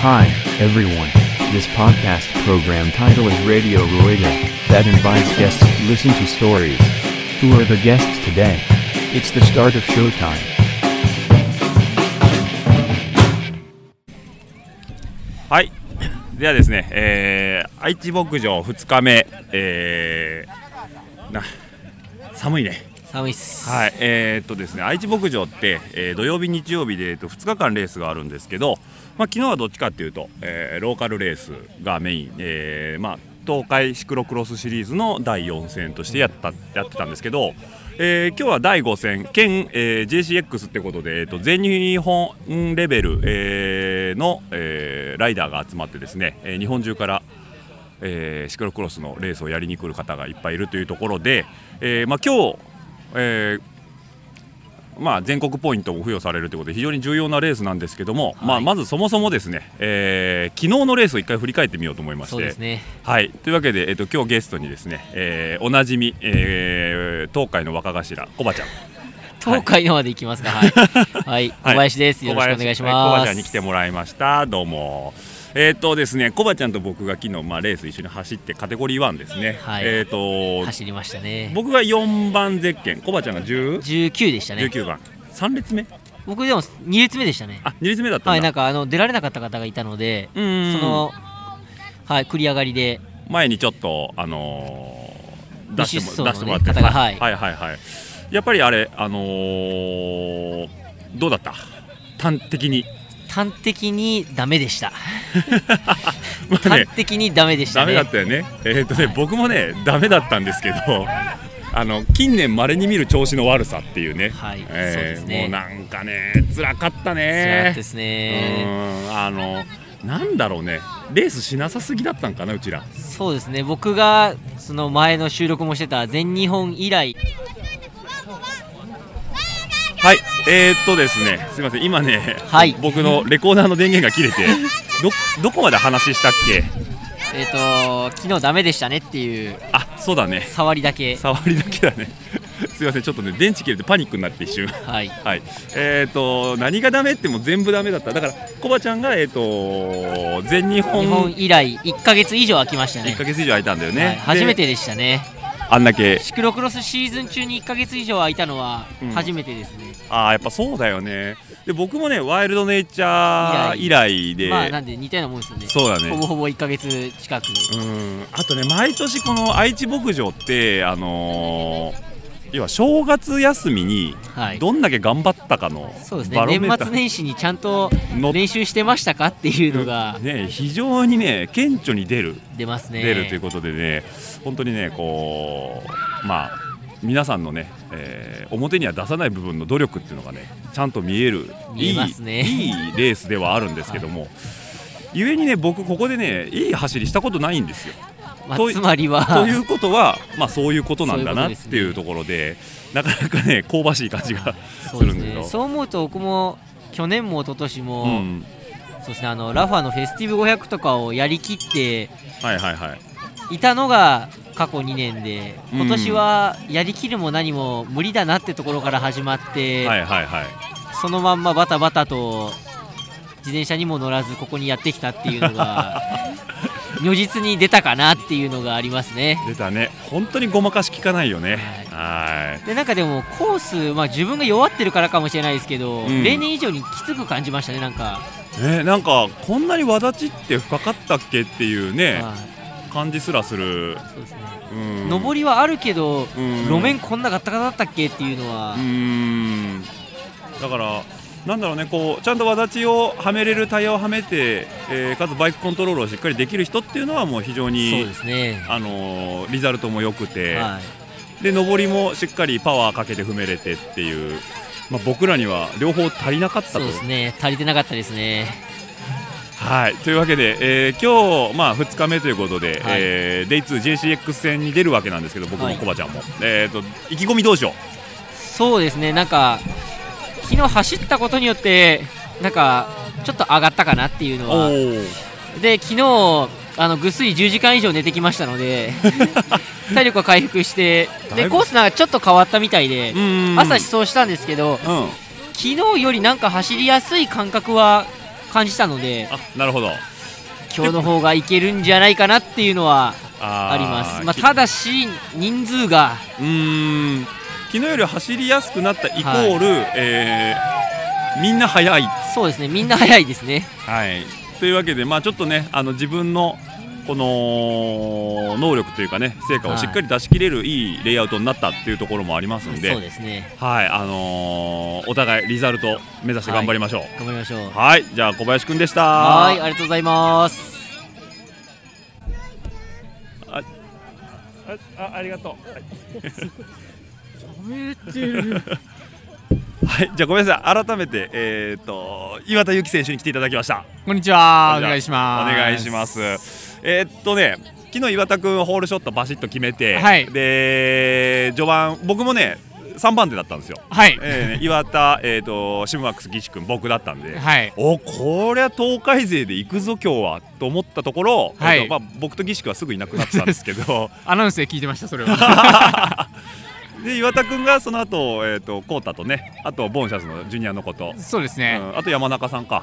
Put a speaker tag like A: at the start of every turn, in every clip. A: Hi, everyone. This podcast program title is Radio Rueda, that invites guests to listen to stories. Who are the guests today? It's the start of showtime.
B: はい。 ではですね、えー、愛知牧場2日目、えー、な寒いね。
C: 寒いっす。
B: はい。えー、っとですね、愛知牧場って、えー土曜日日曜日でえーっと2日間レースがあるんですけど、まあ昨日はどっちかっていうと、えーローカルレースがメイン、えー、まあ東海シクロクロスシリーズの第4戦としてやったやってたんですけど。えー今日は第5戦兼、えー JCX ってことで、えー、と全日本レベル、えーの、えーライダーが集まってですね、えー日本中からえーシクロクロスのレースをやりに来る方がいっぱいいるというところで、えーまあ、今日、えーまあ、全国ポイントも付与されるということで非常に重要なレースなんですけども、まあ、まずそもそもですね、えー昨日のレースを一回振り返ってみようと思いまして
C: そうですね。
B: はい、というわけで、えっと今日ゲストにですね、えーおなじみ、えー東海の若頭コバちゃん
C: 東海のまで行きますか。 はい。はい。小林です。よろしくお願いします。
B: コバちゃんに来てもらいました。どうも。えっ、とですね、コバちゃんと僕が昨日まあレース一緒に走ってカテゴリー1ですね。
C: はい
B: えっ、と
C: 走りましたね。
B: 僕が4番ゼッケン、コバちゃんが10
C: 19でしたね。
B: 19番。3列目？
C: 僕でも2列目でしたね。
B: あ、2列目だったんだ。
C: はい。なんかあの出られなかった方がいたので、
B: うーん
C: そのはい繰り上がりで
B: 前にちょっとあのー出しても出
C: 未
B: して
C: 出走のね
B: もらって
C: 方がはい
B: はいはいはい。やっぱりあれあのーどうだった？端的に。
C: 端的にダメでした。
B: まあね
C: 端的にダメでした
B: ダメ
C: ね。
B: だったよね。えーっ、とね、
C: はい
B: 僕もねダメだったんですけど。あの近年まれに見る調子の悪さっていうね、
C: はい
B: えー
C: そうですね
B: もうなんかね、辛かった
C: 辛かっ
B: ね
C: たですね。
B: うんあのなんだろうね、レースしなさすぎだったんかな、うちら、
C: そうですね。僕がその前の収録もしてた全日本以来
B: はい、えー、っとですね、すみません、今ね、
C: はい
B: 僕のレコーダーの電源が切れて、どどこまで話したっけ、
C: えっ、と昨日ダメでしたねっていう
B: あそうだね、
C: 触りだけ
B: 触りだけだ ね、すみません、ちょっとね、電池切れてパニックになって一瞬。
C: はい
B: はい、えっ、と何がダメっても全部ダメだった。だからコバちゃんがえっ、と全日
C: 日本
B: 本
C: 以来1ヶ月以上空きました
B: 一
C: ね
B: ヶ月以上空いたんだよね。
C: はい、初め
B: で
C: てでしたね
B: あんだけ
C: シクロクロスシーズン中に1ヶ月以上空いたのは
B: うん
C: 初めてですね、
B: ああやっぱそうだよね。で僕もねワイルドネイチャー以来で、
C: まあなんで似たようなもんですよね
B: そうだね
C: ほぼほぼ1ヶ月近く、
B: うんあとね毎年この愛知牧場ってあのー要は正月休みに
C: はい
B: どんだけ頑張ったかの
C: そうです
B: バ
C: ね
B: ロメー
C: 年
B: タ
C: 末
B: ー
C: 年始にちゃんと
B: の
C: 練習してましたかっていうのが
B: ね非常にね顕著に出る
C: 出ますね
B: 出るということでね、本当にね、こう、まあ、皆さんのね、えー表には出さない部分の努力っていうのがね、ちゃんと見える、
C: 見えますね
B: いいいいレースではあるんですけども、ゆえにね、僕、ここでね、いい走りしたことないんですよ。
C: まあ
B: とい
C: つまりは
B: ということは、まあ、そういうことなんだな
C: そうい
B: っ
C: うことですね
B: ていうところで、なかなかね、香ばしい感じがす
C: そうで
B: る
C: す
B: んだけど。
C: ねそう思うと僕も去年も一昨年も、
B: うん、
C: そうですねあのラファのフェスティブ500とかをやりきって
B: はいはいはい、
C: いたのが過去2年で
B: うん
C: 今年はやりきるも何も無理だなってところから始まって、
B: はいはいはい、
C: そのまんまバタバタと自転車にも乗らずここにやってきたっていう のが 如実に出たかなっていうのがありますね。
B: 出たね、本当にごまかしきかないよね。はい
C: でなんかでもコース、まあ、自分が弱ってるからかもしれないですけど、
B: うん
C: 例年以上にきつく感じましたね、なんか、
B: ね、なんかこんなにわだちって深かったっけっていうね、
C: はい
B: 感じすらする、
C: そうですね
B: うん、
C: 上りはあるけど、
B: うん
C: 路面こんなガタガタだったっけっていうのは
B: う、んだからなんだろうねこうちゃんとわだちをはめれるタイヤをはめて、えーかつバイクコントロールをしっかりできる人っていうのはもう非常
C: そう
B: に
C: ですね。
B: あのーリザルトも良くて、
C: はい
B: で上りもしっかりパワーかけて踏めれてっていう、まあ、僕らには両方足りなかったと
C: そうですね足りてなかったですね
B: はい、というわけで、えー今日まあ2日目ということで、
C: はい
B: えー、デイ 2JCX 戦に出るわけなんですけど、僕
C: は
B: も
C: い
B: コバちゃんも、えー、と意気込みどうしよ
C: そうですねなんか昨日走ったことによってなんかちょっと上がったかなっていう
B: う。
C: のは
D: Oh,
C: で昨日あのぐっすり10時間以上寝てきましたの で体力は回復して
B: だい
C: で
B: ぶ
C: コースなんかちょっと変わったみたいで
B: うん
C: 朝思走したんですけど
B: うん、
C: 昨日よりなんか走りやすい感覚は感じたので
B: あなるほど
C: 今日の方がいけるんじゃないかなっていうのは
B: あー
C: あります、まあ、
B: き
C: ただし人数が
B: うーん昨日より走りやすくなったイコール、えーみんな速い、
C: そうですねみんな早いですね
B: はい、というわけで、まあ、ちょっとねあの自分のこの能力というかね成果をしっかり出し切れるいいレイアウトになったっていうところもあります
C: そ
B: ん
C: う
B: で、
C: ですね
B: はいあのーお互いリザルト目指して頑張りましょう。
C: 頑張りましょう
B: はい、じゃあ小林くんでした。
C: はいありがとうございます
B: あありがとう。
C: めてる
B: はい、じゃあごめんなさい。改めてえっ、と岩田由紀選手に来ていただきました。
E: こんにちは。お
B: じゃあ
E: 願いします。
B: お願いします。えーっとね、昨日岩田君ホールショットバシッと決めて、
E: はい
B: で序盤僕もね3番手だったんですよ。
E: はい。
B: えーね岩田えーっとシムワックス岸君僕だったんで。
E: はい。
B: おこりゃ東海勢で行くぞ今日はと思ったところ、
E: はい
B: えーっとまあ、僕と岸君はすぐいなくなってたんですけど
E: アナウンスで聞いてました。それは。
B: で岩田君がその後、えーっとコータとねあとボンシャスのジュニアのこと、
E: そうです
B: う
E: ね。
B: んあと山中さんか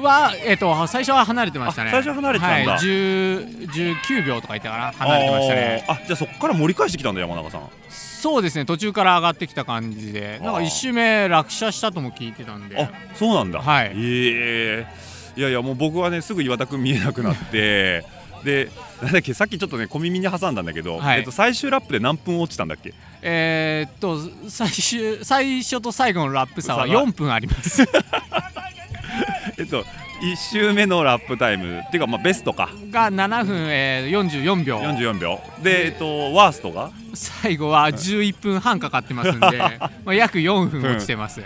E: はえっと最初は離れてましたね。
B: あ最初離れてたんだ
E: はい。十十九秒とか言ったかな。離れてましたね。
B: あーあじゃあそこから盛り返してきたんだ山中さん
E: そうですね。途中から上がってきた感じで、なん
B: あ
E: か
B: ー
E: 一周目落車したとも聞いてたんで。
B: あそうなんだ、
E: はい
B: ええいやいやもう僕はねすぐ岩田君見えなくなって でなんだっけさっきちょっとね小耳に挟んだんだけど、
E: はい
B: えっと、最終ラップで何分落ちたんだっけ
E: えーっと最終最初と最後のラップ差は
B: 差が
E: 四分あります。
B: えっと1周目のラップタイムっていうか、まあ、ベストか
E: が七分え四十四秒。
B: 44秒で、えっと、ワーストが
E: 最後は11分半かかって ますんで、まあ、約4分落ちてます、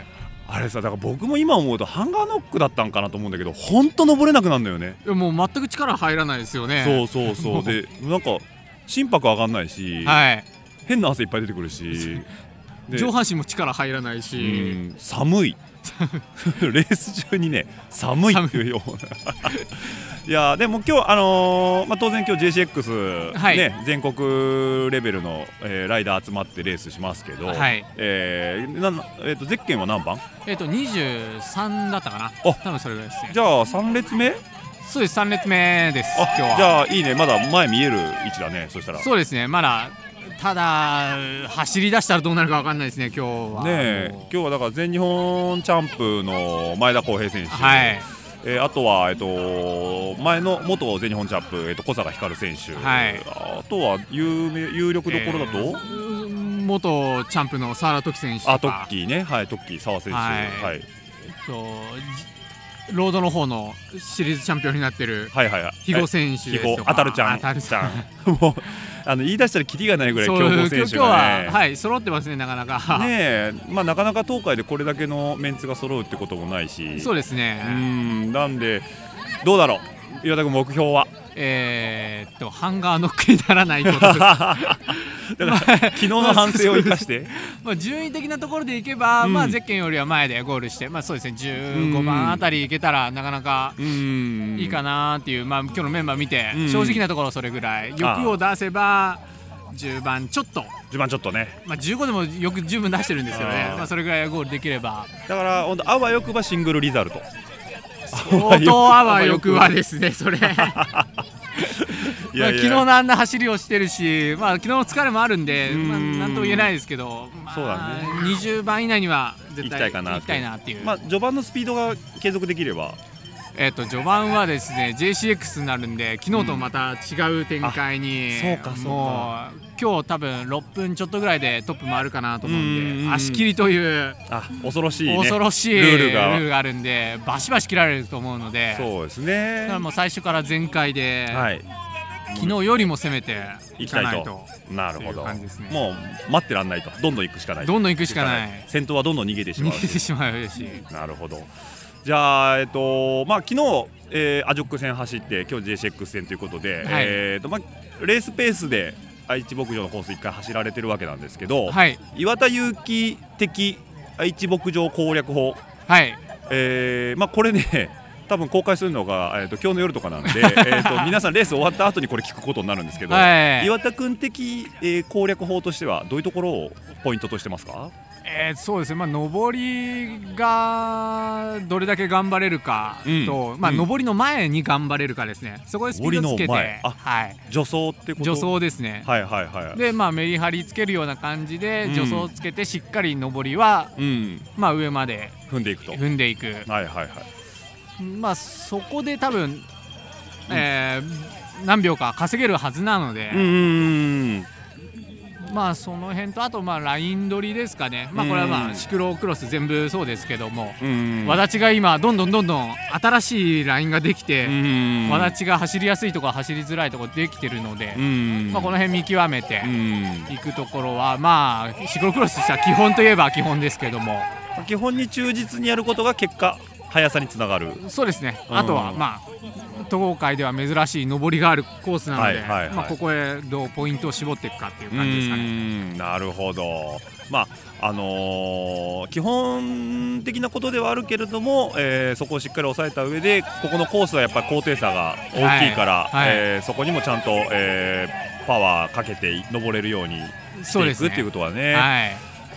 B: あれさだから僕も今思うとハンガーノックだったんかなと思うんだけど本当登れなくなるんだよね、
E: もう全く力入らないですよね
B: そうそうそ うでなんか心拍上がんないし、
E: はい
B: 変な汗いっぱい出てくるしで
E: 上半身も力入らないうし、
B: ん寒 いレース中にね寒いっていうような いやーでも今日あのーまあ当然今日 JCX ね、
E: はい
B: 全国レベルの、えーライダー集まってレースしますけど、
E: はい
B: えーなんえーとゼッケンは何番？
E: えっ、と23だったかな
B: お
E: 多分それぐらいですね
B: じゃあ三列目？あ
E: そうです3列目です今日は
B: じゃあいいねまだ前見える位置だねそしたら。
E: そうですねまだただ走り出したらどうなるか分かんないですね今日は
B: ねえ
E: もう
B: 今日はだから全日本チャンプの前田航平選手、
E: はい
B: えーあとは、えっと、前の元全日本チャンプ、えっと、小坂光選手、
E: はい
B: あとは有名有力どころだと、
E: えー元チャンプのサーラトキ選手とか
B: あトッキーね、はい、トッキー澤選手、は
E: はいいえっとじロードの方のシリーズチャンピオンになってる
B: はいはいはい、
E: 肥後選手
B: え
E: です
B: 肥
E: と
B: 後
E: か
B: 当たるちゃん、
E: 当たるちゃん
B: ちゃ んもうあの言い出したらキリがないぐらい強豪選手
E: そう今日
B: がね
E: は。はい揃ってますねなかなか、
B: ね えまあ、なかなか東海でこれだけのメンツが揃うってこともないし、
E: そう
B: う
E: ですね、
B: んなんで、どうだろう、岩田君、目標は。
E: えー、っとハンガーノックにならないことです
B: だから昨日の反省を生かして、
E: まあ順位的なところでいけば、
B: うん
E: まあゼッケンよりは前でゴールしてまあそうですね
B: う
E: 15
B: ん
E: 番あたりいけたらなかなか
B: うん
E: いいかなっていう、まあ今日のメンバー見て、
B: うん
E: 正直なところそれぐらい欲を出せば10番ちょっと、
B: 序盤ちょっとね
E: まあ、15でもよく十分出してるんですよね
B: あー
E: まあそれぐらいゴールできれば
B: だから本当あわよくばシングルリザルト
E: 相当あわよくはです ねそれ。
B: いやいや
E: まあ、昨日のあんな走りをしてるし、まあ昨日の疲れもあるんで、
B: うん
E: まあ、なんとも言えないですけど、まあ、
B: そうだね
E: 20番以内には絶対
B: 行きたいかな
E: 行
B: って
E: きたいなっていう、
B: まあ序盤のスピードが継続できれば
E: えっと序盤はですね JCX になるんで昨日とまた違う展開に、
B: うんあそうかそうか
E: もう今日多分6分ちょっとぐらいでトップ回るかなと思うんで
B: うん
E: 足切りという
B: あ恐ろしいね
E: 恐ろしい
B: ルール
E: ル
B: が
E: ールがあるんでバシバシ切られると思うので
B: そうです
E: だ
B: ね
E: からもう最初から全開で、
B: はい
E: 昨日よりも攻めてい
B: 行き
E: か
B: た
E: ないい
B: と
E: と。
B: なるほ
E: ってい
B: ど
E: う感じですね
B: もう待ってらんないとどんどん行くしかない
E: どんどん行くしかない
B: 先頭はどんどん逃げてしま
E: 逃
B: う
E: げてしまうし、
B: なるほどじゃあえっとまあ昨日えーアジョック戦走って今日 JCX 戦ということで、
E: はい
B: えっとまあレースペースで愛知牧場のコース一回走られてるわけなんですけど、
E: はい、
B: 岩田祐希的愛知牧場攻略法、
E: はい、
B: えーまあ、これね、多分公開するのが、えー、と今日の夜とかなんで、えーと皆さん、レース終わった後にこれ聞くことになるんですけど、
E: はい、
B: 岩田君的、えー攻略法としては、どういうところをポイントとしてますか、
E: えーそうですね、まあ、上りがどれだけ頑張れるかと、
B: うん
E: まあ、
B: うん
E: 上りの前に頑張れるかですね、そこでスピードつけて、
B: 上りの前あ
E: はい、
B: 助走ってこと
E: 助走ですね、
B: はいはいはい
E: で、まあ、メリハリつけるような感じで
B: うん、
E: 助走つけて、しっかり上りは、
B: うん
E: まあ、上まで
B: 踏んでいくと
E: 踏んでいく、
B: はいはいはい
E: まあ、そこで多分、えー何秒か稼げるはずなので。
B: うんうん
D: mm,
E: まあその辺とあとまあライン取りですかね、まあ、これはま
B: う
E: あ
B: ん
E: シクロクロス全部そうですけども、
B: うんうん
E: わだちが今どんどんどんどん新しいラインができ
B: う
E: て、
B: ん
E: わだちが走りやすいとこ走りづらいとこできてるので、
B: うん
E: まあ、この辺見極めて
B: うん
E: いくところは、まあシクロクロスとしては基本といえば基本ですけども
B: 基本に忠実にやることが結果速さにつながる
E: そうですね
B: うん
E: あとはまあ東海では珍しい上りがあるコースなので、
B: はいはいはい
E: まあ、ここへどうポイントを絞っていくかっていう
B: うー
E: 感じですかね。
B: んなるほど、まああのー基本的なことではあるけれども、えーそこをしっかり抑えた上でここのコースはやっぱり高低差が大きいから、
E: はいはい
B: えーそこにもちゃんと、えーパワーかけて登れるようにし
E: そう
B: て
E: で
B: い
E: す
B: く
E: ね
B: っていうことはね、
E: はい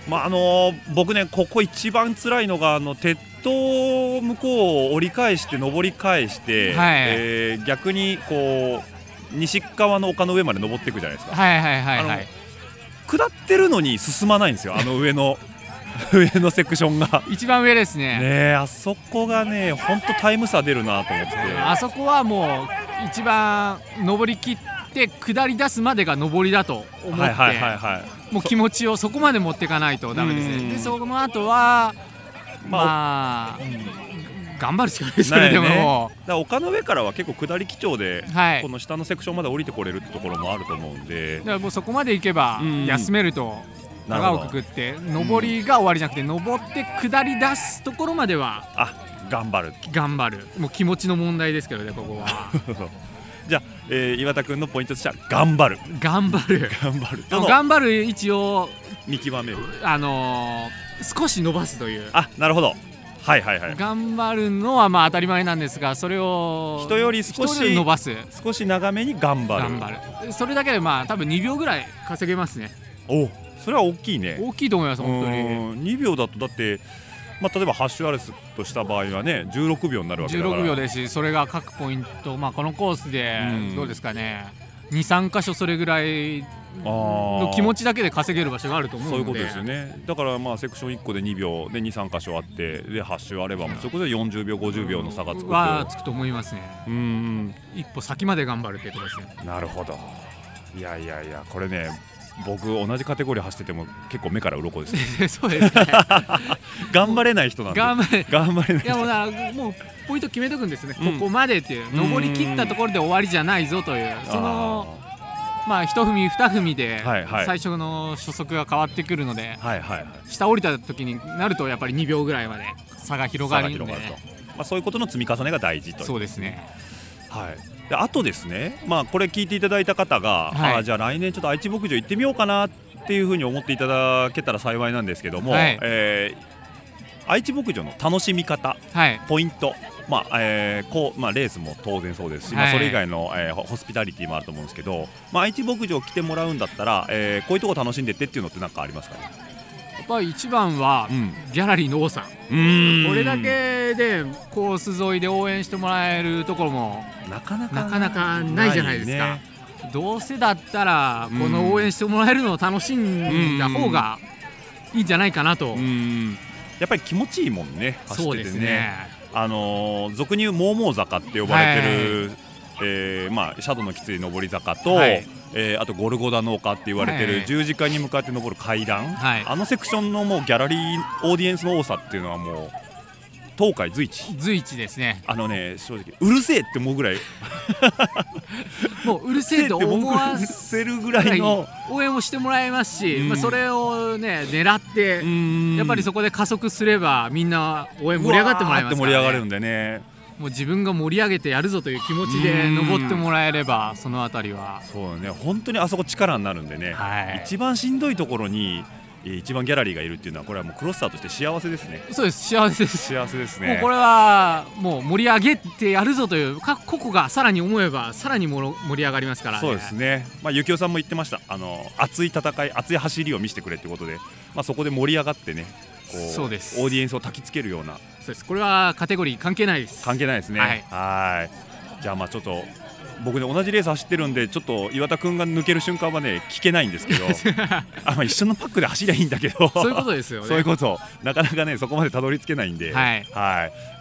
B: まああのー僕ねここ一番辛いのがあの鉄塔向こうを折り返して登り返して、
E: はい
B: えー逆にこう西側の丘の上まで登っていくじゃないですか。
E: はいはいはいはい
B: 下ってるのに進まないんですよあの上の 上のセクションが
E: 一番上ですね
B: ねえあそこがねほんとタイム差出るなと思って
E: あそこはもう一番登り切って下り出すまでが上りだと思って、
B: はいはいはいはい
E: もう気持ちをそこまで持っていかないとダメです
B: うん
E: ねでその後は
B: まあ、
E: まあ、
B: うんだか
E: 頑張るしかないですねで
B: ないよね
E: も、
B: ら丘の上からは結構下り基調で、
E: はい
B: この下のセクションまで降りてこれるってところもあると思うんで
E: だからもうそこまで行けば
B: うん
E: 休めると
B: な
E: 長
B: る
E: を
B: ほ
E: く
B: ど
E: くって上りが終わりじゃなくて上って下り出すところまでは
B: あ頑張る
E: 頑張るもう気持ちの問題ですけどねここは
B: じゃあ、えー岩田君のポイントとしては 頑張る
E: 頑張る
B: 頑張る
E: で
B: と
E: も
B: の
E: 頑張る位置を
B: 見極める
E: あのー少し伸ばすという
B: あなるほどはいはいはい
E: 頑張るのはまあ当たり前なんですがそれを
B: 人より少し
E: 人より伸ばす
B: 少し長めに頑張る
E: 頑張るそれだけでまあ多分2秒ぐらい稼げますね
B: おそれは大きいね
E: 大きいと思います本当に
B: うん2秒だとだって、まあ、例えばハッシュアレスとした場合はね16秒になるわけだから
E: 16秒ですしそれが各ポイントまあこのコースで
B: うん
E: どうですかね23箇所それぐらいの
B: の
E: 気持ちだけで稼げる場所があると思う
B: そ
E: の
B: う
E: で
B: いうことですよねだからまあセクション1個で2秒で23箇所あってでハッシュあればもうそれこそ40秒50秒の差がつくと
E: はつくと思いますね
B: うんうん
E: 一歩先まで頑張るってことです ね
B: なるほどいやいやいやこれね僕同じカテゴリー走ってても結構目から鱗で す
E: そうですね
B: 頑張れない人なんで
E: 頑張れ
B: 頑張れない
E: いやもう
B: 人
E: なもうポイント決めとくんですね、
B: うん
E: ここまでっていう
B: うん
E: 登り切ったところで終わりじゃないぞというその
B: あ
E: まあ一踏み二踏みで
B: はいはい
E: 最初の初速が変わってくるので、
B: ーはいはいはい
E: 下降りた時になるとやっぱり2秒ぐらいまで差が広が
B: 差が
E: るんで
B: 広がると、まあ、そういうことの積み重ねが大事という
E: そうですね
B: はい、であとですね、まあ、これ聞いていただいた方が、
E: はい
B: あーじゃあ来年ちょっと愛知牧場行ってみようかなっていうふうに思っていただけたら幸いなんですけども、
E: はい
B: えー愛知牧場の楽しみ方
E: はい
B: ポイント、まあえーこうまあ、レースも当然そうですし、まあ
E: はい
B: それ以外の、えーホホスピタリティもあると思うんですけど、まあ、愛知牧場来てもらうんだったら、えーこういうとこ楽しんでってっていうのって何かありますかね
E: やっぱり一番は
B: うん
E: ギャラリーの多さ、こ
B: こ
E: れだけでコース沿いで応援してもらえるところも
B: なかなか
E: なかなかないじゃないですか、
B: ね
E: どうせだったらこの応援してもらえるのを楽しんだ方がいいんじゃないかなと、
B: うんやっぱり気持ちいいもんね走
E: そう
B: って
E: で
B: て
E: す
B: ね
E: ね
B: あのー俗に言うモーモー坂って呼ばれてる、えーまあ、シャドウのきつい上り坂と、
E: はい
B: えーあとゴルゴダの丘って言われてる、
E: はい
B: 十字架に向かって登る階段、
E: はい
B: あのセクションのもうギャラリーオーディエンスの多さっていうのはもう東海随一
E: 随一ですね
B: あのね正直うるせえって思うぐらいう
E: もううるせ
B: るせえ
E: え
B: っ
E: と
B: て思
E: 思
B: うぐら
E: わ
B: い
E: せ
B: せるぐ
E: ぐ
B: ら
E: ら
B: い
E: い
B: の
E: 応援をしてもらいますし、
B: うん
E: まあ、それをね狙って、やっぱりそ
B: こ
E: こで加速すればみんな応援盛り上がってもらいますから、ね、
B: 盛り上がるんでね
E: もう自分が盛り上げてやるぞという気持ちで
B: うん
E: 登ってもらえればそのあたりは、
B: そうだね本当にあそこ力になるんでね、
E: はい、
B: 一番しんどいところにえー一番ギャラリーがいるっていうのはこれはもうクロスターとして幸せですね
E: そうです幸せです
B: 幸せです
E: もう
B: ね
E: これはもう盛り上げてやるぞというか個々がさらに思えばさらにもろ盛り上がりますから、ね、
B: そうですね、まあ、幸男さんも言ってましたあの熱い戦い熱い走りを見せてくれってことで、まあ、そこで盛り上がってねこ
E: そうです
B: オーディエンスを焚きつけるような
E: そうですこれはカテゴリー関係ないです
B: 関係ないですね。は
E: はいい。
B: じゃあまあちょっと僕ね同じレース走ってるんでちょっと岩田君が抜ける瞬間はね聞けないんです けど、あまあ一緒のパックで走りゃいいんだけど。
E: そういうことですよね
B: そういうことなかなかねそこまでたどり着けないんで、
E: はい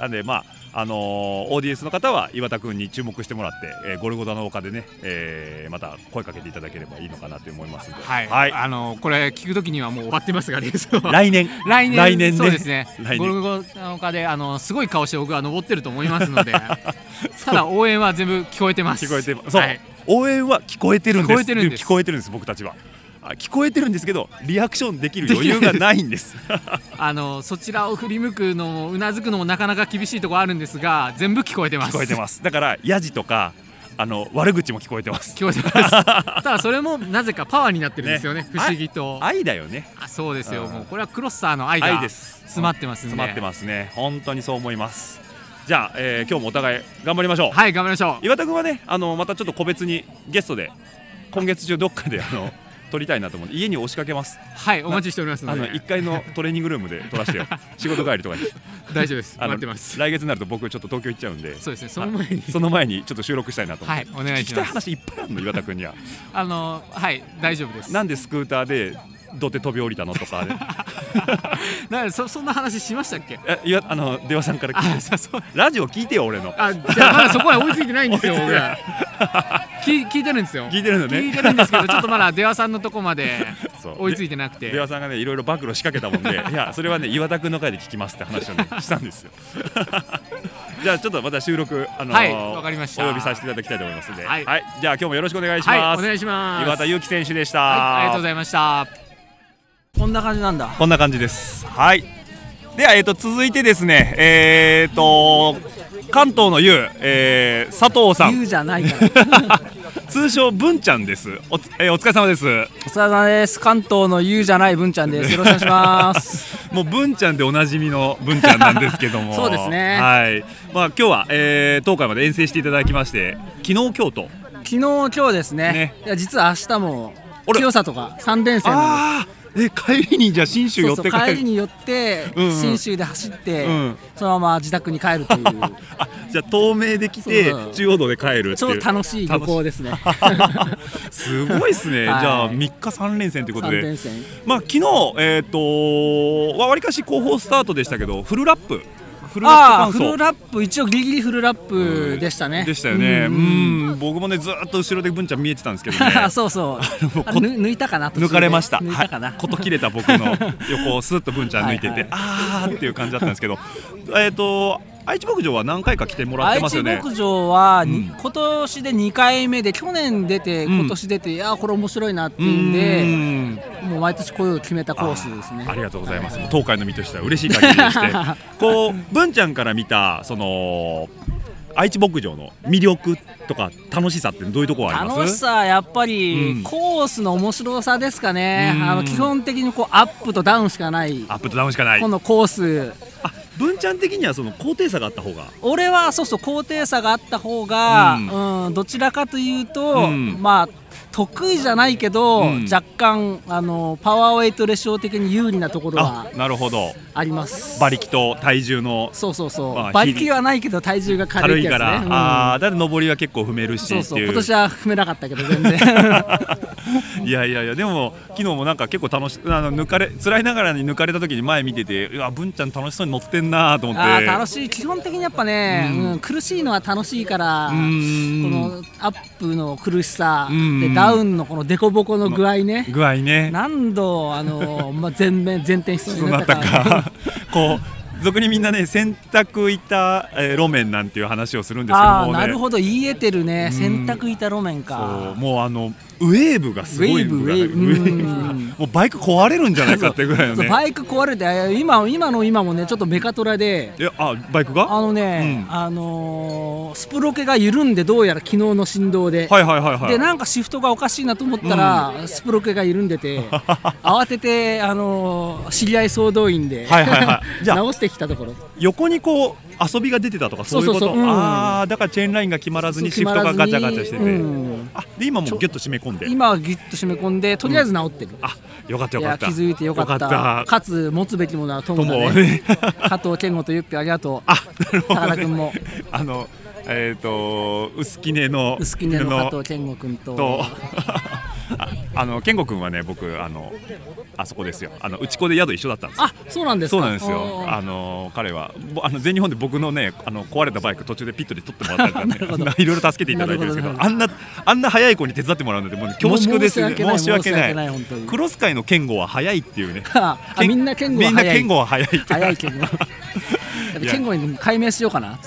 B: なんでまああのーオーディエンスの方は岩田君に注目してもらって、えーゴルゴダの丘でね、えーまた声かけていただければいいのかなと思いますので、
E: はい、あのこれ聞くときにはもう終わってますがレースは
B: 来年
E: 来年
B: 来年ね
E: そうですね
B: 来年
E: ゴルゴの丘であのすごい顔して僕は登ってると思いますの でただ応援は全部聞こえてます
B: 聞こえてそう、
E: はい
B: 応援は聞こえてるん
E: 聞
B: です
E: こえてるんです
B: 聞こえてるんです僕たちはあ聞こえてるんですけどリアクションできる余裕がないんです
E: あのそちらを振り向くのもうなずくのもなかなか厳しいところあるんですが全部聞こえてます
B: 聞こえてます だからヤジとかあの悪口も聞こえてます
E: 聞こえてます ただそれもなぜかパワーになってるんですよね
B: ね
E: 不思議と
B: 愛だよね
E: あそうですよ
B: うん
E: もうこれはクロスターの愛
B: 愛
E: が
B: です
E: 詰まってますんで
B: 詰まってますね本当にそう思いますじゃあ、えー今日もお互い頑張りましょう、
E: はい頑張りましょう
B: 岩田君はねあのまたちょっと個別にゲストで今月中どっかであの 撮りたいなと思って家に押しかけます
E: はいお待ちしております
B: あ
E: の
B: の
E: で
B: 1階のトレーニングルームで撮ら せてよ仕事帰りとかに
E: 大丈夫です
B: あの
E: 待ってます
B: 来月になると僕ちょっと東京行っちゃうんで
E: そうですねその前に
B: その前にちょっと収録したいなと思って、
E: はいお願い
B: 聞き
E: した
B: い
E: ます
B: 話いっぱいあるの岩田君には
E: あのはい 大丈夫です
B: なんでスクーターで土手飛び降りたのとか、ね、
E: なそそんな話しましたっけ
B: え岩あの出羽さんから聞い
E: あ
B: て
E: そうそう
B: ラジオ聞いてよ俺の
E: あじゃあまだそこは追いついてないんですよ
B: 追いつい
E: 僕
B: てな
E: ら聞聞いてるんですよ
B: 聞いてるの
E: 聞い
B: ね
E: てるんですけどちょっとまだ出羽さんのとこまで
B: そう
E: 追いついてなくて
B: 出羽さんがねいろいろ暴露仕掛けたもん でいやそれはね岩田君の回で聞きますって話をねしたんですよ じゃあちょっとまた収録あのー
E: はいわかりました
B: お呼びさせていただきたいと思いますので、は、
E: はいい
B: じゃあ今日もよろしくお願いし
E: は
B: ま
E: い
B: す,、
E: お願いします
B: 岩田裕樹選手でした、
E: はいありがとうございました
C: こんな感じなんだ
B: こんな感じです。はい。では、えー、と続いてですね、えー、と関東の優、えー佐藤さ
F: 言
B: ん、
F: うじゃないから。
B: 通称文ちゃんです。おつ,、えーお疲れ様です。
F: お疲れ様です。関東の言うじゃない文ちゃんです。よろしくお願いし ます。
B: もう文ちゃんでおなじみの文ちゃんなんですけど も、
F: そうですね
B: はい。まあ今日は、えー、東海まで遠征していただきまして、昨日今日と、
F: 昨日今日ですね。
B: ね
F: いや実は明日も
B: 俺
F: 清里が三連戦なの
B: ああ、え帰りにじゃあ信州
F: で
B: 寄っ
F: そ
B: て
F: うそう帰りに寄って
B: うんうん
F: 信州で走って、
B: うん
F: そのまま自宅に帰るという
B: あじゃあ透明できて
F: そうそう
B: 中央道で帰るって
F: 超
B: いう
F: 楽しい旅行ですね。
B: すごいですね、
F: はい
B: じゃあ3日三連戦ということ
F: 三
B: で
F: 連戦。
B: まあ昨日えっ、とわりかし後方スタートでしたけどフルラップフル
F: ああ
B: ラッ
F: フ
B: プ完
F: ル
B: 走
F: ラップ一応ギリギリフルラップでしたね。
B: でしたよね。う
F: うんんうん
B: 僕もねずーっと後ろで文ちゃん見えてたんですけど
F: あ
B: ね。
F: そうそう。
B: もう
F: あ
B: こ
F: ぬ抜いたかな。途中で
B: 抜かれました。
F: 抜いたかな。
B: はい、こと切れた僕の横をスーッと文ちゃん抜いてて、
F: はいはい
B: あーっていう感じだったんですけど、えっ、と愛知牧場は何回か来てもらってますよね
F: 愛知。牧場は、
B: うん
F: に今年で2回目で去年出て
B: うん
F: 今年出て、いやーこれ面白いなって
B: う
F: いうんで、
B: ん
F: もう毎年こういうの決めたコースですね
B: あありがとうございます、東海の身としては嬉しい限りで してこう文ちゃんから見たその愛知牧場の魅力とか楽しさってどういうところあります
F: 楽しさはやっぱり、
B: うん
F: コースの面白さですかね、
B: うん
F: あの基本的にこうアップとダウンしかない、
B: アップとダウンしかない
F: このコース
B: あ文ちゃん的にはその高低差があった方が
F: 俺はそうそう高低差があった方が、
B: う
F: うんどちらかというと、
B: うん
F: まあ得意じゃないけど、
B: うん
F: 若干あのパワーウェイトレシオ的に有利なところ
B: あ
F: は
B: なるほど
F: あります
B: 馬力と体重の
F: そうそうそう、
B: まあ
F: 馬力はないけど体重が軽
B: 軽
F: い
B: い
F: ってや
B: か
F: つね
B: ら、
F: うん
B: ああだから上りは結構踏めるしって
F: そ
B: いう
F: うそう今年は踏めなかったけど全然
B: いやいやいやでも昨日もなんか結構楽しあの抜かれ辛いながらに抜かれた時に前見ててうわ文ちゃん楽しそうに乗ってんなーと思って
F: あー楽
B: し
F: しい基本的にやっぱね、
B: うん
F: うん苦しいのは楽しいから、
B: うん
F: このアップの苦しさ、
B: うん
F: でダウンのこの凸凹の具合ね、
B: 具合ね
F: 何度あのー まあ、全面前転しそう
B: そ
F: に
B: う
F: な
B: な っ
F: った
B: た
F: か
B: かこう俗にみんなね洗濯板、えー路面なんていう話をするんですけど
F: ああ
B: もうね
F: なるほど言えてるね
B: うん
F: 洗濯板路面
B: そう
F: か
B: もうあのウェーブがすごい
F: ウェーブ
B: が
F: ウェーブ
B: ウェーブが
F: うん
B: もうバイク壊れるんじゃないかってぐらいの
F: そう
B: ね
F: バイク壊れて今今の今もねちょっとメカトラで
B: えあバイクが
F: あ
B: は
F: のね、
B: うん
F: あのースプロケが緩んでどうやら昨日の振動で、
B: いはいはいはい
F: でなんかシフトがおかしいなと思ったら、スプロケが緩んで て慌てて、あのー知り合い総動員で、
B: はいはいはいじゃあ
F: 直してきたところ
B: 横にこう遊びが出てたとかそういうこと
F: そうそうそううん
B: ああだからチェーンラインが決まらずにシフトがガチャガチャしてて、
F: うん
B: あで今もうギュッと締め込んで
F: 今はギュッと締め込んでとりあえず治ってる、
B: あよかった
F: い
B: よか
F: や
B: っ
F: 気
B: た
F: づいてよかった
B: よかった
F: かつ持つべきものは友だ
B: 友
F: ね
B: をね
F: 加藤健吾とゆっぴありがとう
B: あなるほど、
F: 高
B: ね、
F: 田君も
B: あのえっ、と薄きねの
F: 薄木根の加藤健吾君と
B: とああの健吾君はね僕あのあそこですよあの内子で宿一緒だったんですよ
F: あそうなんですか
B: そうなんです
F: お
B: よ。
F: ー
B: あの彼はぼあの全日本で僕のねあの壊れたバイク途中でピットで取ってもらったり と
F: なる
B: か
F: ほど
B: ね、いろいろ助けていただいてるんですけ
F: なる
B: ど、あ
F: ほ
B: んなあんな早い子に手伝ってもらうなんてもう恐縮ですよね。
F: もう申
B: 申し
F: し訳
B: 訳
F: ない
B: ない。
F: 申し訳ない本当に。
B: クロス界の健吾は早いっていうね
F: あみんな健吾は
B: みんな
F: 早い
B: 健吾は早いって。
F: 早いけ どやっぱ健吾に解明しようかな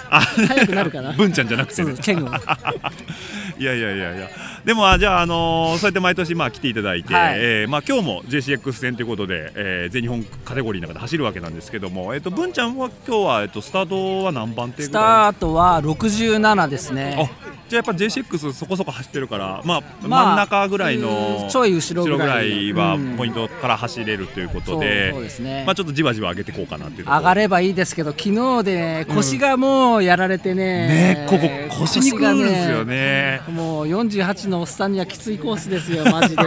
F: 早くな るかな
B: 文ちゃんじゃなくて、
F: そう
B: ね
F: そう。健吾
B: いやいやいやいや。でもあじゃああのーそうやって毎年まあ来ていただいて、
F: はい
B: えーまあ今日も JCX 戦ということで、えー全日本カテゴリーの中で走るわけなんですけども、えっ、と文ちゃんは今日はえっ、とスタートは何番手
F: ス
B: ぐらい？
F: タートは67ですね
B: あじゃあやっぱ J6 そこそこ走ってるから、まあ、
F: まあ
B: 真ん中ぐらいの
F: うんちょい後ろぐらい
B: 後ろぐらいは
F: うん
B: ポイントから走れるということ
F: そう
B: で,、
F: そうですね
B: まあ、ちょっとじわじわ上げていこうかなっていうところ
F: 上がればいいですけど昨日でね腰がもうやられてね
B: ね、こ こ腰にくるんですよ
F: ね
B: ね
F: もう48のおっさんにはきついコースです よマジで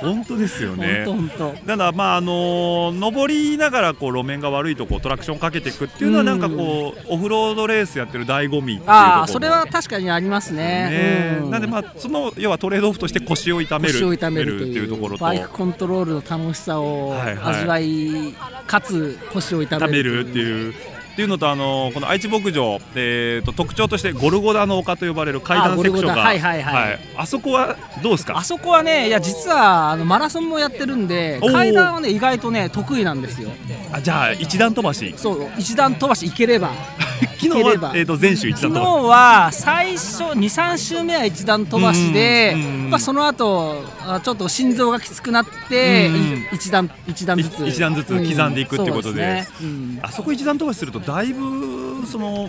B: 本当ですよね
F: 本当本
B: ただまああのー上りながらこう路面が悪いとこうトラクションかけていくっていうのは
F: うん
B: なんかこうオフロードレースやってる醍醐味っていうところ
F: 当ああそれは確かにありますね
B: ね
F: うん
B: なんでまあその要はトレードオフとして腰を痛める
F: 腰を痛めると
B: って
F: い
B: いううところと
F: バイクコントロールの楽しさを
B: はいはい
F: 味わい、かつ腰を痛
B: 食
F: め
B: べ
F: る
B: るっていう。っていうのとあのこの愛知牧場、えー、と特徴としてゴルゴダの丘と呼ばれる階
F: あ
B: 段
F: ゴ
B: セ
F: ル
B: ク
F: ゴ
B: ショ
F: ダ
B: ンが
F: はいはいはい
B: あそこはどうです か
F: あそこはねいや実はあのマラソンもやってるんで
B: おー
F: 階段はね意外とね得意なんですよ
B: あじゃあ一段飛ばし
F: そう一段飛ばし行ければ
B: 昨日
F: 行ければ
B: は、えー、と全周一
F: 昨
B: 段
F: 日
B: 飛ばし
F: は最初23周目は一段飛ばしで、
B: うんうんうん
F: まあ、その後あちょっと心臓がきつくなって、
B: うんうん
F: い一段一段ずつ
B: い一段ずつ刻んでいくってことで
F: そうですねうん
B: あそこ一段飛ばしするとだいぶその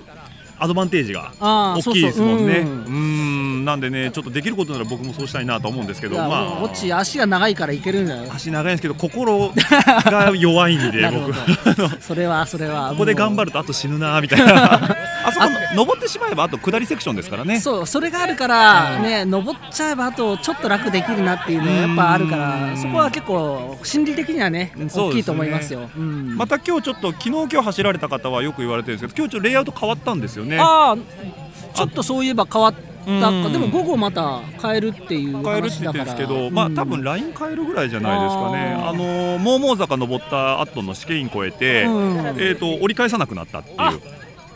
B: アドバンテージが
F: あー
B: 大きいですもん
F: そうそ
B: ねう
F: ううん
B: んなんでねちょっとできることなら僕もそうしたいなと思うんですけ
F: い
B: ど
F: や
B: ま
F: もう
B: あ
F: オッチ足が長いからいけるんだよ
B: 足長いんですけ ど心が弱いんで
F: なるほ
B: 僕
F: ど
B: あの
F: それはそれは
B: ここで頑張
F: る
B: るとあと死ぬなみたいな あそこ登ってしまえばあと下りセクションですからね
F: そうそれがあるからね登っちゃえばあとちょっと楽できるなっていうのがやっぱあるからそこは結構心理的にはね
B: そうですね
F: 大きいと思いますようん
B: また今日ちょっと昨日今日走られた方はよく言われてるんですけど今日ちょっとレイアウト変わったんですよね
F: ああちょっとそういえば変わった
B: う
F: か
B: ん
F: でも午後また変えるっていう
B: 変えるっ
F: 話
B: て
F: だ
B: 言
F: か
B: ってるん
F: ら
B: ですけど、まあ
F: うん
B: 多分ライン変えるぐらいじゃないですかね
F: あー
B: あのモーモー坂登った後の試験員越えて、
F: うん
B: えー、と折り返さなくなったっていう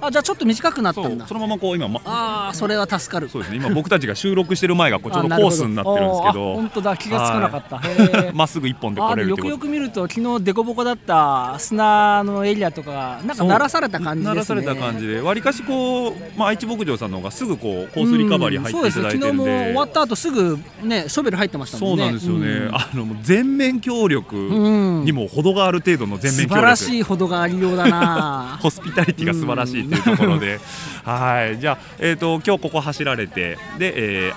F: ああじゃあちょっと短くなっ
B: そ
F: たん
B: う
F: だ
B: そのままこう今、ま、
F: ああそれは助かる
B: そうですね今僕たちが収録してる前がこうち ょうど
F: あ
B: コースになってるんです
F: なほお
B: け
F: ーあ
B: ど
F: 本当だ気がつかなかったへー
B: まっすぐ一本で
F: あで
B: 来れる
F: も
B: って
F: よ
B: こと
F: くよく見ると昨日デコボコだった砂のエリアとかがなんか鳴らされた感じですね
B: 鳴らされた感じでわりかしこう、まあ、愛知牧場さんの方がすぐこうコースリカバリー入っていただいてるんで,、
F: うんそうですね昨日も終わった後すぐねショベル入ってました
B: そ
F: も
B: うん
F: ね
B: なんですよね、
F: うん
B: あのもう全面協力
F: ん
B: にも程がある程度の全
F: 素
B: 面協力、
F: 晴らしいほどがありようだな
B: ホスピタリティが素晴らしいっていうところで、はいじゃあ、えー、と今日ここ走られてで、えー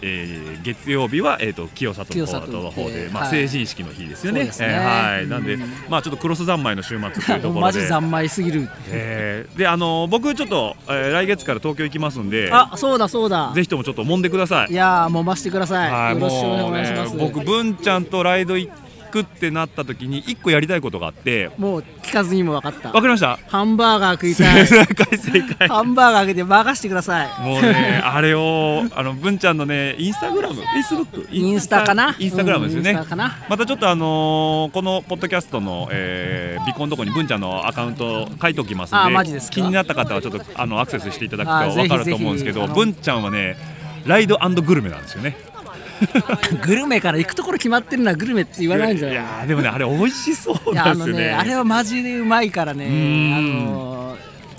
B: えー月曜日は、えー、と清里の方の方
F: 清里
B: で、
F: で
B: まあ、
F: はい
B: 成人式の日ですよね。
F: そうですね
B: えーはい、なんで、
F: うん
B: まあ、ちょっとクロス三昧の週末というところで
F: マジ三昧すぎる
B: えーであの僕ちょっと、えー来月から東京行きますんで
F: あそうだそうだ
B: ぜひともちょっと揉んでください
F: いやーもう増してくださ
B: はい
F: よろしくお
B: もう
F: 願いしま
B: ね
F: す
B: 僕文ちゃんとライド行くってなった時に一個やりたいことがあって
F: もう聞かずにも分かった
B: わかり ました
F: ハンバーガー食い
B: 正
F: たい
B: 解正解
F: ハンバーガーあげて任してください
B: もうねあれ をあの文ちゃんのねインスタグラムフェイスブック
F: インスタかな
B: インスタグラムですよね、
F: うんインスタかな
B: またちょっとあのーこのポッドキャストの、えー、ビコンのとこに文ちゃんのアカウント書いておきます
F: あ
B: ん
F: ー
B: で
F: マジですか
B: 気になった方はちょっとあのアクセスしていただくと
F: あーぜ
B: わ
F: ひ
B: かると思うんですけ
F: ぜひ
B: ど
F: あの
B: 文ちゃんはねライドグルメなんですよね
F: グルメから行くところ決まってるのはグルメって言わないんじゃないい
B: やーでもねあれ美味しそう
F: いや
B: な
F: あ
B: んで
F: の
B: すよね
F: ねあれはマジでうまいからねあ
B: ん
F: の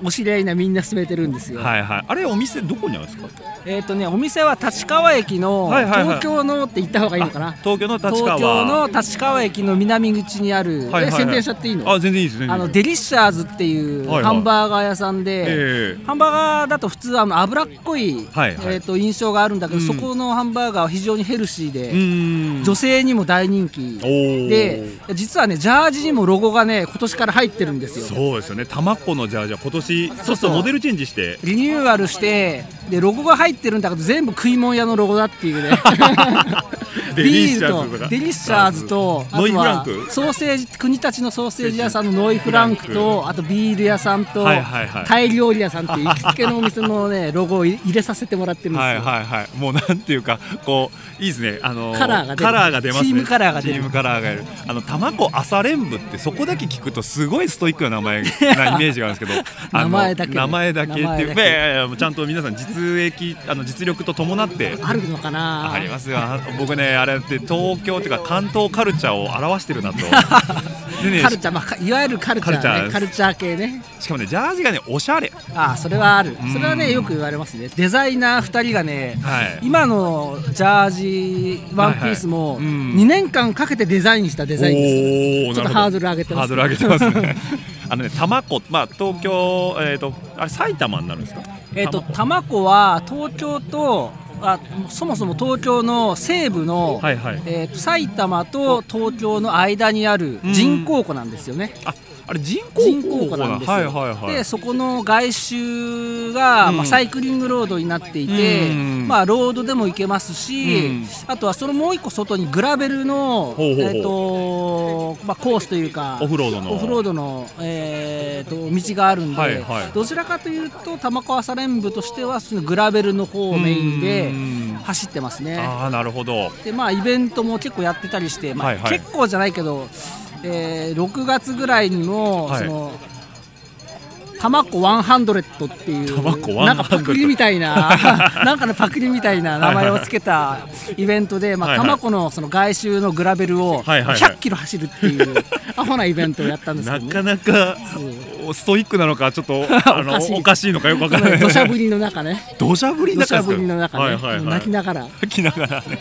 F: お知り合いなみんな勧めてるんですよ、
B: はいはいあれお店どこにあるんですか
F: えっ、とねお店は立川駅の
B: はいはいはい
F: 東京のって言った方がいいのかな、
B: あ東京の立川
F: 東京の立川駅の南口にある、
B: はいはいはい
F: え宣伝しちゃっていいの
B: あ全然いいですね
F: あのデリッシャーズっていう
B: はいはい
F: ハンバーガー屋さんで、
B: ええ
F: ハンバーガーだと普通あの脂っこい、
B: はいはい
F: えー、と印象があるんだけど、
B: うん
F: そこのハンバーガーは非常にヘルシーで、
B: うーん
F: 女性にも大人気
B: おー
F: で実はねジャージにもロゴがね今年から入ってるんですよ
B: そうですよね玉子のジャージは今年そうそうモデルチェンジして
F: リニューアルしてでロゴが入ってるんだけど全部食い物屋のロゴだっていうね
B: デリ
F: ビ
B: シ
F: ー
B: ャ
F: ル
B: ーズとか
F: とデリッシャーズとあと
B: ノイフラン
F: は
B: ク
F: ソーセージ国立のソーセージ屋さんのノイフランクとあとビール屋さんと
B: はいはいはい
F: タイ料理屋さんっていう行きつけのお店のねロゴを入れさせてもらってるんですよ、
B: はいはいはいもうなんていうかこういいですねあの
F: カラーが出る
B: 出ますね
F: チームカラーが出る
B: チームカラーが出るあの卵朝練部ってそこだけ聞くとすごいストイックな名前なイメージがあるんですけどあ の
F: 名前だけ
B: 名前だけって
F: 名前
B: い
F: だ
B: う
F: け
B: いやいやいやもうちゃんと皆さん実益あの実力と伴って
F: あるのかな
B: ありますよあ僕ねあれって東京っていうか関東カルチャーを表して るなとでね
F: カルチャー、まあか、いわゆるカルチャーね
B: カ
F: カ
B: ルチャー
F: ルチャー系ね
B: しかもねジャージがねおしゃれ
F: ああそれはある
B: うん
F: それはねよく言われますねデザイナー2人がね、
B: はい
F: 今のジャージワンピースも
B: はいはいうん
F: 2年間かけてデザインしたデザインです
B: おおー
F: ちょっと
B: なるほど
F: ハードル上げてます
B: ハードル上げてますね あのね玉子まあ東京えっ、とあれ埼玉になるんですか
F: えっと
B: 玉子
F: 玉子は東京とあそもそも東京の西部の、
B: はいはい
F: えーと埼玉と東京の間にある
B: うん
F: 人工湖なんですよね、
B: ああれ人工
F: 人工湖
B: だ
F: なんですよ、
B: はいはいはい
F: でそこの外周が、
B: うん
F: まあ、サイクリングロードになっていて、
B: うん
F: まあ、ロードでも行けますし、
B: うん
F: あとはそのもう一個外にグラベルの
B: ほうほうほう
F: えーとまあ、コースというか
B: オフロードの
F: オフロードの、えーと道があるんで、
B: はいはい
F: どちらかというと玉川朝練部としてはそのグラベルの方をメインで
B: うん
F: 走ってますね。
B: ああなるほど
F: でまあイベントも結構やってたりして、まあ
B: はいはい
F: 結構じゃないけど、えー6月ぐらいにも、
B: はい
F: そのタマコ100っていう
B: タマコ100
F: なんかパクリみたいな なんかのパクリみたいな名前をつけたイベントで、ま
B: は
F: あ、
B: い
F: タ
B: はい
F: マコのその外周のグラベルを
B: はいはいはい
F: 100キロ走るっていう アホなイベントをやったんですけ
B: な
F: ど、
B: かなかおストイックなのかちょ っとあの
F: おかしい
B: おかしいのかよくわからな い
F: 土砂降りの中ね
B: 土砂降りの
F: 土砂
B: 中ですか
F: 降りの中ね、
B: はいはいはい
F: 泣きながら
B: 泣きながらね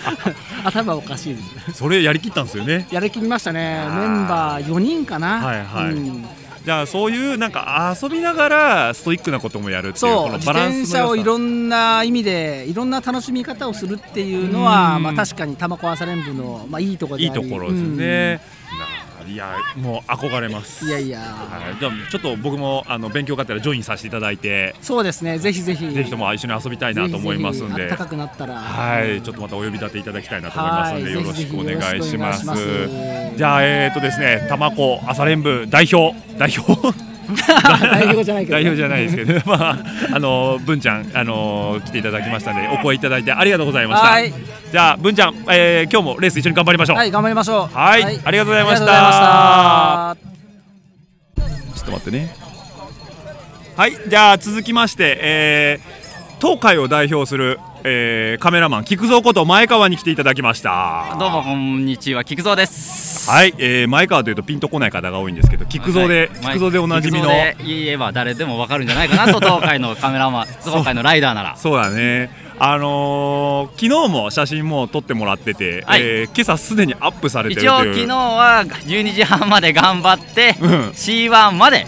F: 頭おかしいです
B: それやりきったんですよね
F: やりきりましたねメンバー4人かな、
B: はいはい
F: うん
B: じゃあそういうなんか遊びながらストイックなこともやるっていう
F: そう
B: この
F: 自
B: バランスの
F: 転
B: 良
F: 車
B: さ
F: をいろんな意味でいろんな楽しみ方をするっていうのは
B: うん
F: まあ、確かに玉子朝練部の、まあ、いいところで
B: いい
F: あり
B: ところですね、なあいやもう憧れます
F: うんいやいや、
B: はい、でもちょっと僕もあの勉強があったらジョインさせていただいて、
F: そうですねぜひぜひ
B: ぜひとも一緒に遊びたいなと思います
F: ぜひ
B: ん
F: ぜひ
B: で
F: 暖かくなったら
B: はい、ちょっとまたお呼び立ていただきたいなと思いますので、
F: はい
B: よろしくお願いします。
F: ぜひぜひよろしくお願いします
B: じゃあ、えっ、とですね、玉子朝練部代表、代表。
F: 代表じゃないけど
B: 代表じゃないですけど、 まあ、あの、文ちゃん、あの、来ていただきましたので、お声いただいて、ありがとうございました。
F: はい
B: じゃあ、文ちゃん、えー今日もレース一緒に頑張りましょう。
F: はい頑張りましょう
B: はいありがとうございました
F: ありがとうございました
B: ちょっと待ってね。はい、じゃあ続きまして、えー東海を代表する、えーカメラマン菊蔵こと前川に来ていただきました。
G: どうもこんにちは菊蔵です。
B: はい、えー前川というとピンとこない方が多いんですけど、菊蔵で、
G: はい
B: 菊蔵でおなじみの。
G: 菊蔵で言えば誰でもわかるんじゃない かなと東海のカメラマン、東海のライダーなら。
B: そうだね。あのー昨日も写真も撮ってもらってて、
G: はい
B: えー今朝すでにアップされてると
G: 一
B: いう
G: 応。昨日は12時半まで頑張って、
B: うん
G: C1 まで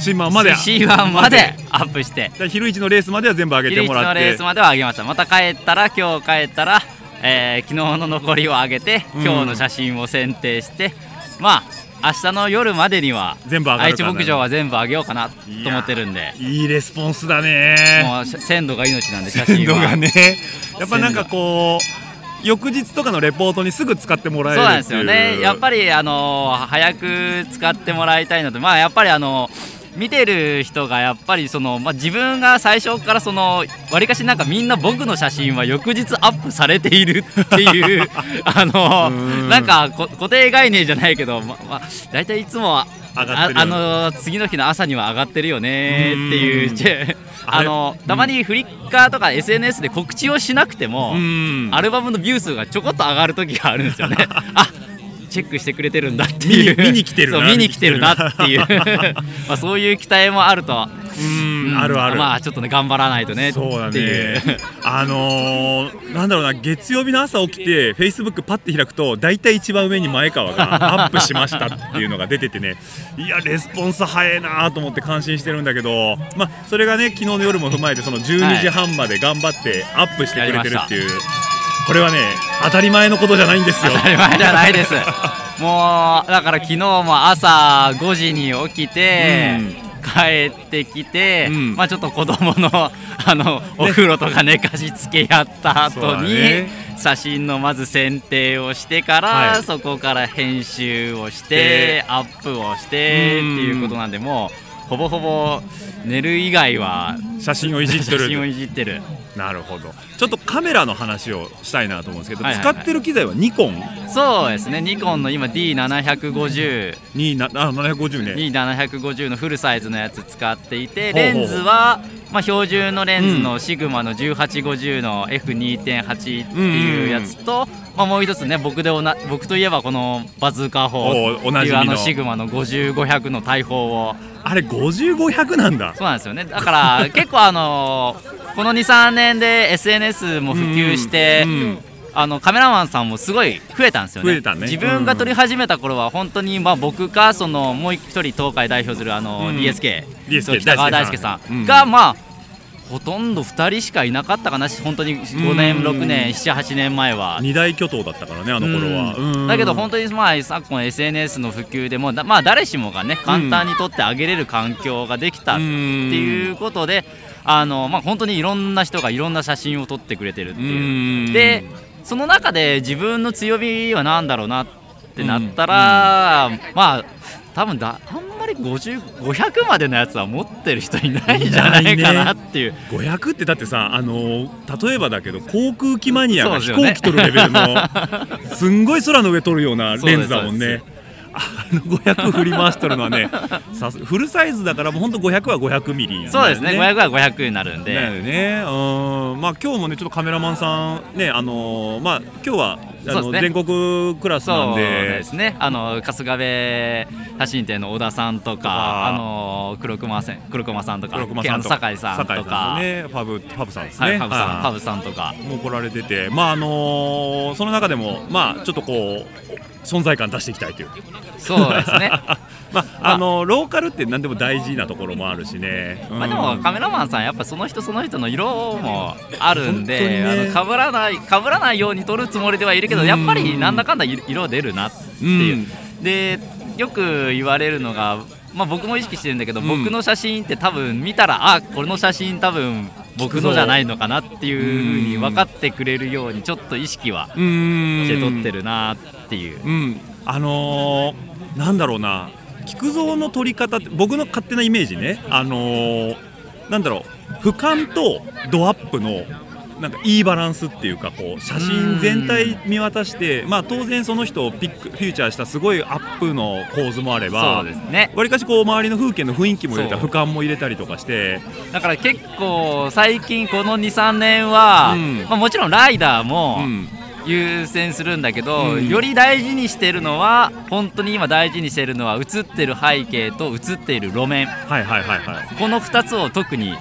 B: 新馬まで。
G: C1 までアップして
B: で昼一のレースまでは全部上げて
G: 昼日
B: もら
G: の
B: って。
G: レースまでは上げましたまた帰ったら今日帰ったら、えー昨日の残りを上げて
B: うん
G: 今日の写真を選定して、まあ明日の夜までには
B: 全部上が
G: 愛
B: るか
G: 知
B: らね
G: 牧場は全部上げようかなと思ってるんで
B: いいレスポンスだね。
G: もう鮮度が命なんで写
B: 鮮
G: 真
B: 度
G: は
B: が ねやっぱなんかこう翌日とかのレポートにすぐ使ってもらえ
G: そうなん
B: る
G: で
B: って
G: す
B: いう
G: よねやっぱりあのー早く使ってもらいたいのでまあやっぱりあのー見てる人がやっぱりその、まあ、自分が最初からそのわりかしなんかみんな僕の写真は翌日アップされているって いうあの
B: うん
G: なんかこ固定概念じゃないけど、ままあ、大体いつもは
B: 上がってる
G: ああの次の日の朝には上がってるよねっていう
B: うん
G: あのたまにフリッカーとか SNS で告知をしなくて
B: う
G: も、
B: ん
G: アルバムのビュー数がちょこっと上がる時があるん ですよね。あチェックしてくれてるんだっていう
B: 見に見に来てるな
G: そう見に来てるなっていう まあそういう期待もあると、
B: うん
G: うん
B: あるある、
G: まあちょっとね頑張らないとねってい
B: そう
G: う
B: だねあのー、なんだろうな月曜日の朝起きてフェイスブックパッて開くと大体一番上に前川がアップしましたっていうのが 出ててねいやレスポンス早いなと思って感心してるんだけど、まあ、それがね昨日の夜も踏まえてその12時半まで頑張ってアップしてくれてるっていう、これはね当たり前のことじゃないんですよ。
G: 当たり前じゃない ですもうだから昨日も朝5時に起きて、
B: うん
G: 帰ってきて、
B: うん
G: まあちょっと子供の あのお風呂とか寝かしつけやった
B: そう
G: 後
B: だ
G: に、
B: ね
G: 写真のまず選定をしてから、
B: はい
G: そこから編集をして、
B: で
G: アップをしてって
B: うん
G: いうことなんでもうほぼほぼ寝る以外は
B: 写真をいじって
G: 写
B: る
G: 真をいじってる
B: なるほどちょっとカメラの話をしたいなと思うんですけど、
G: はいはいはい
B: 使ってる機材はニコン
G: そうですねニコンの今 D750
B: になあ750ね
G: に750のフルサイズのやつ使っていて
B: ほうほうほう
G: レンズは、まあ、標準のレンズのシグマの1850の F2.8 っていうやつと、まあ、もう一つね僕でおな僕といえばこのバズーカ砲
B: お
G: っ
B: おな
G: てい
B: じ
G: う
B: み
G: あ
B: の
G: のシグマの5500の大砲を
B: あれ5500なんだ
G: そうなんですよねだから 結構あのこの23年で SNS も普及して、
B: うんうん
G: あのカメラマンさんもすごい増えたんですよね
B: 増えたね
G: 自分が撮り始めた頃は本当にまあ僕かそのもう一人東海代表するあの
B: うん
G: DSK、
B: DSK
G: 北川大輔さ
B: うん
G: んがまあほとんど2人しかいなかったかな本当に5
B: う
G: 年
B: ん
G: 6年78年前は
B: 二大巨頭だったからねあの頃は、
G: うんだけど本当にまあ昨今 SNS の普及でもうだまあ誰しもがね簡単に撮ってあげれる環境ができたっていうことで、あのまあ本当にいろんな人がいろんな写真を撮ってくれてるっていう、
B: に
G: でその中で自分の強みは何だろうなってなったら、まあ多分だあんまり50 500までのやつは持ってる人いないんじゃないかなっていう。
B: 500ってだってさ、あのー例えばだけど航空機マニアが
G: そ
B: 飛
G: うですよね
B: 行機撮るレベルの すんごい空の上撮るようなレンズだもん
G: そうで
B: ね。あの500振り回しとるのはね さすフルサイズだからもうほんと500は500ミリ、
G: そうですね500は500になるんで、
B: だよね、うんまあ今日もねちょっとカメラマンさんねあのーまあ今日はあ
G: そ
B: の、
G: うですね
B: 全国クラスな
G: そ
B: ん
G: う
B: で
G: ですね。あの春日部写真展の小田さんと
B: あ
G: か、あの黒熊さん黒熊さんとか、
B: 黒熊さんとか
G: 酒井さんと
B: 酒井さん
G: か、
B: ねファブファブさんですね、
G: はい、パブ
B: は
G: さ
B: い
G: ん、パブさんとか。
B: もう来られてて、まああのーその中でも、まあ、ちょっとこう存在感出していきたいという、
G: そうですね。
B: まああのーローカルって何でも大事なところもあるしね、うん
G: まあでもカメラマンさんやっぱその人その人の色もあるんで、
B: 本当にね
G: あの被らない被らないように撮るつもりではいるけど、やっぱりなんだかんだ色色出るなっていう。でよく言われるのが、まあ、僕も意識してるんだけど、
B: ん
G: 僕の写真って多分見たらあこの写真多分僕のじゃないのかなっていうふうに分かってくれるようにちょっと意識は
B: うん
G: して撮ってるなっていう。
B: うん、あのーなんだろうな菊蔵の撮り方って僕の勝手なイメージね、あのーなんだろう俯瞰とドアップのなんかいいバランスっていうかこう写真全体見渡して、まあ、当然その人をピックフューチャーしたすごいアップの構図もあれ
G: そ
B: ば
G: うですね
B: わりかしこう周りの風景の雰囲気も入れた
G: そう
B: 俯瞰も入れたりとかして
G: だから結構最近この23年は、
B: うん
G: まあ、もちろんライダーも
B: うん
G: 優先するんだけど、
B: うん
G: より大事にしてるのは本当に今大事にしてるのは映ってる背景と映っている路面
B: はいはいはいはい
G: この2つを特に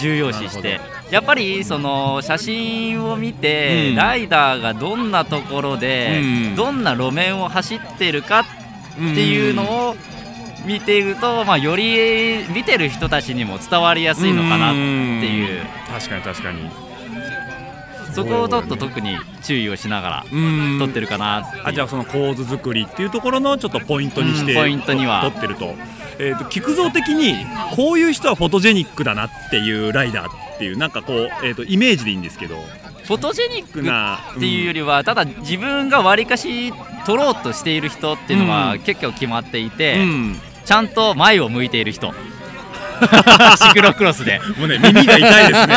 G: 重要視し
B: なる
G: てやっぱりその写真を見て、
B: うん
G: ライダーがどんなところで、
B: うん
G: どんな路面を走ってるかっていうのを見ていると、まあ、より見てる人たちにも伝わりやすいのかなっていう
B: 確かに確かに
G: そこをちょっと特に注意をしながら撮ってるかなっていう
B: あじゃあその構図作りっていうところのちょっとポイントにして、
G: うんポイントには
B: 取ってると,、えー、と菊蔵的にこういう人はフォトジェニックだなっていうライダーっていうなんかこう、えー、とイメージでいいんですけど
G: フォトジェニック
B: な
G: っていうよりは、ただ自分がわりかし撮ろうとしている人っていうの
B: う
G: は
B: ん
G: 結構決まっていうて、
B: ん
G: ちゃんと前を向いている人シクロクロスで。
B: もうね耳が痛いですね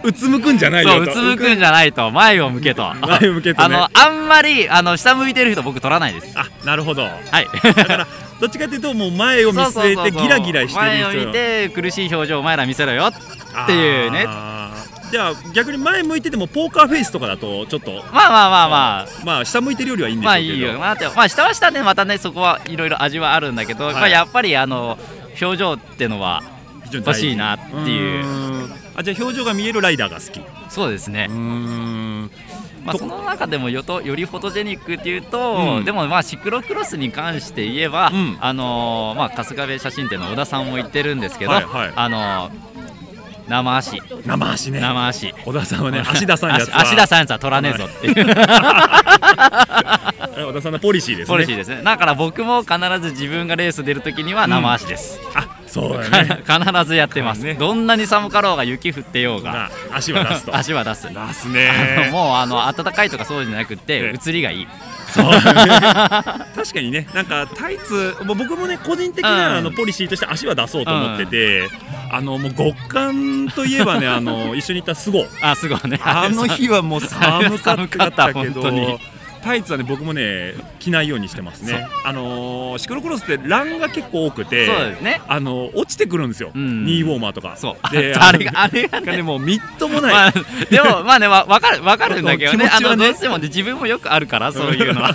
B: うつむくんじゃないよ
G: そう
B: と
G: うつむくんじゃないと前を向けと
B: 前を向けと
G: あ
B: ね
G: のあんまりあの下向いてる人僕取らないです
B: あなるほど
G: はい
B: だからどっちかっていうともう前を見
G: そうそう
B: 据
G: そう
B: えてギラギラしてる人
G: 前を見て苦しい表情お前ら見せろよっていうね
B: あーじゃあ逆に前向いててもポーカーフェイスとかだとちょっと
G: まあまあまあまあ
B: まあ下向いてるよりはいいんでしょ
G: ま
B: う
G: あ
B: けど
G: いいよまあでもまあ下は下でまたねそこはいろいろ味はあるんだけど、
B: い
G: まあやっぱりあの表情ってのは
B: 非常に大事
G: 欲しいなってい
B: ー
G: う
B: んあじゃあ表情が見えるライダーが好き
G: そうですね、
B: ん
G: まあ、
B: と
G: その中でもよとよりフォトジェニックっていうと、
B: うん
G: でもまあシクロクロスに関して言えば、
B: うん
G: あのーまあ、春日部写真展の小田さんも言ってるんですけど、
B: はいはい
G: あのー生足
B: 生足ね
G: 生足
B: 小田さんは ね足田さんやつは
G: 足足田さんやつは取らねえぞ っていう、
B: え小田さんのポリシーですね
G: ポリシーですねだから僕も必ず自分がレース出るときには生足です、
B: あそうだ
G: か
B: ね
G: 必ずやってます、
B: ね
G: どんなに寒かろうが雪降ってようが
B: あ足は出すと
G: 足は出す
B: 出す
G: あの
B: ね
G: もうあの暖かいとかそうじゃなくて
B: ええ
G: 移りがいい
B: そう だね確かにねなんかタイツもう僕もね個人的
G: うん
B: なあのポリシーとして足は出そうと思っててあのもう極寒といえ ばねあの一緒に行ったスゴ
G: あすごいね
B: あの日はもう寒かったけ
G: 寒かった本当に
B: どタイツはね僕もね着ないようにしてますねあのーシクロクロスって欄が結構多くて
G: そうですね
B: あの落ちてくるんですよ、
G: うん
B: ニーウォーマーとか
G: そう
B: で
G: あれがあれ
B: な
G: が
B: んかねもうみっともない、
G: まあ、でもまあねわ分かるわかるんだけどね
B: そう
G: あ
B: 気持ちは
G: の
B: ね
G: どうしてもね自分もよくあるからそういうの は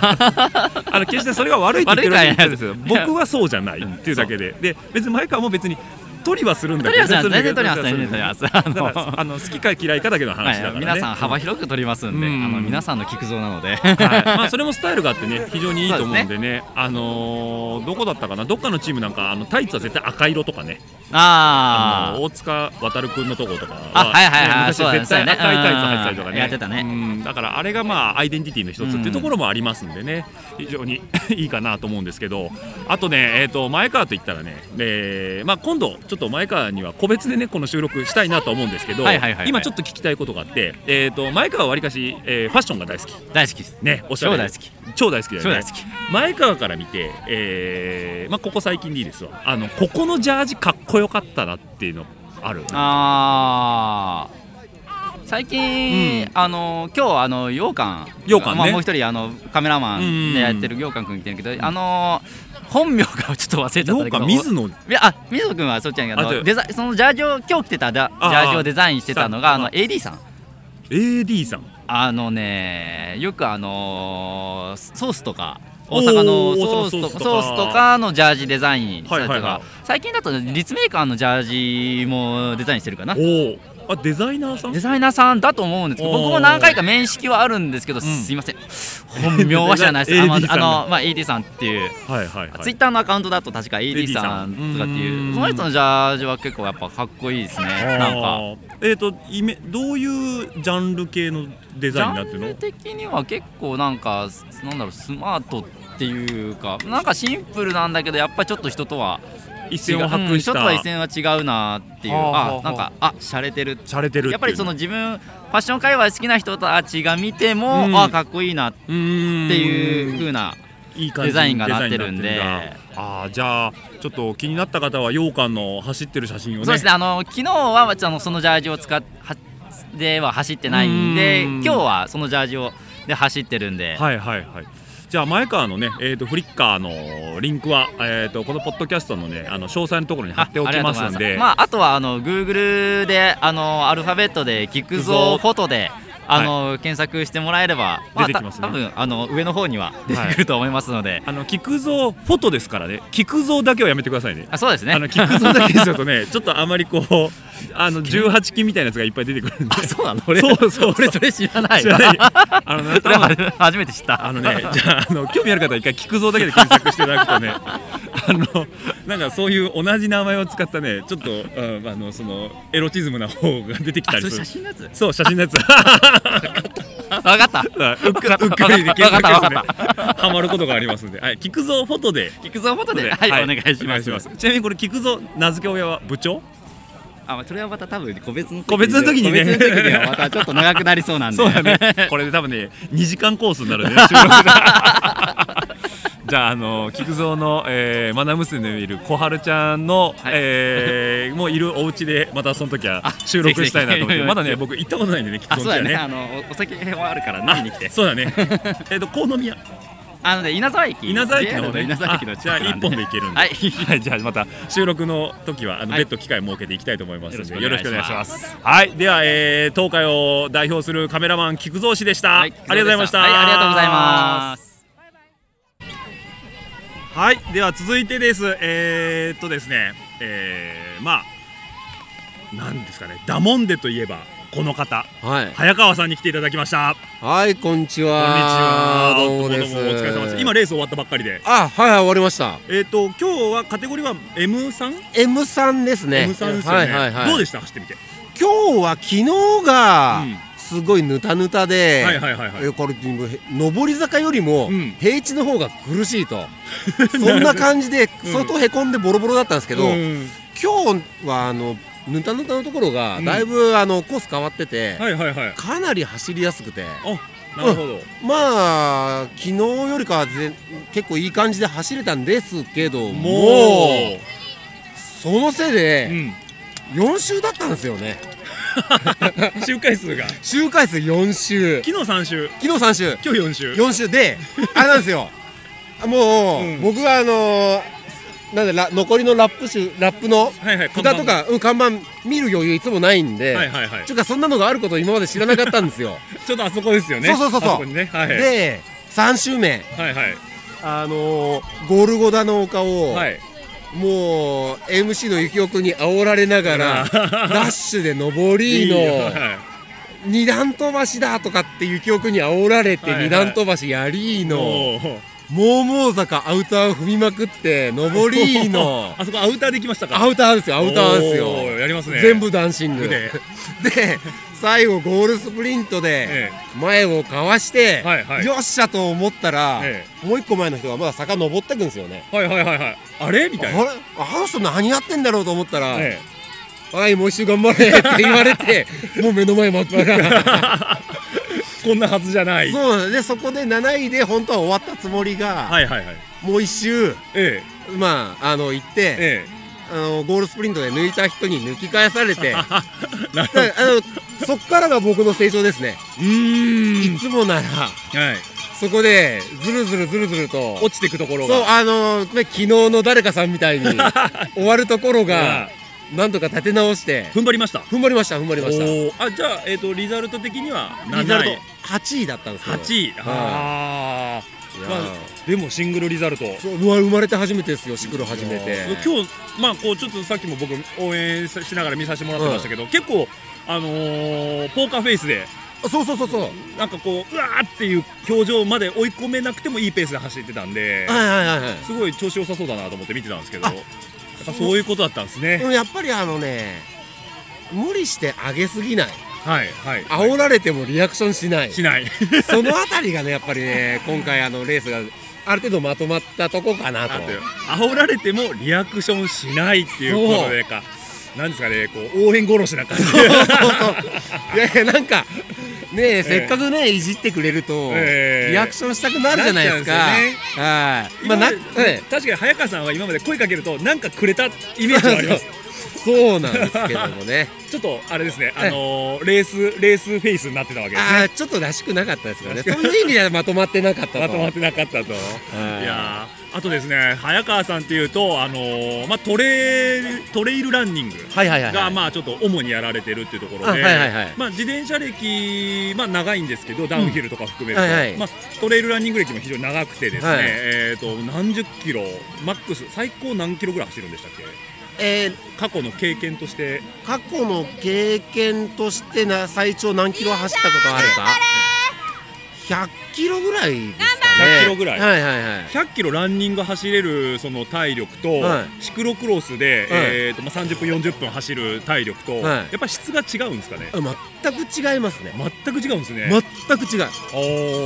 B: あの決してそれが悪いって言ってるわけじゃないですよ
G: 悪いからやる
B: 僕はそうじゃないっていうだけでで別に前川も別に取りはするんだ
G: 取
B: け
G: り
B: ど
G: ます全然取ります
B: それ
G: 全然取りますあ
B: だか
G: の
B: らあの好きか嫌いかだけの話だから、
G: はい、
B: ね
G: 皆さん幅広く取りますんで、
B: うん
G: あの皆さんの菊蔵なので
B: はいまあ、それもスタイルがあってね非常にいいと思うんでねあのーどこだったかなどっかのチームなんかあのタイツは絶対赤色とかねあ
G: あ
B: の大塚渉君のとことかは
G: あはいはいはい
B: ね昔
G: そうだね
B: 絶対赤いタイツ入ってたりとか
G: うん
B: ね
G: やってたね
B: うんだからあれがまあアイデンティティの一つっていうところもありますんでね非常に いいかなと思うんですけどあとねえっ、と前川といったらねえーまあ今度ちょっと前川には個別でねこの収録したいなと思うんですけど
G: はいはいはいはい
B: 今ちょっと聞きたいことがあってえっ、と前川はわりかし、えーファッションが大好き
G: あ大好きです
B: ねおしゃ
G: 超
B: れ
G: 大好き
B: 超大好きだ
G: 超
B: よね
G: 大好き
B: 前川から見て、えーまあ、ここ最近でいいですわあのここのジャージかっこよかったなっていうのある
G: あー最近、
B: うん
G: あの今日あの羊羹
B: 羊羹ね
G: まあ、もう一人あのカメラマンでやってる羊羹君来てるけど、あの本名がちょっと忘れちゃった
B: ど
G: んだ
B: う
G: け
B: か
G: ど
B: 水野
G: いやあ水野君はそっちやんけど
B: あそう
G: デザインそのジャージを今日着てたジャジ
B: ああ
G: ャージをデザインしてたのがあ
B: さん
G: の AD さん
B: AD さん
G: あのねよくあのーソースとか大阪の
B: おー
G: ソース
B: 大阪のソースと
G: とか
B: か
G: ソースとかのジャージデザインしたりとか、
B: はいはいはい
G: 最近だとね立命館のジャージもデザインしてるかな
B: おおあデザイナーさん
G: デザイナーさんだと思うんですけど
B: おー
G: 僕も何回か面識はあるんですけど、すいません本名は知らない です
B: AD さ
G: あのあ
B: んが
G: の、まあ、AD さんっていう、
B: はいはいは
G: ツイ
B: い
G: ッターのアカウントだと確か AD
B: AD
G: さ
B: さ
G: ん
B: ん
G: とかっていう
B: うん
G: その人のジャージは結構やっぱかっこいいですねなんか
B: あーえっ、とイメどういうジャンル系のデ
G: ジ
B: ザインになって
G: ャ
B: る
G: ン
B: の
G: ル的には結構なんかなんだろうスマートっていうかなんかシンプルなんだけどやっぱちょっと人とは
B: 一
G: 違う
B: 線を
G: う
B: 白
G: ん
B: した
G: 人とは一線は違うなっていう
B: はあはあ
G: あ
B: はあ
G: なんかあ洒落てる
B: されてるっていう
G: やっぱりその自分ファッション界隈好きな人たちが見ても、
B: うん
G: あかっこいいなって
B: うーん
G: いう風な、
B: いい感じ
G: デザインがなってるんで
B: デザインになってるんだあーじゃあちょっと気になった方は羊羹の走ってる写真をね
G: そうですねあの昨日はあのそのジャージを使っはでは走ってないんで
B: うん
G: 今日はそのジャージをで走ってるんで、
B: はいはいはい。じゃあ前川のね、えー、とフリッカーのリンクは、えー、とこのポッドキャストのねあの詳細のところに貼
G: あ
B: っておきますん
G: ありがとうござい
B: で、
G: まああとはあの Google であのアルファベットで「菊蔵フォトで」あの、検索してもらえれば、
B: 出てきますね
G: た多分あの上の方には出てくると思いますので、
B: あの菊蔵フォトですからね菊蔵だけはやめてくださいね。
G: あそうですね
B: あの菊蔵だけですとね ちょっとあま りこうあの18金みたいなやつがいっぱい出てくるんで
G: あそうなの俺
B: そうそうそう
G: 俺それ知らない
B: 知らない あのね
G: それは初めて知った
B: あのね、じゃああの興味ある方は一回菊蔵だけで検索していただくとね、 あのなんかそういう同じ名前を使ったね、ちょっと、うん、あのそのエロチズムな方が出てきた
G: あ
B: り
G: それ
B: す
G: 写
B: る。
G: 真のやつ
B: そう写真の やつ。
G: 分かった
B: うっかうっかりで検
G: わかっ
B: 索
G: たわか
B: ですね。ハマることがありますんで、はい、菊蔵フォトで。
G: 菊蔵フォトで、はい、お願いします
B: ちなみにこれ菊蔵名付け親は部長？
G: あ、まあ、それはまた多分個別の
B: 個別の時にね
G: 個別の時にはまたちょっと長くなりそうなんで
B: これで多分ね2時間コースになるね。収録が じじゃああの菊蔵の、えー、マナ娘のいる小春ちゃんの、
G: はい
B: えーもういるお家でまたその時は収録したいなと思っ
G: ぜひ
B: て
G: ぜひ
B: まだね僕行ったことないんでね
G: あ
B: 菊
G: そう
B: 蔵家
G: だ
B: は
G: ね
B: ね
G: あのおお酒はあるから飲みに来て
B: そうだねえっとコウノミヤ
G: あのね稲沢駅
B: 稲沢駅
G: JR
B: の方ね
G: 稲沢駅の
B: あじゃ
G: 近
B: あ
G: くなん
B: 一
G: で
B: 本で行けるんで
G: はい
B: はい、じゃあまた収録の時はあの、
G: はい
B: 別途機会設けていきたいと思いますのでよ
G: よ
B: ろ
G: ろ
B: し
G: し
B: く
G: く
B: お
G: お
B: 願
G: 願
B: い
G: い
B: し
G: し
B: ま
G: ますす
B: はいでは、えー東海を代表するカメラマン菊蔵氏でした、
G: は
B: あ
G: い
B: りがとうございました
G: はいありがとうございます
B: はいでは続いてですえー、っとですねえー、まあなんですかねダモンデといえばこの方
H: はい。
B: 早川さんに来ていただきました
H: はい、こんにち
B: こんにち
H: は。
B: は
H: どうもです。
B: お疲れ様です今レース終わったばっかりで
H: あ、はいはい、終わりました。
B: えー、っと今日はカテゴリーは M3?
H: M さんですね。
B: M さんですよね、
H: はいはいはい。
B: どうでした走ってみて、
H: 今日は昨日がすごいヌタヌタで、
B: はいはいはいはい
H: えこれ上り坂よりも
B: うん
H: 平地の方が苦しい と、そんな感じで
B: うん
H: 相当へこんでボロボロだったんですけど、
B: うん
H: 今日はあのヌタヌタのところが
B: うん
H: だいぶあのコース変わってて、
B: はいはいはい
H: かなり走りやすくて。
B: あなるほど、
H: まあ昨日よりかはぜ結構いい感じで走れたんですけども
B: も、
H: そのせいうで4周だったんですよね
B: 周回数が
H: 周回数4周
B: 昨日3周
H: 昨日3周
B: 今日4周
H: 4周 であれなんですよあもう、
B: うん
H: 僕はあのーなんでラ残りのラップ集ラップの
B: はいはい
H: 札とか、うん、看板見る余裕いつもないんで、
B: はいはいはい
H: ちゅうかそんなのがあることを今まで知らなかったんですよ
B: ちょっとあそこですよ
H: そ
B: ね
H: うそうそうそう
B: あそこにねはい
H: で3周目
B: はいはい
H: あのーゴルゴダの丘を、
B: はい
H: もう MC の幸男君に煽られながらダッシュで上りの
B: いいよはい
H: 二段飛ばしだとかって幸男君に煽られて
B: はいはい
H: 二段飛ばしやりーの
B: おー
H: もうもう坂アウターを踏みまくって上りーの
B: あそこアウターできましたか
H: アウターですよアウターです
B: おー
H: よ
B: やりますね
H: 全部ダンシングで
B: で
H: 最後ゴールスプリントで
B: え
H: 前をかわして
B: はいはい
H: よっしゃと思ったら
B: え
H: もう一個前の人がまだ坂登ってくんですよね
B: はいはいはいはいあれみ
H: あ
B: た
H: れ
B: いな
H: あの人何やってんだろうと思ったら
B: え
H: はい、もう一周頑張れって言われ て、もう目の前真っ暗。
B: え こんなはずじゃない
H: そうなんですで、そこで7位で本当は終わったつもりが、
B: はいはいはい
H: もう一周、
B: え
H: まあ、あの、行って
B: え、え
H: あの、ゴールスプリントで抜いた人に抜き返されて、
B: え
H: だか
B: あ なるほど
H: らあの、そっからが僕の成長ですね。
B: うー
H: い
B: ん
H: つもなら、
B: はい
H: そこで、ずるずるずるずると、
B: 落ちていくところが
H: そう、あの、ね、昨日の誰かさんみたい に、終わるところが、なんとか立て直して、
B: 踏ん張りました
H: 踏ん張りました、踏ん張りました。
B: おーあじゃあ、えー、とリザルト的には7位
H: リザルト8位だったんですけど。
B: 8位あ
H: い
B: ー、
H: や
B: ま
H: ー
B: あ、でもシングルリザルト今
H: そううわ生まれて初めてですよシクロ初めて
B: 日まあこうちょっとさっきも僕応援しながら見させてもらってましたけど、結構あのーポーカーフェイスで
H: あそうそうそうそうはい
B: なんかこううわーっていう表情まで追い込めなくてもいいペースで走ってたんで、
H: はいはいはい
B: すごい調子良さそうだなと思って見てたんですけど
H: あ
B: やっぱそういうことだったんです
H: で
B: ね、
H: もやっぱりあのね無理して上げすぎない
B: はいはい
H: 煽られてもリアクションしない
B: しない
H: そのあたりがねやっぱりね今回あのレースがある程度まとまったとこかなと
B: あと煽られてもリアクションしないっていうことでかなんですかねこう応援殺しな 感じで
H: いやいやなんかねえせっかくねいじってくれると
B: ええ
H: リアクションしたくなるじゃないですか
B: なっちゃうんです
H: はいま
B: 今
H: あ
B: ま
H: な
B: で
H: ええ
B: 確かに早川さんは今まで声かけるとなんかくれたイメージはあります
H: そうなんですけ どもね
B: ちょっとあれですね、あ
H: ええ
B: のーレースレースフェイスになってたわけですね
H: ああちょっとらしくなかったですからねそういう意味ではまとまってなかったと
B: まとまってなかったと、い
H: はい
B: やーあとですね早川さんっていうと、あのーまあ、トレトレイルランニング
H: はいはいはいはい
B: がまあちょっと主にやられてるっていうところで、
H: あはいはいはい
B: まあ、自転車歴、まあ、長いんですけどダウンヒルとか含めると、
H: うんはいはい
B: まあ、トレイルランニング歴も非常に長くてですね、
H: はい
B: えー、と何十キロマックス最高何キロぐらい走るんでしたっけ
H: えー
B: 過去の経験として
H: 過去の経験としてな最長何キロ走ったことあるか100キロぐらいですかね
B: 100キロぐらい
H: はいはいはい
B: 100キロランニング走れるその体力と、
H: はい
B: シクロクロスで、えーとまあ、30分40分走る体力と、
H: はい
B: やっぱ質が違うんですかね
H: あ全く違いますね
B: 全く違うんですね、
H: 全く違う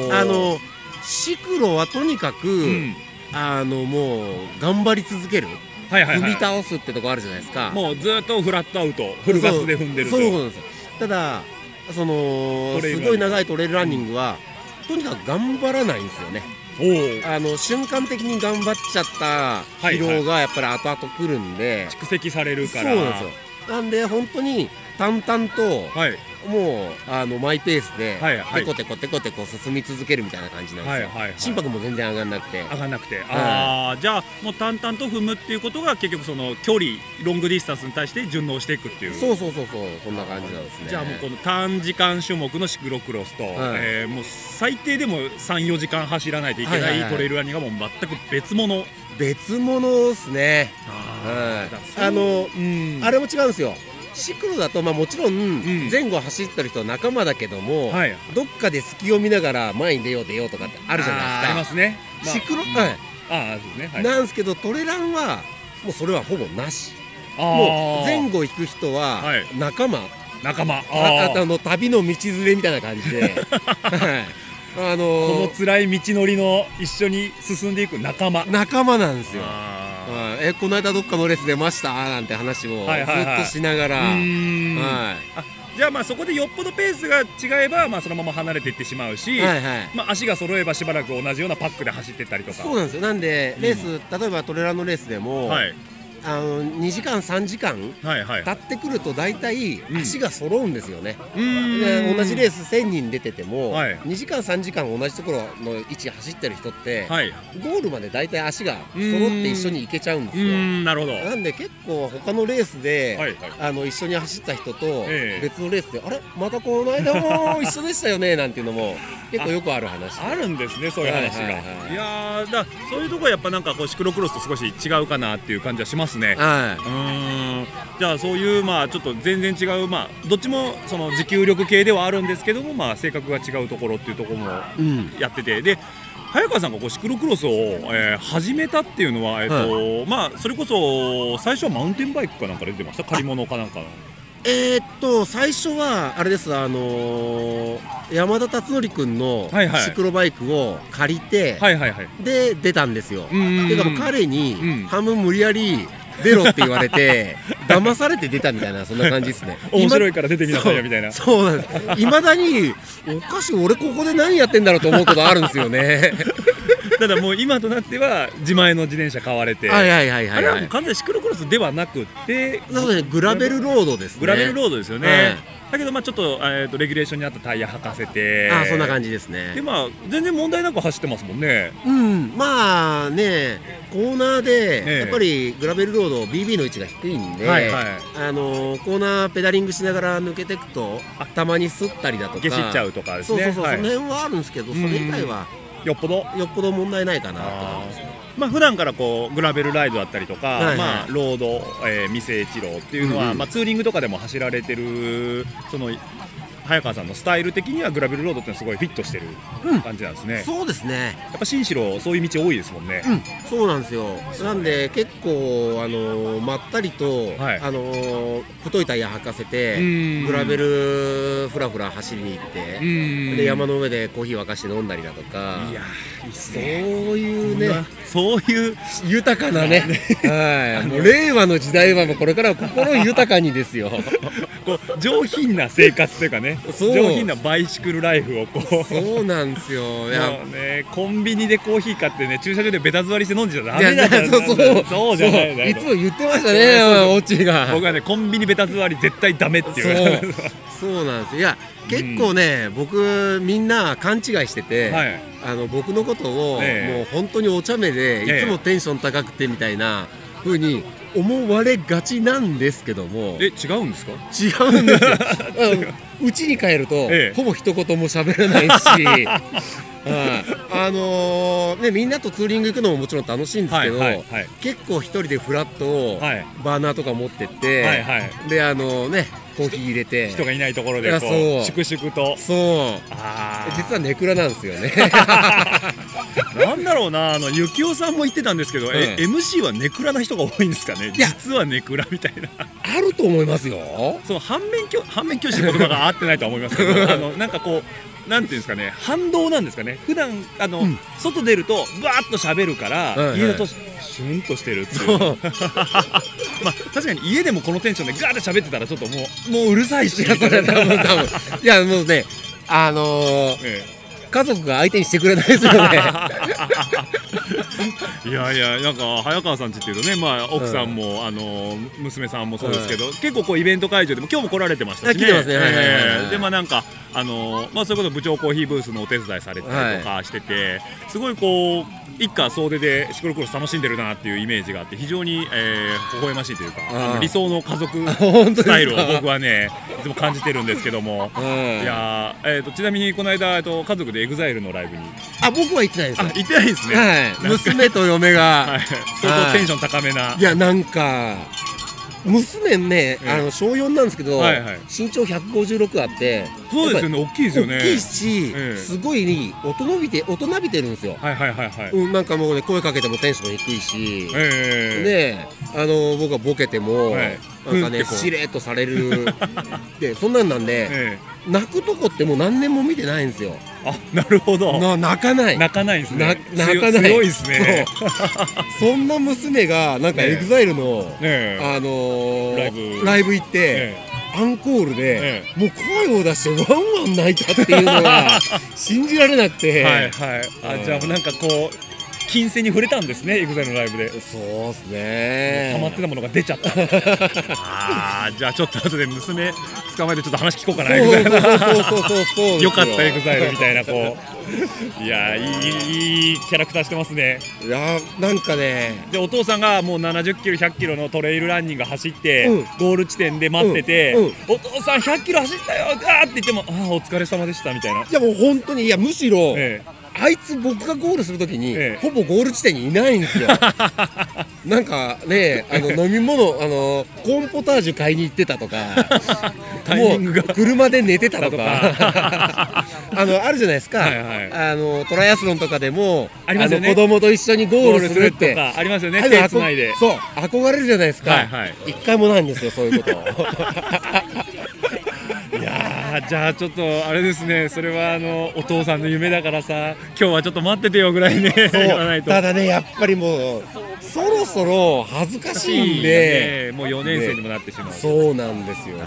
B: おー
H: あのシクロはとにかく、
B: うん
H: あのもう頑張り続ける
B: はいはい
H: 踏
B: は
H: み
B: い
H: 倒すってとこあるじゃないですか
B: もうずっとフラットアウトフルガスで踏んでる
H: そ
B: と
H: う
B: い
H: そう
B: う
H: なんですよただその
B: トレイルランニン
H: す
B: グ
H: ごい長いトレイルランニングは、とにかく頑張らないんですよね
B: おー
H: あの瞬間的に頑張っちゃった疲労がやっぱり後々来るんで、
B: 蓄積される
H: そ
B: か
H: う
B: ら
H: なんですよなんで本当に淡々と
B: はい
H: もうあのマイペースで
B: はいはい
H: テコテコテコテコ進み続けるみたいな感じなん
B: はい
H: で
B: はいはい
H: すよ心拍も全然上がんなくて
B: 上がんなくてああじゃあもう淡々と踏むっていうことが結局その距離ロングディスタンスに対して順応していくっていう
H: そうそうそうそうそんな感じなんですね
B: じゃあもうこの短時間種目のシクロクロスと、えーもう最低でも34時間走らないといけ
H: はい
B: な
H: はい
B: い
H: はい
B: トレイルランニングはもう全く別物
H: 別物ですね
B: あ
H: うんあの
B: うん
H: あれも違うんですよシクロだと、まあ、もちろ
B: ん
H: ん前後走ってる人は仲間だけども、
B: はい
H: どっかで隙を見ながら前に出よう出ようとかってあるじゃ
B: あり
H: ない
B: ま
H: です
B: ね、
H: す
B: ま
H: か
B: あ、
H: シクロ、
B: うん
H: はい
B: ああそうですねはい
H: なんですけどトレランはもうそれはほぼなし
B: あー
H: もう前後引く人は
B: はい
H: 仲間、
B: 仲間あ
H: ああ
B: ー
H: とあの旅の道連れみたいな感じ ではいあ
B: この
H: のー
B: 辛い道のりの一緒に進んでいく仲間
H: 仲間なんですよ
B: あ
H: はいえこの間どっかのレース出ましたなんて話をず
B: はいはい
H: っ
B: はい
H: としながら、
B: ーうーん
H: は
B: じゃあまあそこでよっぽどペースが違えばまあそのまま離れていってしまうし、
H: い、はいはい
B: まあ、足が揃えばしばらく同じようなパックで走ってったりとか
H: そうなんですよなんで
B: うん
H: レース、例えばトレランのレースでも、
B: はい
H: あの2時間3時間
B: はいはい
H: 経ってくると大体
B: ん
H: 足が揃うんですよね、
B: うー
H: で
D: Mm.
B: ん
H: 同じレース1000人出てても、
B: はい
H: 2時間3時間同じところの位置走ってる人って、
B: はい
H: ゴールまで大体足が揃って一緒に行けちゃうんで
B: う
H: すよ
B: ーんなるほど
H: なんで結構他のレースで、
B: はい
H: あの一緒に走った人と
B: ええ
H: 別のレースで、あれまたこの間も一緒でしたよねなんていうのも結構よくある話
B: あるんですねそういう話が、
H: はいはい
B: い
H: はい
B: やーだからそういうとこはやっぱなんかこうシクロクロスと少し違うかなっていう感じはしますね
H: は
B: うーんじゃあそういうまあちょっと全然違うまあどっちもその持久力系ではあるんですけどもまあ性格が違うところっていうところも
H: い、うん、
B: やっててで早川さんがこうシクロクロスを、えー始めたっていうのは、えーとまあ、それこそ最初はマウンテンバイクかなんかで出てました借り物かなんかの
H: えー、っと最初はあれですあのー山田達則君の
B: はいはい
H: シクロバイクを借りて、
B: はいはいはい
H: で出たんですよ。
B: うん
H: てかもう彼に
B: うん。
H: 半分無理やり出ろって言われて 騙されて出たみたいなそんな感じですね
B: 面白いから出てみなさいよみたいな
H: そうそうなんです。いまだにおかしい俺ここで何やってんだろうと思うことあるんですよね。
B: ただもう今となっては自前の自転車買われて、
H: はいはいはい
B: あ
H: はい
B: れは
H: は
B: もう
H: い。
B: 完全にシクロクロスではなくて
H: そうですねグラベルロードですね。
B: グラベルロードですよね、
H: はい
B: だけどまあちょっと,、えーとレギュレーションに合ったタイヤ履かせて
H: あーそんな感
B: じ
H: じですね。
B: でまあ全然問題なく走ってますもんね
H: うん、まあね、コーナーで、
B: ええ
H: やっぱりグラベルロード、BB の位置が低いんで、
B: はいはい
H: あのコーナーペダリングしながら抜けていくと
B: あ、
H: たまにすったりだとか、
B: 下しっちゃうとかです
H: そう
B: ね
H: そうそう、
B: はい
H: その辺はあるんですけど、それ以外は
B: よっぽど
H: よっぽど問題ないかなと
B: あ
H: 思います。
B: まあ普段からこうグラベルライドだったりとか、
H: いはい
B: まあ、ロード、えー、未成一郎っていうのは、
H: うんうん
B: まあ、ツーリングとかでも走られてるその早川さんのスタイル的にはグラベルロードってのはすごいフィットしてる感じなんですね、
H: そうですね、
B: やっぱ新城そういう道多いですもんね、
H: うん、そうなんですよ、なんで結構、あのまったりと、
B: はい
H: あの太いタイヤ履かせて、
B: ん
H: グラベルふらふら走りに行って、
B: うん
H: で山の上でコーヒー沸かして飲んだりだとか。
B: いやーいいっす
H: そう
B: ね
H: いうね、
B: そういう
H: 豊かな ね、はい、もう令和の時代はもうこれからは心豊かにですよ。
B: こう上品な生活というかね
H: そう
B: 上品なバイシクルライフをこう
H: そうなんです よ。い
B: も
H: や、
B: うね、コンビニでコーヒー買ってね駐車場でベタ座りして飲んじゃダ
H: いや
B: メだから
H: そうそう
B: そうじゃない
H: そう
B: だ
H: い
B: か
H: つ
B: ら
H: も言ってましたね、オチが。
B: 僕はねコンビニベタ座り絶対ダメっていう
H: そう、そうなんですよ。いや、結構ね、僕みんな勘違いしてて、
B: はい
H: あの僕のことを、
B: ええ
H: もう本当にお茶目で、
B: ええ
H: いつもテンション高くてみたいな風に思われがちなんですけども。
B: え違うんですか
H: 違うんですようんうちに帰ると、
B: ええ
H: ほぼ一言も喋らない しはいあのーね、みんなとツーリング行くのももちろん楽しいんです
B: は
H: け
B: い
H: ど、
B: はいはい
H: 結構一人でフラッと
B: はい
H: バーナーとか持ってって、
B: はいはい
H: であのねコーヒー入れて
B: 人がいないところ
H: い
B: で
H: や
B: こ
H: そう
B: う粛々と
H: そう
B: あー
H: 実はネクラなんですよ ね
B: なんだろうなあの幸男さんも言ってたんですけど、え
H: ええ
B: MC はネクラな人が多いんですかね
H: いや
B: 実はネクラみたいな
H: あると思いますよ
B: その反面教反面教師の言葉が合ってないとは思いますけどあのなんかこうなんていうんですかね反動なんですかね普段あの、外出るとバーッと喋るから、
H: はいはい
B: 家だとシュンとしてるっていう まあ確かに家でもこのテンションでガーッと喋ってたらちょっともうもううるさい し
H: いやそれは多分多分いやもうねあのー
B: え
H: 家族が相手にしてくれないです よね
B: いやいやなんか早川さんちっていうとね、まあ、奥さんも、あの娘さんもそうですけど、結構こうイベント会場でも今日も来られてましたし
H: あ
B: ね
H: 来てますねはいはいはいはい
B: えーでまあなんかあの、まあ、そういうこと部長コーヒーブースのお手伝いされてたりとかしてて、すごいこう一家総出でシクロクロス楽しんでるなっていうイメージがあって非常に、えー、微笑ましいというか
H: あー
B: 理想の家族
H: 本当ですか
B: スタイルを僕はねいつも感じてるんですけども。
H: うん
B: いやーえー、とちなみにこの間、えー、と家族でエグザイルのライブに
H: あ僕は行ってないです
B: あ
H: よ
B: 行ってないですね、
H: はい娘と嫁
B: は
H: が。
B: い、相当テンション高めない
H: やなんか娘ね、
B: ええ
H: あの小4なんですけど、
B: はいはい
H: 身長156あって
B: そうですよね、大きいですよね。
H: 大きいし、
B: ええ
H: すごい大人びて大人びてるんですよ、
B: はいはいはいはい。
H: うん、なんかもうね声かけてもテンション低いし、
B: え
H: であの僕はボケても、
B: はい
H: なんか
B: うんって
H: ね
B: こう
H: しれっとされ るでそんなんなん
B: え
H: で、
B: ええ
H: 泣くとこってもう何年も見てないんですよ
B: あ、なるほど。
H: な泣かない
B: 泣かないですね。
H: な泣かない
B: 強いですね。
H: そんな娘がなんか
B: ええ
H: エグザイルの、
B: ええ
H: あのー
B: ライブ
H: 行って、
B: え
H: アンコールで
B: え、
H: もう声を出してワンワン泣いたっていうの が信じられなくて、
B: えはいはい。あ、じゃあなんかこう金銭に触れたんですね、エグザイルのライブで。
H: そうですね
B: 溜まってたものが出ちゃった。ああ、じゃあちょっと後で娘捕まえてちょっと話聞こうかな。
H: そう
B: EXILE
H: そうそうそうそうそうです
B: よかったエグザイルみたいなこう。いやーいいいいキャラクターしてますね。
H: いやなんかね
B: でお父さんがもう70キロ100キロのトレイルランニング走って、
H: うん
B: ゴール地点で待ってて、
H: うんうん
B: お父さん100キロ走ったよガーって言ってもああお疲れ様でしたみたいな、
H: いやもう本当にいやむしろ、
B: え
H: あいつ僕がゴールするときに、
B: ええ
H: ほぼゴール地点にいないんです よなんかねあの飲み物あのコーンポタージュ買いに行ってたとか
B: タイミングが
H: もう車で寝て たと
B: だと
H: かあのあるじゃないですか、
B: はいはい
H: あのトライアスロンとかでも
B: ありますよね
H: の子供と一緒にゴールするって
B: とかありますよ
H: あ
B: ね
H: あいう
B: 手
H: の
B: つないで
H: あこそう憧れるじゃないですか、
B: はいはい
H: 一回もないんですよそういうこと
B: いやーじゃあちょっとあれですねそれはあのお父さんの夢だからさ今日はちょっと待っててよぐらいね
H: そう
B: 言わないと
H: ただねやっぱりもうそろそろ恥ずかしいんで、
B: ねもう4年生にもなってしまう
H: そうなんですよね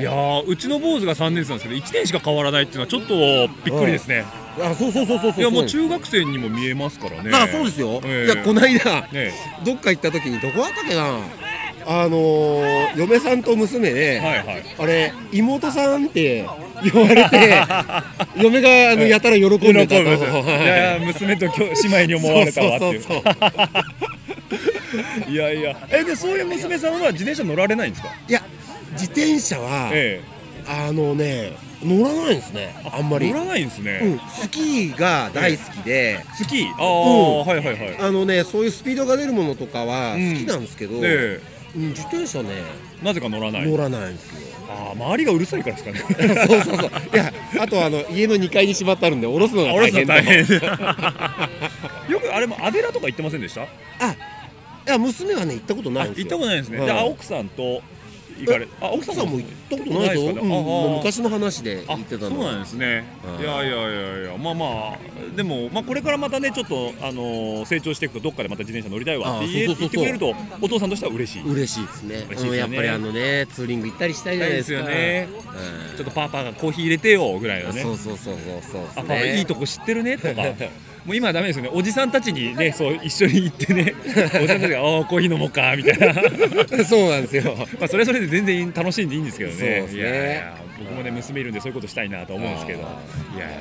B: いやーうちの坊主が3年生なんですけど1年しか変わらないっていうのはちょっとびっくりですね、
H: あそうそうそうそうそう
B: いやもう
H: 学
B: 中学生にも見えますからね。
H: あそうですよ、
B: ええ
H: いやこの間
B: ね
H: どっか行った時にどこだったっけなあのー、嫁さんと娘で、
B: えはいはい。
H: あれ妹さんって言われて 嫁があの
B: ええ
H: やたら喜ん
B: 喜び
H: で
B: ま
H: たと
B: したよいやいや娘と兄姉妹に思われたわっていう。
H: そうそう
B: いやいやえでそういう娘さんは自転車乗られないんですか。
H: いや自転車は、
B: え
H: あのね乗らないんですねあんま
B: え
H: り、
B: 乗らないんですね。
H: うん、スキーが大好きで、
B: スキーああ、
H: うん
B: はいはいはい。
H: あのねそういうスピードが出るものとかは
B: うん
H: 好きなんですけど、
B: え
H: うん自転車ね
B: えなぜか乗らない。
H: 乗らないんですよ。
B: ああ周りがうるさいからですかね。
H: そうそうそう。いや、あとあの家の2階にしまってあるんで、下ろすのが
B: 俺
H: 大
B: さ
H: 変だ
B: ん大変。よくあれもアデラとか行ってませんでした。あ
H: いや、娘はね、行ったことないんですよ。
B: 行ったことないですね。
H: うん
B: であ奥さんと行かれあ奥
H: 奥
B: さん
H: さんも行ったことないですよ。
B: ないですかね
H: うん
B: ああ
H: もう昔の話で行ってた
B: そうなん
H: の。
B: ですね、
H: うん
B: い、やいやいやいやまあまあでも、まあ、これからまたねちょっと、あのー成長していくとどっかでまた自転車乗りたいわって言え
H: あそうそ
B: 言
H: う
B: って
H: そうそう
B: くれるとお父さんとしては嬉しい、
H: 嬉しいですね。
B: 嬉しいですよ
H: う
B: ね
H: んやっぱりあのね、ツーリング行ったりしたいじゃないですか。うん
B: ちょっとパーパーがコーヒー入れてよぐらいのね
H: そうそうそうそうそうっすね。
B: あパパいいとこ知ってるねとかもう今はダメですよねおじさんたちにねそう一緒に行っ てねおじさんたちが「ああコーヒー飲もうか」みたいな
H: そうなんですよ。
B: まあそれはそれで全然楽しんでいいんですけどね
H: そうですね
B: いやいや僕もね娘いるんでそういうことしたいなと思うんですけどい
H: あ
B: やいや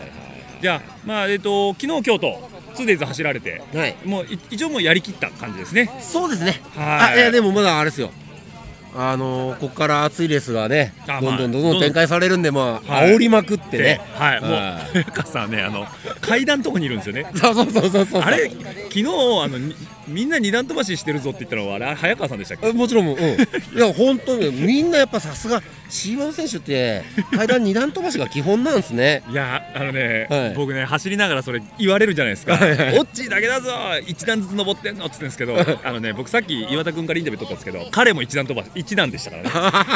B: じゃあまあえっ、と昨日今日と 2days 走られて
H: はい。
B: もうい一応もうやりきった感じですね。
H: そうですね。
B: は
H: あいやでもまだあれですよ。あのー、ここから熱いレースがね、
B: あ
H: どんどん
B: ま
H: ど
B: あ
H: んどん展開されるんで、まあ、
B: はい
H: 煽りまくってね。
B: はい、もう
H: あ、
B: 早川さんね、あの、階段のとこにいるんですよね。
H: そうそうそうそうそう。
B: あれ、昨日、あの、にみんな二段飛ばししてるぞって言ったのは、あれ、早川さんでしたっけ。
H: え もちろんもう、うん、いや本当にみんなやっぱさすが C1 選手って階段二段飛ばしが基本なんですね。
B: いやあのね、
H: はい
B: 僕ね走りながらそれ言われるじゃないですか「オッチーだけだぞ一段ずつ登ってんの」っつってんです けどあのね僕さっき岩田君からインタビュー取ったんですけど彼も一段飛ばし一段でし たから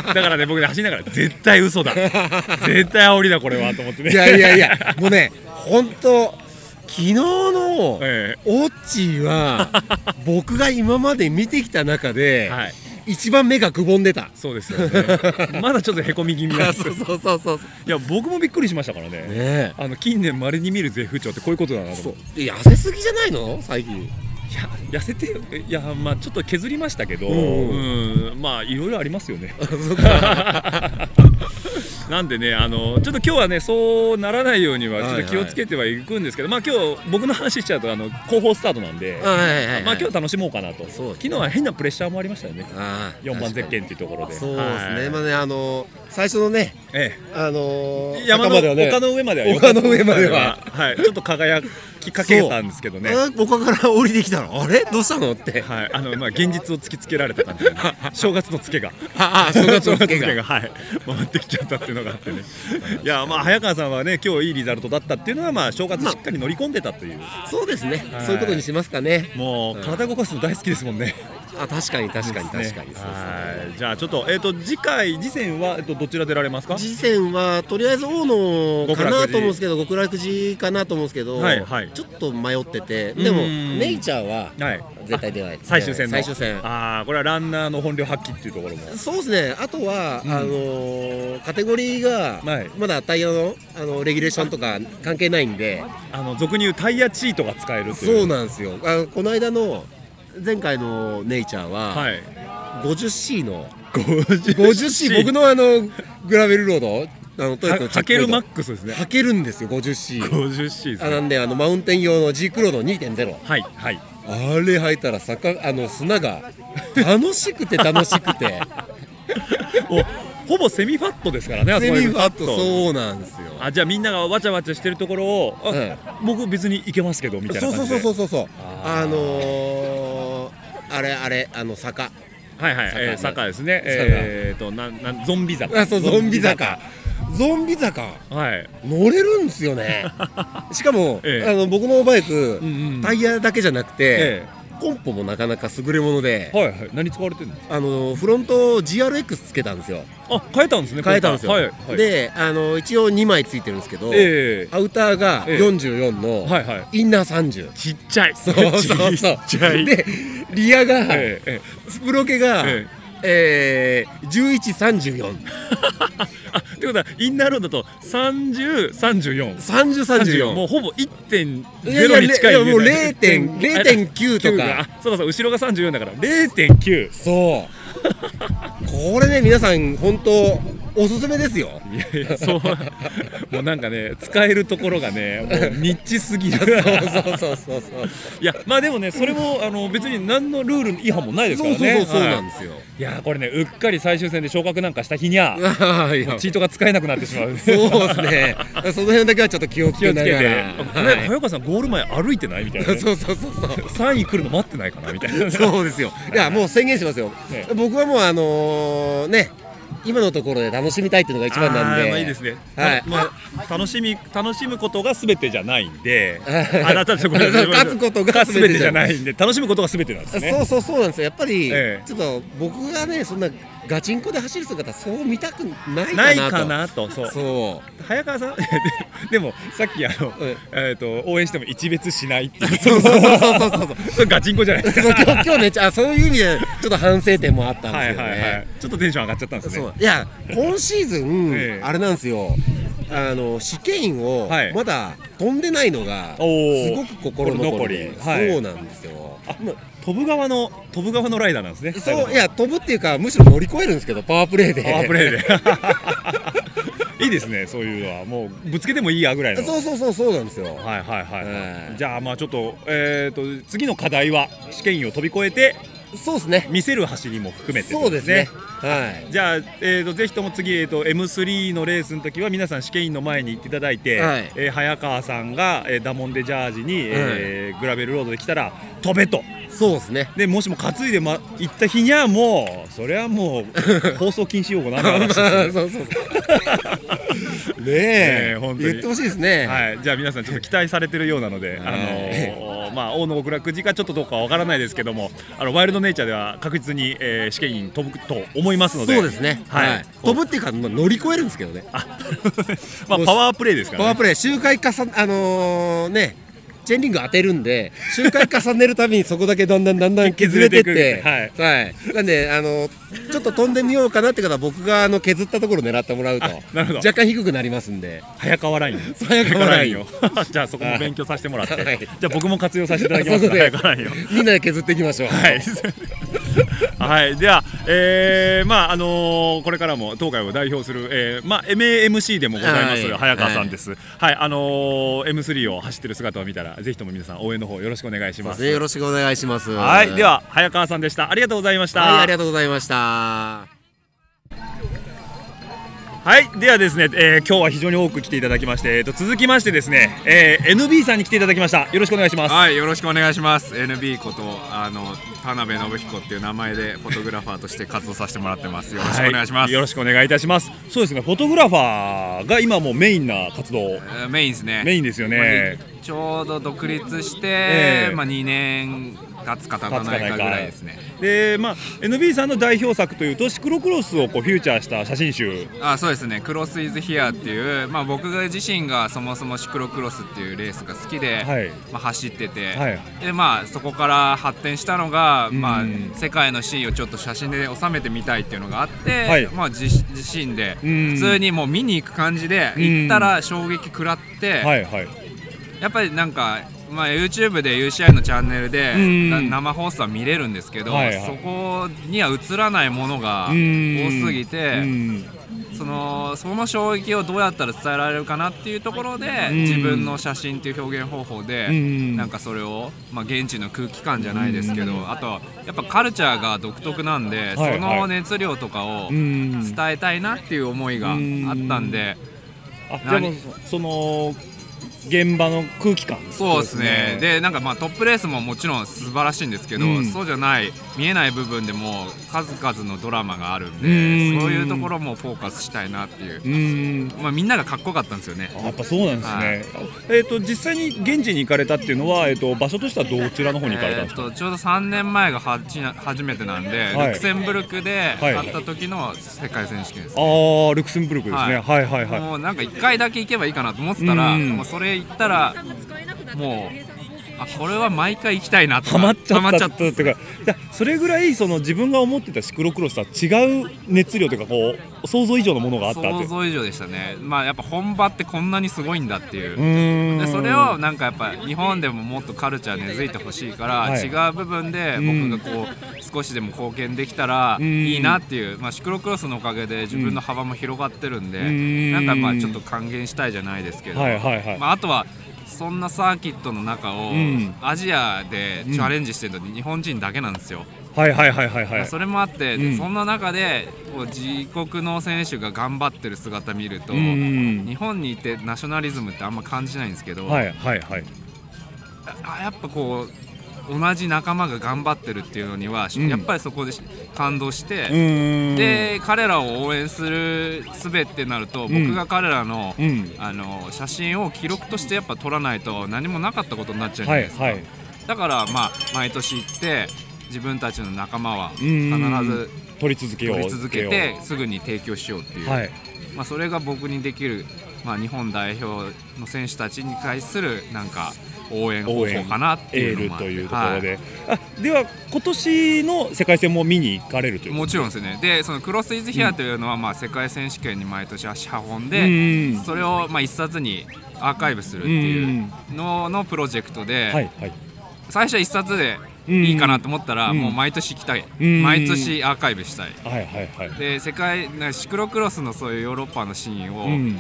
B: ねだからね僕ね走りながら絶対嘘 だ絶対煽りだこれはと思ってね
H: いやいやいやもうね本当昨日の
B: え
H: オッチーは僕が今まで見てきた中
B: え
H: で、
B: はい
H: 一番目がくぼんでた
B: そうですよねまだちょっとへこみ気味なんですけど
H: そうそうそうそう
B: いや僕もびっくりしましたからね
H: ね
B: あの近年まれに見る絶不調ってこういうことだな
H: え
B: と
H: そ
B: 思
H: う
B: って
H: 痩せすぎじゃないの最近
B: いや痩せていやまあちょっと削りましたけど、う
H: うん
B: んまあいろいろありますよね
H: そっか
B: なんでねあのちょっと今日はねそうならないようにはちょっと
H: は
B: 気
H: い
B: を
H: はい
B: つけてはいくんですけど、まあ今日僕の話しちゃうとあの後方スタートなん
H: は
B: で、
H: いはいはい
B: まあ今日楽しもうかなと、
H: そう
B: 昨日は変なプレッシャーもありましたよね
H: ああ
B: 4番ゼッケンっていうところで
H: そうですね、
B: はい
H: まあねあの最初のね
B: え
H: あの
B: え
H: ー、
B: 山
H: 坂
B: の
H: まではね
B: 丘の上までは
H: 丘の上までは
B: はいちょっと輝きかけたんですけどね
H: あ丘から降りてきたらあれどうしたのって
B: はい、あのまあ現実を突きつけられた感じ でね、正月のツケが、
H: ああ正月のツケが
B: はい、回ってきちゃったっていうのがあってね、いやまあ早川さんはね今日いいリザルトだったっていうのはまあ正月しっかり乗り込んでたという、
H: そうですね、
B: はい
H: そういうことにしますかね
B: もう体動かすの大好きですもんね。
H: あ確かに確かに確かに、
B: ね
H: そうですね
B: はい、じゃあちょっとえっ、と次回次戦はえっ、とどちらでられますか？
H: 次戦はとりあえず大野かな
B: 極楽寺
H: と思うんですけど極楽寺かなと思うんですけど、
B: はいはい
H: ちょっと迷っててでも
B: うん
H: ネイチャーは
B: はい。
H: 絶対出ない
B: 最終戦の
H: 最終戦
B: ああこれはランナーの本領発揮っていうところも。
H: そうですねあとは、
B: うん
H: あのーカテゴリーが
B: はい
H: まだタイヤのあのレギュレーションとか関係ないんで
B: あの俗に言うタイヤチートが使えるという。
H: そうなんですよあのこの間の前回のネイチャーは、
B: はい。
H: 50C の
B: 50C
H: 50C 僕のあのグラベルロードあのトヨタの
B: はけるマッ
H: ク
B: クスですね。
H: はけるんですよ 50C
B: 50C です
H: あ
B: ね
H: なんであのマウンテン用の G クロード2.0
B: はいはい。
H: あれ履いたら坂あの砂が楽しくて楽しくて
B: もうほぼセミファットですからね。あそこ
H: セ
B: に
H: ミファット
B: う。
H: そうなんですよ
B: あじゃあみんながわちゃわちゃしてるところを、あ
H: うん
B: 僕別に行けますけどみたい
H: そ
B: な
H: うそ
B: 感
H: うそう
B: じで。
H: そう
B: そう
H: そうそう
B: あー
H: あのー、あれあれあの坂
B: はいはい。えー、坂ですね。
H: 坂
B: えー、となんなんゾンビ坂。
H: あそうゾンビ坂ゾンビ坂
B: はい。
H: 乗れるんですよ ねしかも、
B: ええ
H: あの僕のバイク、
B: ん
H: タイヤだけじゃなくて、
B: え
H: コンポもなかなか優れもので
B: え、はいはい。何使われてるの？
H: あのフロント GRX つけたんですよ
B: あ変えたんですね。
H: 変えたんですよ、
B: はいはい。
H: であの一応2枚ついてるんですけど、
B: ええ
H: アウターが
B: ええ
H: 44の、
B: はいはい。
H: インナー30
B: ちっちゃい。
H: そうそうそう
B: ちっちゃい。
H: でリアが、
B: えええ
H: スプロケが、
B: ええ
H: えー、1134
B: えあってことはインナーロードだと三十三十四。
H: 3034
B: もうほぼ一点
H: いや
B: ゼ
H: いや
B: ロに近い
H: いやもう0.0.9 0.9とか
B: あそうだそう後ろが三十四だから零点九
H: そうこれね皆さん本当おすすめですよ
B: いやいやそう もうなんかね使えるところがねもうニッチすぎる
H: そうそうそうそう
B: いやまあでもねそれもあの別に何のルール違反もないですか
H: そう
B: ら
H: そう
B: ね
H: そうそうなん
B: は
H: ですよ。
B: いいやこれねうっかり最終戦で昇格なんかした日にゃ
H: ああいや
B: チートが使えなくなってしまう
H: そうですね。その辺だけはちょっと気をつ
B: 気
H: け
B: を
H: な
B: つけて
H: がら。
B: ね早川さんゴール前歩いてないみたいな
H: は
B: ね
H: い そうそうそうそう。
B: 三位来るの待ってないかなみたい な
H: そうですよ。いやもう宣言しますよ
B: ね。
H: 僕はもうあのーね今のところで楽しみたいっていうのが一番なん
B: あ
H: で。
B: ーまあいいですね。
H: はい
B: まあ楽しみ楽しむことがすべてじゃないんで、
H: はい
B: あなたのごめんなさ い
H: 勝つことが
B: 勝つ
H: 全
B: 全
H: て
B: て
H: じ
B: じ
H: ゃ
B: ゃ
H: な
B: ないんで 楽しむことがすべてなんですね。
H: そうそうそうなんですよ。やっぱり、
B: ええ
H: ちょっと僕がねそんなガチンコで走る姿そう見たくないかなと。
B: ないかなとそう
H: そう。
B: 早川さんでもさっきあの、
H: え
B: えっ、と応援しても一別しないっていう
H: そうそうそうそうそうそう。
B: それガチンコじゃないです
H: そう
B: か
H: 今日今日ねちょあそういう意味でちょっと反省点もあったんで
B: は
H: す
B: い
H: よね。
B: はいはいちょっとテンション上がっちゃったんです
H: そ
B: ね
H: ういや今シーズン、
B: ええ
H: あれなんですよあの試験員を
B: はい
H: まだ飛んでないのがす
B: おー
H: ごく心残り
B: 心残りはい
H: そうなんですよ
B: あま飛ぶ側の飛ぶ側のライダーなんですね
H: そうい
B: や
H: や飛ぶっていうかむしろ乗り越えるんですけどパワープレイで
B: パワープレイでいいですねそういうのはもうぶつけてもいいやぐらいの
H: そうそうそうそうなんですよ
B: はいはいはい、
H: ええ
B: じゃあまあちょっと,、えー、と次の課題は試験員を飛び越えて
H: そうですね
B: 見せる走りも含めて
H: そうですねはい
B: じゃあ、えー、とぜひとも次、えー、と M3 のレースの時は皆さん試験員の前に行っていただいて、
H: はい
B: えー早川さんが、えーダモンデジャージに、えーグラベルロードで来たら飛べと
H: そうですね
B: でもしも担いで、ま、行った日にはもうそれはも う放送禁止用語なんだ
H: そう
B: 話です
H: そう
B: ね
H: そうね
B: ねえ
H: え
B: 本当に
H: 言ってほしいですね、
B: はい、じゃあ皆さんちょっと期待されてるようなので、あのーまあ大野極楽寺かちょっとどうかわからないですけども、あのワイルドネイチャーでは確実に、えー試験員飛ぶと思います
H: そ
B: の
H: う
B: で、
H: ですね
B: はい、
H: はい、飛ぶっていうかまあ乗り越えるんですけどね
B: あ まあパワープレイですか
H: パワ
B: ら
H: ー
B: ね。
H: プレイ周回かさあのーねチェーンリング当てるんで周回重ねるたびにそこだけだんだんだんだん削れてっ
B: 削れ
H: て
B: てく
H: はい、なんであのちょっと飛んでみようかなって方は僕があの削ったところ狙ってもらうと
B: あなるほど
H: 若干低くなりますんで
B: 早川ライン
H: 早川ライン
B: よ じゃあそこも勉強させてもらって、
H: はい
B: じゃあ僕も活用させていただきます
H: そうです
B: 早
H: ね
B: 川ラインを
H: みんなで削っていきましょう。
B: はい。 はい、では、えー、まああのーこれからも東海を代表する、えー、まあ MAMC でもございます、
H: はい
B: 早川さんです。はい、あのー M3 を走ってる姿を見たらぜひとも皆さん応援の方よろしくお願いします。
H: よろしくお願いします。
B: はい、で、は早川さんでした。ありがとうございました。
H: はい、ありがとうございました。
B: はい、ではですね、えー、今日は非常に多く来ていただきまして、えー、と続きましてですね、えー、NB さんに来ていただきました。よろしくお願いします。
I: はい、よろしくお願いします。NB ことあの田辺信彦っていう名前でフォトグラファーとして活動させてもらってます。よろしくお願いしま
B: は
I: す。
B: よろしくお願いいたします。そうですね、フォトグラファーが今もうメインな活動、
I: えーメインですね。
B: メインですよね
I: まあちょうど独立して、
B: ええ
I: まあ2年経つか経たないかぐらいですね。
B: で、まあ、NB さんの代表作というとシクロクロスをこうフューチャーした写真集
I: あ、そうですね。クロスイズヒアっていう、まあ僕自身がそもそもシクロクロスっていうレースが好きで、
B: はい
I: まあ走ってて、
B: はい
I: でまあそこから発展したのが、
B: ん
I: まあ世界のシーンをちょっと写真で収めてみたいっていうのがあって、
B: はい
I: まあ自自身で
B: うん
I: 普通にもう見に行く感じで
B: うん
I: 行ったら衝撃食らって、
B: はいはい
I: やっぱりなんか。まあ、YouTube で UCI のチャンネルで
B: うん
I: な生放送は見れるんですけど、
B: はいはい
I: そこには映らないものが
B: う
I: 多
B: ん
I: すぎて、
B: うん
I: そのその衝撃をどうやったら伝えられるかなっていうところで、
B: ん
I: 自分の写真っていう表現方法で、
B: ん
I: なんかそれを、まあ、現地の空気感じゃないですけど、あとはやっぱカルチャーが独特なんで、
B: はい
I: その熱量とかを
B: うん
I: 伝えたいなっていう思いがあったんで、
B: あでもその現場の空気感
I: そうですねでなんかまあトップレースももちろん素晴らしいんですけど、
B: うん
I: そうじゃない見えない部分でも数々のドラマがあるんで、
B: うん
I: そういうところもフォーカスしたいなっていう、
B: うん
I: まあ、みんながかっこよかったんですよね。
B: あやっぱそうなんですね、えっ、と実際に現地に行かれたっていうのは、えっと場所としてはどちらの方に行かれたん
I: えー
B: です
I: と
B: か、
I: ちょうど3年前がはちな初めてなんで、
B: はい
I: ルクセンブルクで
B: はい
I: 会った時の世界選手権です、
B: ああルクセンブルクですね、
I: はい
B: はい、はいはい
I: もうなんか1回だけ行けばいいかなと思ってたら、
B: うん
I: もうそれ行ったらもうあこれは毎回行きたいなと
B: ハマっちゃ
I: ハマ
B: っ
I: ったちゃ
B: っ
I: った
B: ていうかじゃあそれぐらいその自分が思ってたシクロクロスとは違う熱量というかこう想像以上のものがあったっていう
I: 想像以上でしたねまあやっぱ本場ってこんなにすごいんだっていう
B: うーん
I: でそれをなんかやっぱ日本でももっとカルチャー根付いてほしいから、
B: はい
I: 違う部分で僕がこう少しでも貢献できたら
B: うん
I: いいなっていう、まあ、シクロクロスのおかげで自分の幅も広がってるんで、
B: ん
I: なんかまあちょっと還元したいじゃないですけど、
B: はいはいはい、
I: まあ、あとはそんなサーキットの中を
B: ん
I: アジアでチャレンジしてるのって日本人だけなんですよ。
B: はいはいはいはいはい
I: まあそれもあって、
B: うん
I: そんな中でこう自国の選手が頑張ってる姿見ると、
B: うん
I: 日本にいてナショナリズムってあんま感じないんですけど、
B: はいはいはい
I: あやっぱこう同じ仲間が頑張ってるっていうのには、
B: ん
I: やっぱりそこでし感動し
B: う
I: て、
B: ーん
I: で彼らを応援するすべってなると、
B: ん
I: 僕が彼らの,、
B: うん
I: あの写真を記録としてやっぱ撮らないと何もなかったことになっちゃうじゃ
B: は
I: ない
B: い
I: ですか、
B: はい
I: だからまあ毎年行って自分たちの仲間は必
B: ん
I: ず
B: 取り続けよ
I: 撮
B: う
I: り続けてすぐに提供しようっていう、
B: はい
I: まあ、それが僕にできる、まあ、日本代表の選手たちに対するなんか応援方
B: 応援
I: 法かなって
B: エ
I: い
B: ー
I: う
B: ル
I: のもあっ
B: と
I: て
B: いうところ
I: は
B: で、あでは今年の世界戦も見に行かれると
I: い
B: い
I: うも
B: ち
I: ちろんですねでそのクロス・イズ・ヒアというのは、まあ、世界選手権に毎年足運んで、
B: うん
I: それを、まあ、一冊にアーカイブするっていうののプロジェクトで、
B: はいはい
I: 最初は一冊でいいかなと思ったら、
B: うん
I: もう毎年来たい、
B: うん
I: 毎年アーカイブしたい。
B: はいはいはい
I: で世界なんかシクロクロスのそういうヨーロッパのシーンを、
B: うん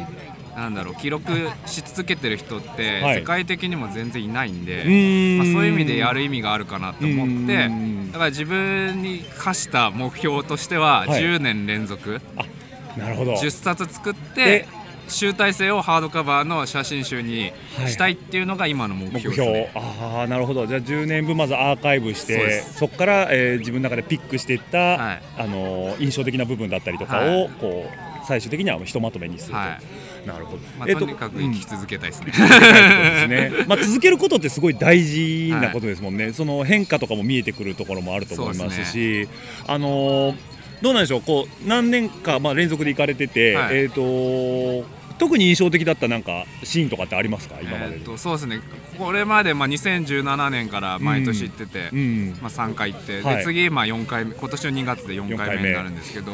I: なんだろう記録し続けてる人って、
B: はい
I: 世界的にも全然いないんで、
B: うん
I: まあ、そういう意味でやる意味があるかなと思って、
B: うん
I: だから自分に課した目標としては、
B: はい
I: 10年連続
B: なるほど
I: 10冊作って
B: で
I: 集大成をハードカバーの写真集にしたいっていうのが今の目
B: 目
I: 標ですね。
B: 標ああなるほどじゃあ10年分まずアーカイブし
I: そう
B: て
I: です
B: そこから、えー自分の中でピックしていった、
I: はい
B: あのー印象的な部分だったりとか
I: は
B: を、
I: い
B: こう最終的にはひとまとめにすると、
I: はい
B: なるほど、
I: まあ
B: えっ
I: とにかく生き
B: うん
I: 続けたいですね。
B: そ うですね、まあ、続けることってすごい大事なことですもんね、その変化とかも見えてくるところもあると思います
I: そう
B: し、あのーどうなんでしょうこう何年か、まあ、連続で行かれてて、
I: はい
B: えー、と特に印象的だったなんかシーンとかってありますか今ま
I: えー
B: で
I: っ
B: で、
I: とそうですねこれまでまあ2017年から毎年行ってて、
B: うん
I: まあ、3回行って、
B: はい
I: で次、まあ、4回目今年の2月で4
B: 四
I: 回
B: 回
I: 目
B: 目
I: になるんですけど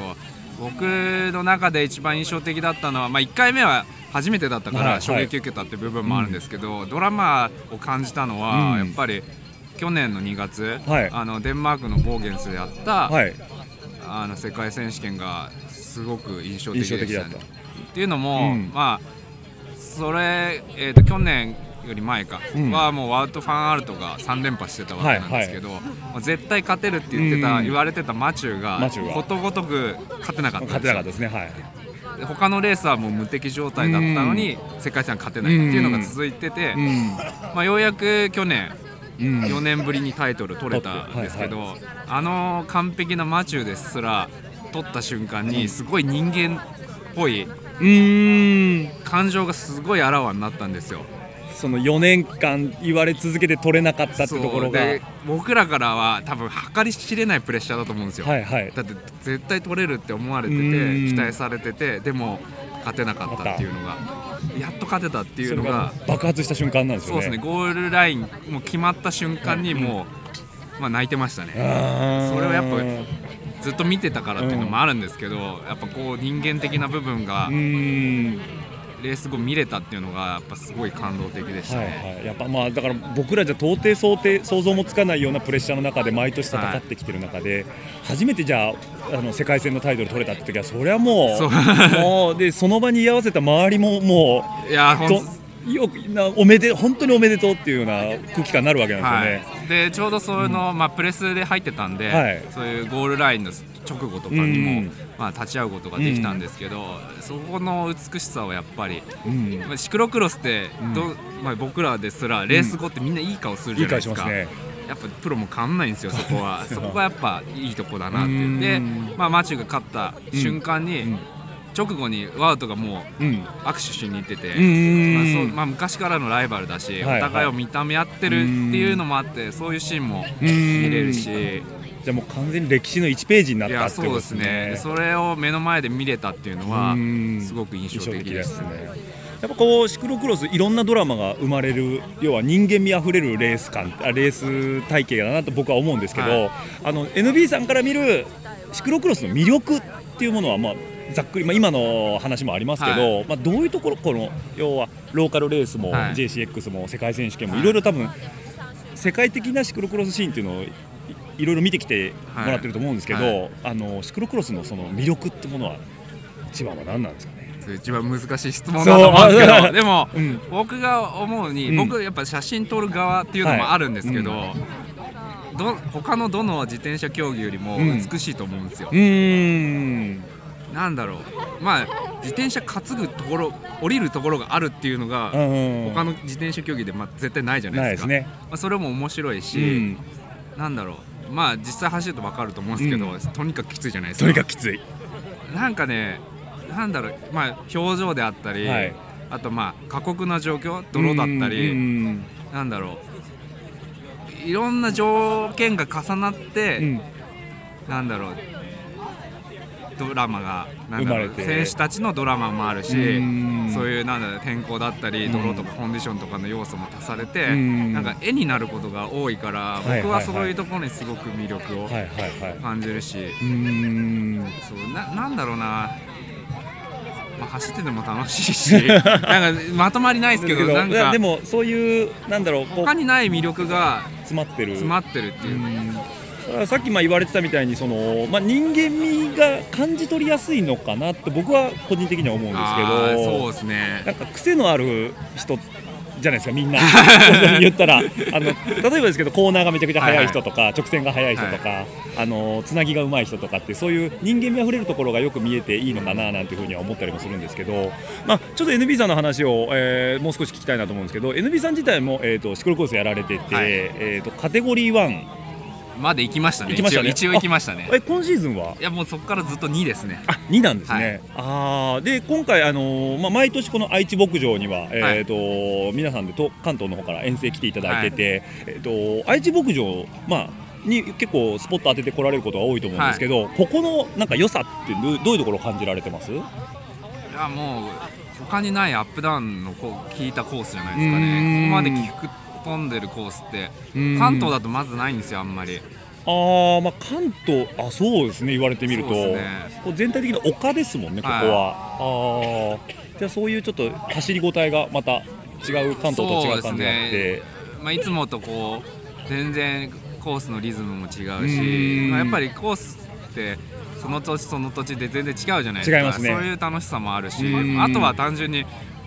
I: 僕の中で一番印象的だったのは、まあ、1回目は初めてだったか
B: はい
I: ら衝撃受けたって部分もあるんですけど、ドラマを感じたのは、
B: うん
I: やっぱり去年の2月、
B: はい
I: あのデンマークのボーゲンスであった、
B: はい
I: あの世界選手権がすごく印象的で
B: 印象的
I: し
B: だったた
I: ね。っていうのも、
B: うん
I: まあそれ、えー、と去年より前か、
B: ん
I: はもうワウト・ファン・アルトが3連覇してたわけなんですけど、もう絶対勝てるって言ってた、
B: うん
I: 言われてたマチューが
B: マチューが
I: ことごとく勝てなかったん
B: 勝
I: で
B: て
I: す
B: な
I: よ
B: かったですねはい
I: で他のレースはもう無敵状態だったのに、世界戦は勝てないっていうのが続いてて、まあ、ようやく去年
B: うん
I: 4年ぶりにタイトル取れたんですけど、あの完璧なマチューですら取った瞬間にすごい人間っぽい感情がすごいあらわになったんですよ。
B: その4年間言われ続けて取れなかったってところが
I: そうで僕らからは多分計り知れないプレッシャーだと思うんですよ。
B: はいはい
I: だって絶対取れるって思われて
B: う
I: て
B: ん
I: 期待されててでも勝てなかったっていうのがやっと勝てたってい
B: そうれ
I: の
B: が
I: が
B: 爆発した瞬間なんです
I: そう
B: よ
I: ですね
B: ね
I: ゴールラインもう決まった瞬間にもう、まあ、泣いてましたね。
B: そ
I: それはやっぱずっと見てたからっていうのもあるんですけど、やっぱこう人間的な部分が
B: うん
I: レース後見れたっていうのがやっぱすごい感動的でした
B: はい
I: ね。
B: はい、やっぱまあだから僕らじゃ到底想定想像もつかないようなプレッシャーの中で毎年戦ってきてる中で、初めてじゃああの世界戦のタイトル取れたって時はそれはも
I: そう
B: うもうでその場に居合わせた周りもも
I: い、や
B: う
I: 本
B: とよくなおめで本当におめでとうっていうような空気感になるわけ
I: 当
B: なん
I: は
B: で
I: い、でちょうどそういうの、まあ、プレスで入ってたんで、
B: はい
I: そういうゴールラインの直後とかにも、
B: うん
I: まあ、立ち会うことができたんですけど、そこの美しさはやっぱり、
B: すよ
D: Mm.
B: ね。うん
I: まあ、シクロクロスってど、まあ、僕らですらレース後ってみんないい顔する
B: い
I: じ
B: い
I: ゃないで
B: 顔し
I: す
B: ま
I: か。
B: すね。
I: やっぱプロも変わんないんですよ、そこ は。そこがやっぱいいとこだなっていう。
B: う
I: で
B: ん、
I: まあ、マチューが勝った瞬間に、
B: うん
I: 直後にワウトがもう
B: うん。
I: 握手しに行ってて、まあそう
B: うん。
I: まあ、昔からのライバルだし、
B: はいはい
I: お互いを認め合ってるっていうのもあって、そういうシーンも
B: うん
I: 見れるし、
B: じゃあもう完全に歴史の1ページになっ
I: い
B: た
I: や、
B: って
I: そう
B: こと
I: で
B: ですす
I: ね
B: ね。
I: それを目の前で見れたっていうのは
B: うん、
I: すごく印象的です。
B: 印象的ですねやっぱこうシクロクロスいろんなドラマが生まれる要は人間味あふれるレース感あレース体系だなと僕は思うんですけど、
I: は
B: あの NB さんから見るシクロクロスの魅力っていうものはまあざっくり、まあ、今の話もありますけど、まあ、どういうところこの要はローカルレースも
I: はい
B: JCX も世界選手権も
I: はい
B: いろいろ多分世界的なシクロクロスシーンっていうのをいいろいろ見てきてもらってると思うんですけど、
I: は
B: あのシクロクロスのその魅力ってものは千葉は何なんですかね
I: 一番難しい質問だと思うんですけ
B: そう
I: ど、でも、
B: うん
I: 僕が思うに、
B: うん
I: 僕やっぱ写真撮る側っていうのもあるんですけど、ど他のどの自転車競技よりも
B: うん
I: 美しいと思うんですよ、
B: うーん
I: なんだろうまあ自転車担ぐところ降りるところがあるっていうのが、
B: 他
I: 他の自転車競技で、まあ、絶対ないじゃ
B: な
I: ない いで
B: ですす
I: か
B: ね。
I: まあ、それも面白いし、
B: ん、
I: なんだろうまあ実際走ると分かると思うんですけど、
B: うん
I: とにかくきついじゃないです
B: と
I: か
B: にかくきつい。
I: なんかねなんだろうまあ表情であったり、
B: はい
I: あとまあ過酷な状況泥だったり、
B: うん
I: なんだろういろんな条件が重なって、
B: うん
I: なんだろうドラマがなんだろう
B: 生まれて
I: 選手たちのドラマもあるし、
B: うん
I: そういうなんだろう天候だったり、
B: うん
I: 泥とかコンディションとかの要素も足されて、
B: うん
I: なんか絵になることが多いから、
B: いはいはい
I: 僕はそういうところにすごく魅力を
B: はいはいはい。
I: 感じるし、
B: うーん
I: そうななんだろうな、まあ、走ってても楽しい しなんかまとまりないですけどなん
B: いや
I: か
B: でもそういうなんだろうこう
I: 他にない魅力が
B: 詰まってる。
I: 詰まってるっていう。
B: うんさっきまあ言われてたみたいにその、まあ、人間味が感じ取りやすいのかなって僕は個人的には思うん
I: あ
B: ですけ
I: ー
B: ど
I: そうですね
B: なんか癖のある人じゃないですかみ んなそんなに言ったらあの例えばですけどコーナーがめちゃくちゃ速い人とか、直線が速い人とか、あのつなぎがうまい人とかってそういう人間味あふれるところがよく見えていいのかななんていうふうには思ったりもするんですけど、まあ、ちょっと NB さんの話を、えーもう少し聞きたいなと思うんですけど NB さん自体も、えー、とシクロコースやられてて、
I: はい
B: えー、とカテゴリー1
I: まで行きましたね。
B: 行きましたね
I: 一応一応行きましたね。
B: え今シーズンはい
I: やもうそこからずっと2ですね。
B: あ2なんですね、ああで今回、あのーまあ、毎年この愛知牧場には、えー、と皆さんでと関東の方から遠征来ていただいてて、えー、と愛知牧場、まあ、に結構スポット当てて来られることが多いと思うんですけど、ここのなんか良さってどうどういうところを感じられてます
I: いやもう他にないアップダウンのこう効いたコースじゃないですかねここまで聞く飛んでるコースって関東だとまずないんですよあんまり
B: あーまあ関東あそうですね言われてみると、
I: そうですね
B: こう全体的に丘ですもんねここは、ああじゃあそういうちょっと走りごたえがまた違う関東と違う感じになって
I: まあ、いつもとこう全然コースのリズムも違う
B: う
I: し
B: ん
I: まあ、やっぱりコースってその土地その土地で全然違うじゃないですか
B: 違いますね
I: そういう楽しさもあるし
B: うん
I: あとは単純に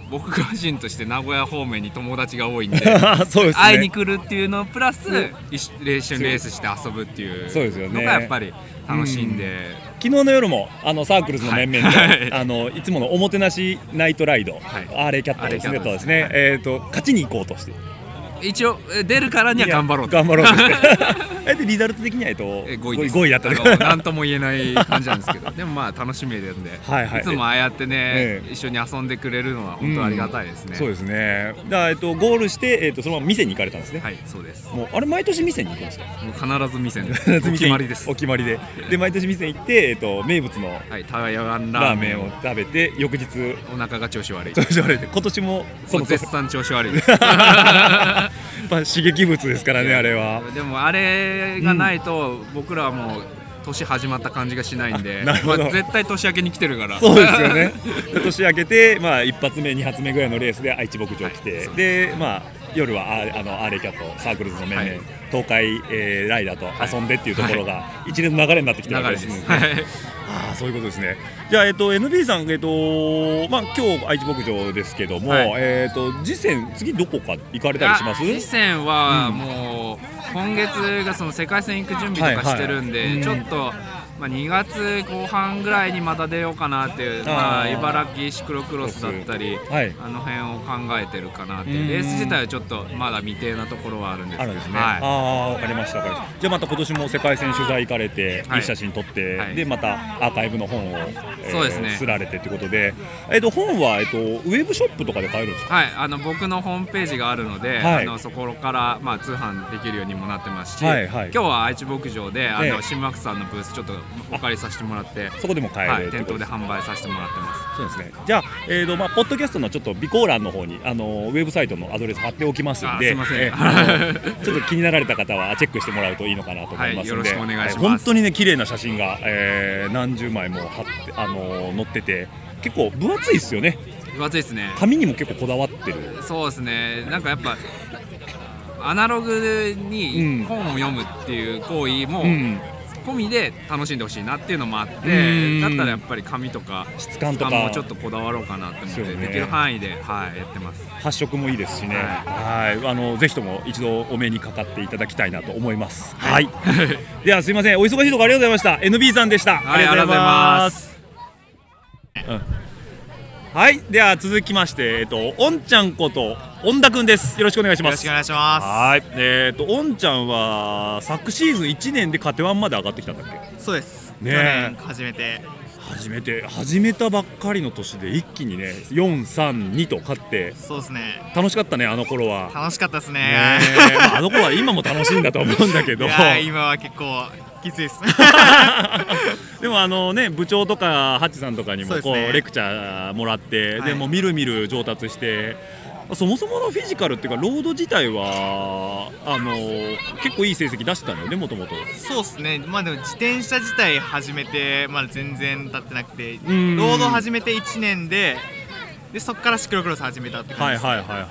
I: 僕個人として名古屋方面に友達が多いんで
B: そうですね
I: 会いに来るっていうのプラス一緒レーションレースして遊ぶっていう
B: そうですよね
I: のがやっぱり楽しいんで
B: 昨日の夜もあのサークルズの面々で、
I: はい
B: あのいつものおもてなしナイトライド、
I: はい
B: アーレイキャットです
I: アー
B: ね
I: レイキャット
B: で
I: ですす
B: ね、
I: ね
B: えっ、と勝ちに行こうとして
I: 一応え出るからには頑張ろうと
B: 頑張ろうとして えでリザルト的にはえっと
I: え
B: 5
I: 5
B: 位
I: 位です
B: だったと
I: あのなんとも言えない感じなんで すけどでもまあ楽しみなんで、
B: はいはい
I: つもああやってね
B: え、え
I: 一緒に遊んでくれるのは本当ありがたいですね、
B: そうですねだからえっとゴールしてえっとそのまま店に行かれたんですね、
I: はいそうですも
B: もうあれ毎年店に行くんですか
I: う必ず店で
B: 必ず
I: お
B: 店に
I: 決まりです
B: お決まりでで毎年店行ってえっと名物の
I: はい台湾ラ
B: ラ
I: ー
B: ー
I: メ
B: メ
I: ン
B: ン
I: を
B: を食べて翌日
I: お腹が調子悪い
B: 調子悪いって今年もそ
I: も
B: の
I: う
B: そ
I: 絶
B: も
I: 賛調子悪いです
B: まあ刺激物ですからねあれは
I: でもあれがないと僕らはもう年始まった感じがしないんで、
B: なるほど
I: まあ絶対年明けに来てるから
B: そうですよね年明けて、まあ、一発目二発目ぐらいのレースで愛知牧場来て、で、まあ、夜はああのアーレイキャットサークルズの面々、
I: はい
B: 東海、えーライダーと遊んでっていうところが、一連の流れになってきて
I: 流
B: るわけ
I: れで
B: です
I: す
B: ね、
I: はい
B: ああそういうことですねじゃあ、えっと、NB さん、えっとまあ、今日愛知牧場ですけども、
I: はい
B: えっと次戦次どこか行かれたりします
I: いや次戦はもう今月がその世界戦行く準備とかしてるんで、
B: はいはい
I: ちょっと、まあ、2月後半ぐらいにまた出ようかなっていうま
B: あ
I: あ、
B: ー
I: 茨城シクロクロスだったり。
B: はい
I: あの辺を考えてるかなって
B: うん
I: レース自体はちょっとまだ未定なところはあるんです
B: あ
I: け
B: る
I: ど
B: んですね、
I: はい
B: ああわかりましたわかりましたじゃあまた今年も世界戦取材行かれて、、
I: はいい
B: い写真撮って、
I: はい
B: でまたアーカイブの本を、えー
I: そうですね
B: 刷られてってことで、えっと本は、えっとウェブショップとかで買えるんですか
I: はい、あの僕のホームページがあるので、
B: はい
I: あのそこから、まあ、通販できるようにもなってますし、
B: はいはい
I: 今日は愛知牧場であの、
B: ええ
I: 新幕さんのブースちょっとお借りさせてもらって、
B: そこでも買
I: は
B: える
I: い、
B: って
I: 店頭で
B: ことです、
I: 販売させてもらってます。
B: そうですねじゃあ、えっとまあ、ポッドキャストのちょっと備考欄の方にあのウェブサイトのアドレス貼っておきますん
I: あ
B: です
I: いません
B: えーちょっと気になられた方はチェックしてもらうといいのかなと思い
I: は
B: ますので、
I: いよろしくお願いします
B: は本当にね綺麗な写真が、えー何十枚も貼ってあの載ってて結構分厚いですよね
I: 分厚いですね
B: 紙にも結構こだわってる
I: そうですねなんかやっぱアナログに本を読むっていう行為も
B: うん、
I: 込みで楽しんでほしいなっていうのもあって、
B: うん
I: だったらやっぱり紙とか
B: 質感とか
I: もちょっとこだわろうかなって思って、
B: そうね
I: できる範囲で、はい、やってます
B: 発色もいいですしね、はい、あのぜひとも一度お目にかかっていただきたいなと思います。はい、ではすいません、お忙しいところありがとうございました。NB さんでした。
I: はい
B: す。うんはい、では続きまして、えっと、おんちゃんこと、おんだくんです。よろしくお願いします。
G: 願いしま
B: はい、えっと、おんちゃんは昨シーズン1年でカテワンまで上がってきたんだっけ。
J: そうです。
B: ねえ
J: 去年初めて。
B: 初めて、始めたばっかりの年で、一気にね、4、3、2と勝って。
J: そうですね。
B: 楽しかったね、あの頃は。
J: 楽しかったです
B: ね
J: ね。
B: えまああの子は今も楽しいんだと思うんだけ
J: い
B: ど
J: やー今は結構きつい です。
B: でもあのね部長とかハッチさんとかにも
J: そ
B: こう
J: うですね
B: レクチャーもらって、
J: はい
B: でもうみるみる上達してそもそものフィジカルっていうかロード自体はあの結構いい成績出してたのよねもともと
J: そうですね。まあでも自転車自体始めてまだ全然経ってなくて、ロ
B: ん
J: ード始めて1年で、でそこからシクロクロス始めたって感じ
B: はい
J: です。
B: はいはいはい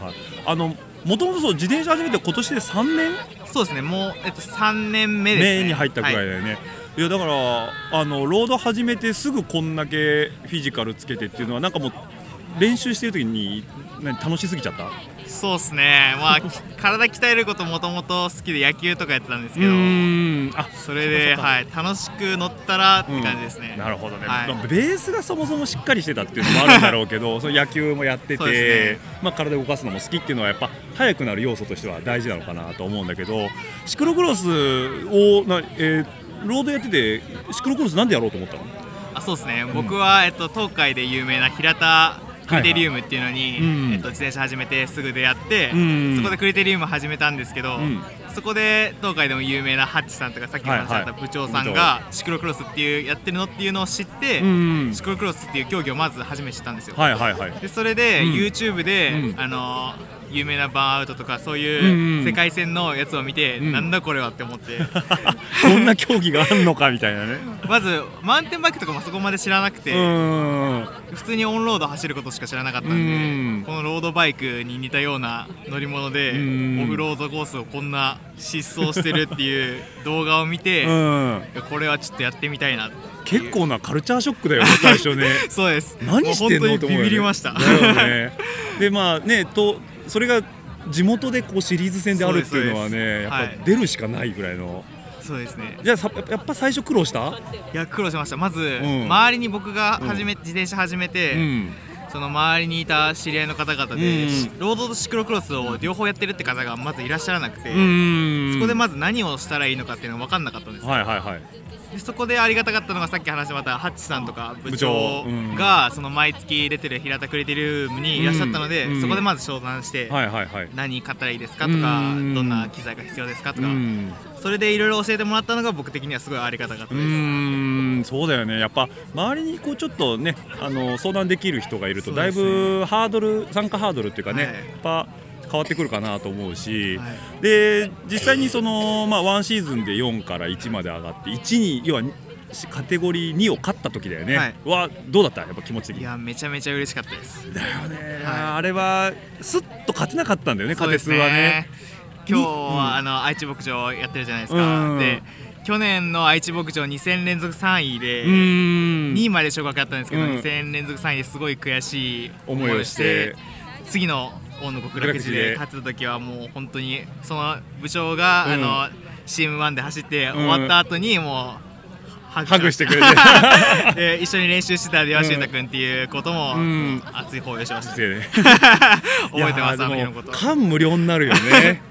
B: あのもともとそう自転車始めて今年で3年
J: そうですね。もうえっと3年目ですね。
B: 目に入ったぐらいだ
J: は
B: よね、い、やだからあのロード始めてすぐこんだけフィジカルつけてっていうのはなんかもう練習してる時に何楽しすぎちゃった
J: そうですね。まあき体鍛えることもともと好きで野球とかやってたんです
B: う
J: けど。
B: ーんあ
J: それで、
B: そうか
J: はい、楽しく乗ったらって感じですね。
B: なるほどね、
J: はい
B: まあベースがそもそもしっかりしてたっていうのもあるんだろう けどその野球もやって
J: そう
B: て、
J: です
B: まあ、体を動かすのも好きっていうのはやっぱ速くなる要素としては大事なのかなと思うんだけどシクロクロスをな、えーロードやってて シクロクロスなんでやろうと思ったの
J: あそうですね、僕は、えっと、東海で有名な平田クリテリウムっていうのに、
B: うん
J: えっと、自転車始めてすぐ出会って、
B: うん
J: そこでクリテリウム始めたんですけど、
B: うん
J: そこで東海でも有名なハッチさんとかさっきお話しあった部長さん
B: は
J: がシクロクロスっていうやってるのっていうのを知って、
B: うん
J: シクロクロスっていう競技をまず初めて知ったんですよ、
B: はいはいはい
J: でそれで
B: うん
J: YouTube で、
B: うん
J: あのー有名なバーンアウトとかそう
B: うんう
J: い
B: ん
J: う世界戦のやつを見て、
B: うん
J: なんだこれはって思って
B: こんな競技があるのかみたいなね
J: まずマウンテンバイクとかもそこまで知らなくて、
B: うん
J: 普通にオンロード走ることしか知らなかったんで、
B: うん
J: このロードバイクに似たような乗り物で、
B: うん
J: オフロードコースをこんな疾走してるっていう動画を見て、
B: うん
J: いやこれはちょっとやってみたいな
B: 結構なカルチャーショッ クだよね最初ね
J: そうです
B: 何してんの
J: もう本
B: と
J: 当に
B: 思うよね
J: ビビりました、
B: だよねでまあねとそれが地元でこうシリーズ戦であるっていうのは
J: そう
B: ね
J: です
B: やっ
J: そうです
B: ぱ出るしかないぐらいの、
J: そうですね
B: じゃあさやっぱ最初苦労した
J: いや苦労しましたまず、
B: ん
J: 周りに僕が始め、自転車始めて、
B: うん
J: その周りにいた知り合いの方々で、
B: うん
J: ロードとシクロクロスを両方やってるって方がまずいらっしゃらなくて、
B: うん
J: そこでまず何をしたらいいのかっていうのが分かんなかったんですよ
B: はいはいはい
J: でそこでありがたかったのがさっき話しまたハッチさんとか部
B: 部
J: 長
B: 長うん
J: がその毎月出てる平田クレテルームにいらっしゃったので、
B: うん
J: そこでまず商談して、
B: はいはいはい
J: 何買ったらいいですかとか、
B: うん
J: どんな機材が必要ですかと
B: う
J: か、
B: ん
J: それでいろいろ教えてもらったのが僕的にはすごいありがたかった
B: う
J: です、
B: ーんそうだよねやっぱ周りにこうちょっとねあの相談できる人がいると
J: そう
B: だい
J: ですね
B: ぶハードル参加ハードルっていうかね、
J: はい
B: やっぱ変わってくるかなと思うし、
J: はい
B: で実際にその、まあ、1シーズンで4から1まで上がって1に要はしカテゴリー2を勝った時だよね、
J: は
B: はいどうだったやっぱ気持ち的
J: い
B: に
J: やめちゃめちゃ嬉しかったです
B: だよね、
J: はい
B: あれはすっと勝てなかったんだよね
J: そう
B: 勝
J: で
B: て
J: す
B: 数はね。
J: 今日はあの愛知牧場やってるじゃないです
B: うん
J: かで去年の愛知牧場2戦連続3位で
B: うーん
J: 2位まで昇格だったんですけど、
B: うん
J: 2戦連続3位ですごい悔しい
B: 思
J: 思
B: い
J: い
B: を
J: を
B: し
J: してて次の大野極楽寺で立ってた時はもう本当にその部長が、
B: うん
J: あの CM1 で走って終わった後にもう。
B: ハグしてくれ て
J: で一緒に練習してた出羽修太君っていうことも、
B: うん
J: 熱い抱擁しました
B: 失礼ね
J: 覚えてます
B: いや
J: あの日の
B: ーで
J: こ
B: も
J: と
B: 感無量になるよ ね。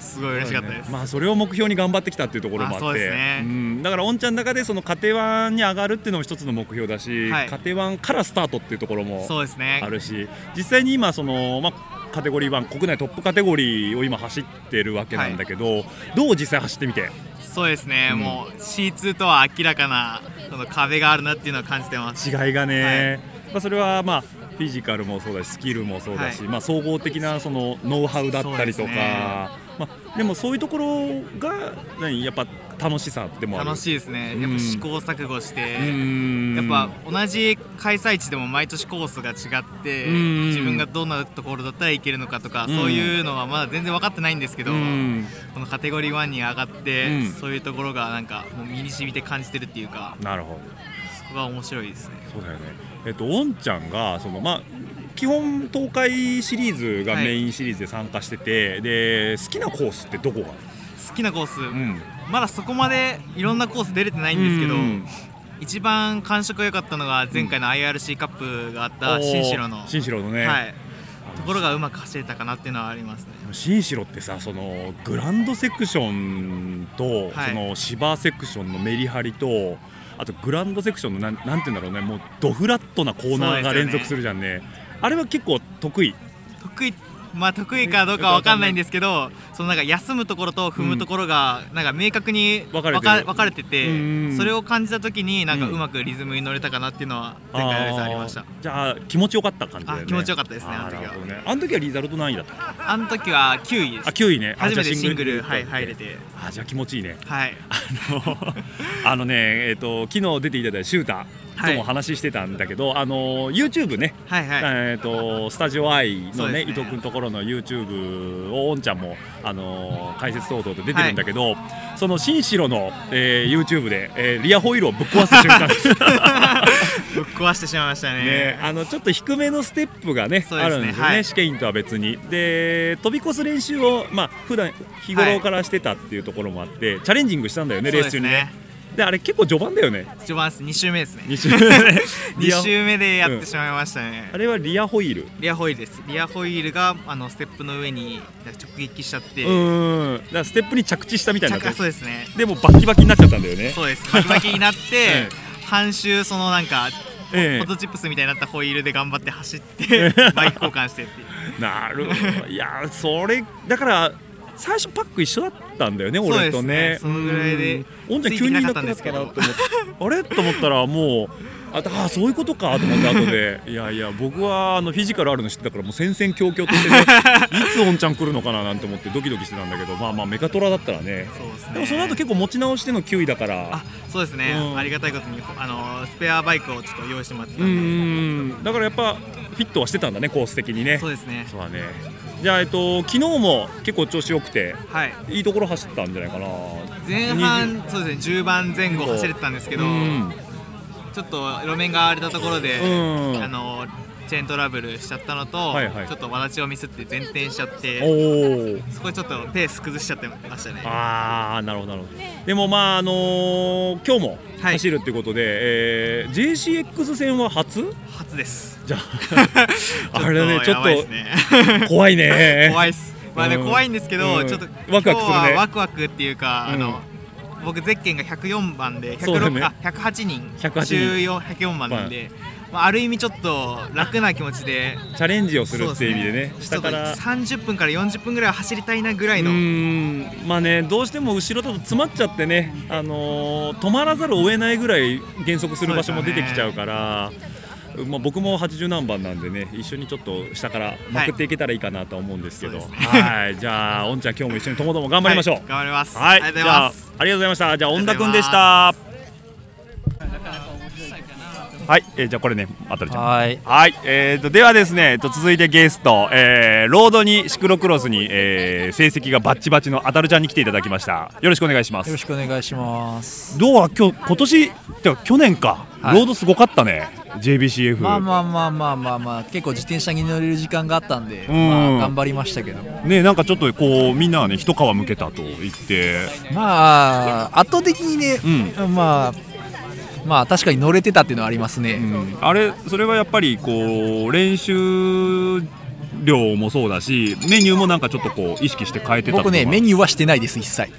J: すごい嬉しかったです、
B: まあそれを目標に頑張ってきたっていうところもあって
J: あそうですね
B: うん、だから御ちゃんの中でその家庭ワンに上がるっていうのも一つの目標だし、
J: はい
B: 家庭ワンからスタートっていうところも
J: そうですね
B: あるし実際に今その、まあ、カテゴリー1国内トップカテゴリーを今走ってるわけなんだけど、どう実際走ってみて
J: そうですね、
B: うん
J: もう C2 とは明らかなその壁があるなっていうのは感じてます
B: 違いがね、まあ、それはまあフィジカルもそうだしスキルもそうだし、
J: はい
B: まあ、総合的なそのノウハウだったりと
J: そうで
B: か
J: すね
B: まあ、でもそういうところが何やっぱ楽しさでもある
J: 楽しいですねやっぱ試行錯誤して、
B: や
J: やっぱ同じ開催地でも毎年コースが違って
B: うん
J: 自分がどんなところだったらいけるのかとか
B: うん
J: そういうのはまだ全然分かってないんですけど
B: う
J: こ
B: ん
J: のカテゴリー1に上がっ
B: うん
J: てそういうところがなんかもう身に染みて感じてるっていうか
B: なるほど
J: そこが面白いですね
B: そうだよねえっとおんちゃんがそのまあ基本東海シリーズが
J: はい
B: メインシリーズで参加してて、で好きなコースってどこが
J: 好きなコース
B: ん
J: まだそこまでいろんなコース出れてないんですけど
B: うん
J: 一番感触が良かったのが前回の IRC カップがあった新城の
B: おー新城のね、
J: はいところがうまく走れたかなっていうのはありますね
B: 新城ってさそのグランドセクションと、
J: はい
B: その芝セクションのメリハリとあとグランドセクションのなんなんて言うんだろうねもうドフラットなコーナーが連続するじゃんねあれは結構得意
J: 得意まあ得意かどうかは分かんないんですけどそのなんか休むところと踏むところがなんか明確に
B: 分
J: 分
B: か
J: か
B: れてる
J: 分かれて
B: うん
J: てそれを感じた時になんか
B: うん
J: うまくリズムに乗れたかなっていうのは前回のレースありました
B: ーじゃあ気持ちよかった感じだよね
J: あ気持ちよかったですね
B: あ
J: あの
B: の
J: 時
B: 時
J: は
B: はねあの時はリザルト何位だったあ
J: あの時は9位です
B: 9位ねあ
J: 初めて
B: じゃあ
J: シングル
B: だった
J: はい入れて
B: あじゃあ気持ちいいね
J: はい
B: あのあのねえっ、と昨日出ていただいたシューターとも話してたんだけど、あの YouTube ね
J: はいはい
B: えー、とスタジオ I
J: そ
B: の、
J: う
B: ね
J: ですね
B: 伊藤君のところの YouTube をおんちゃんも、あのー解説等々で出てるんだけど、その新城の、えー、YouTube で、えーリアホイールをぶっ壊す瞬間
J: ぶっ壊してしまいました
B: ね
J: ね
B: あのちょっと低めのステップがね
J: そうですね
B: あるんですよね、
J: はい
B: 試験員とは別にで飛び越す練習を、まあ普段日頃からしてたっていうところもあって、チャレンジングしたんだよね
J: そ
B: レ
J: う
B: ース
J: で
B: 中
J: す
B: にねであれ結構序盤だよね
J: 序盤です2周目ですね
B: 2周目で
J: 2
B: リア
J: 周目でやってしまいましたね
B: あれはリアホイール
J: リアホイールですリアホイールがあのステップの上に直撃しちゃって
B: うーんだからステップに着地したみたいにな
J: 着火
B: っ
J: そうで
B: て
J: すね
B: でもうバッキバキになっちゃったんだよね
J: そうですバキバキになって、
B: え
J: 半周そのなんか
B: ええ
J: ポテトチップスみたいになったホイールで頑張って走 ってバイク交換してっていう
B: なるほどいやそれだから最初パック一緒だったんだよね
J: そう
B: 俺
J: です
B: とね
J: ねそのぐらいで
B: うんおんちゃん
J: つい
B: 急
J: て
B: にい
J: なか
B: な
J: っ
B: く
J: たんで
B: なっ
J: すけど
B: たなと思って あれと思ったらもうああそういうことかと思って後 でいやいや僕はあのフィジカルあるの知ってたからもう戦々恐々として、ね、 いつおんちゃん来るのかななんて思ってドキドキしてたんだけどまあまあメカトラだったらね
J: そうですね
B: でもその後結構持ち直しての9位だから
J: あ そうですね、
B: うん
J: ありがたいことにあのスペアバイクをちょっと用意してもらってた
B: うん
J: で、
B: んだからやっぱフィットはしてたんだねコース的にね
J: そうですね
B: そうだねじゃあえっと昨日も結構調子良くて
J: はい
B: いいところ走ったんじゃないかな
J: 前半そうですね10番前後走れてたんですけど、
B: うん
J: ちょっと路面が荒れたところで、
B: うん
J: あのチェーントラブルしちゃったのと、
B: はいはい
J: ちょっとわだちをミスって前転しちゃって
B: おお
J: そこでちょっとペース崩しちゃってましたね
B: ああなるほどなるほどでもまああのー今日も
J: はい
B: 走るってことで、えー JCX 戦は初
J: 初です
B: じゃ
J: ちょっ
B: あ
J: と
B: あれねちょ
J: や
B: っ
J: ばいです
B: と
J: ね
B: 怖いね
J: 怖いっすまあね
B: うん
J: 怖いんですけど、
B: うん
J: ちょっと
B: ワクワクするね
J: 今日はワクワクっていうか、あ
B: うん
J: の僕ゼッケンが104番で
B: そうだ
J: 106、
B: ね
J: あ108人
B: 108人
J: 14 104番なんで、まあ、ある意味ちょっと楽な気持ちで
B: チャレンジをするっていう意味でね
J: そうす
B: 下から
J: ちょっと30分から40分ぐらいは走りたいなぐらいうの、
B: ーんまあねどうしても後ろだと詰まっちゃってね、あのー止まらざるを得ないぐらい減速する場所も出てきちゃうから。まあ、僕も80何番なんでね一緒にちょっと下からまくっていけたらいいかなとは思うんですけど、
J: そうですね
B: はいじゃあおんちゃん今日も一緒にともども頑張りましょう
J: はい、頑張ります、
B: は
J: あ
B: い、
J: りがとう
B: じ
J: ござい
B: ゃ
J: ま
B: あ
J: す
B: ありがとうございましたじゃあ恩田くんでしたはい、えーじゃあこれね当たりちゃん
G: はい
B: はい、えー、とではですね、えっと、続いてゲスト、えー、ロードにシクロクロスに、えー、成績がバッチバチのアタルちゃんに来ていただきましたよろしくお願いします
K: よろしくお願いします。
B: どうは今日今年てか去年か、
K: はい
B: ロードすごかったね JBCF
K: まあまあまあまあまあまあ結構自転車に乗れる時間があったんで、
B: うん
K: まあ頑張りましたけど。
B: ねなんかちょっとこうみんなはね一皮むけたと言って
K: まあ圧倒的にね、まあまあ確かに乗れてたっていうのはありますね。
B: あれそれはやっぱりこう練習量もそうだしメニューもなんかちょっとこう意識して変えてた
K: 僕ねメ
B: ニュー
K: ニューはしてないです一切。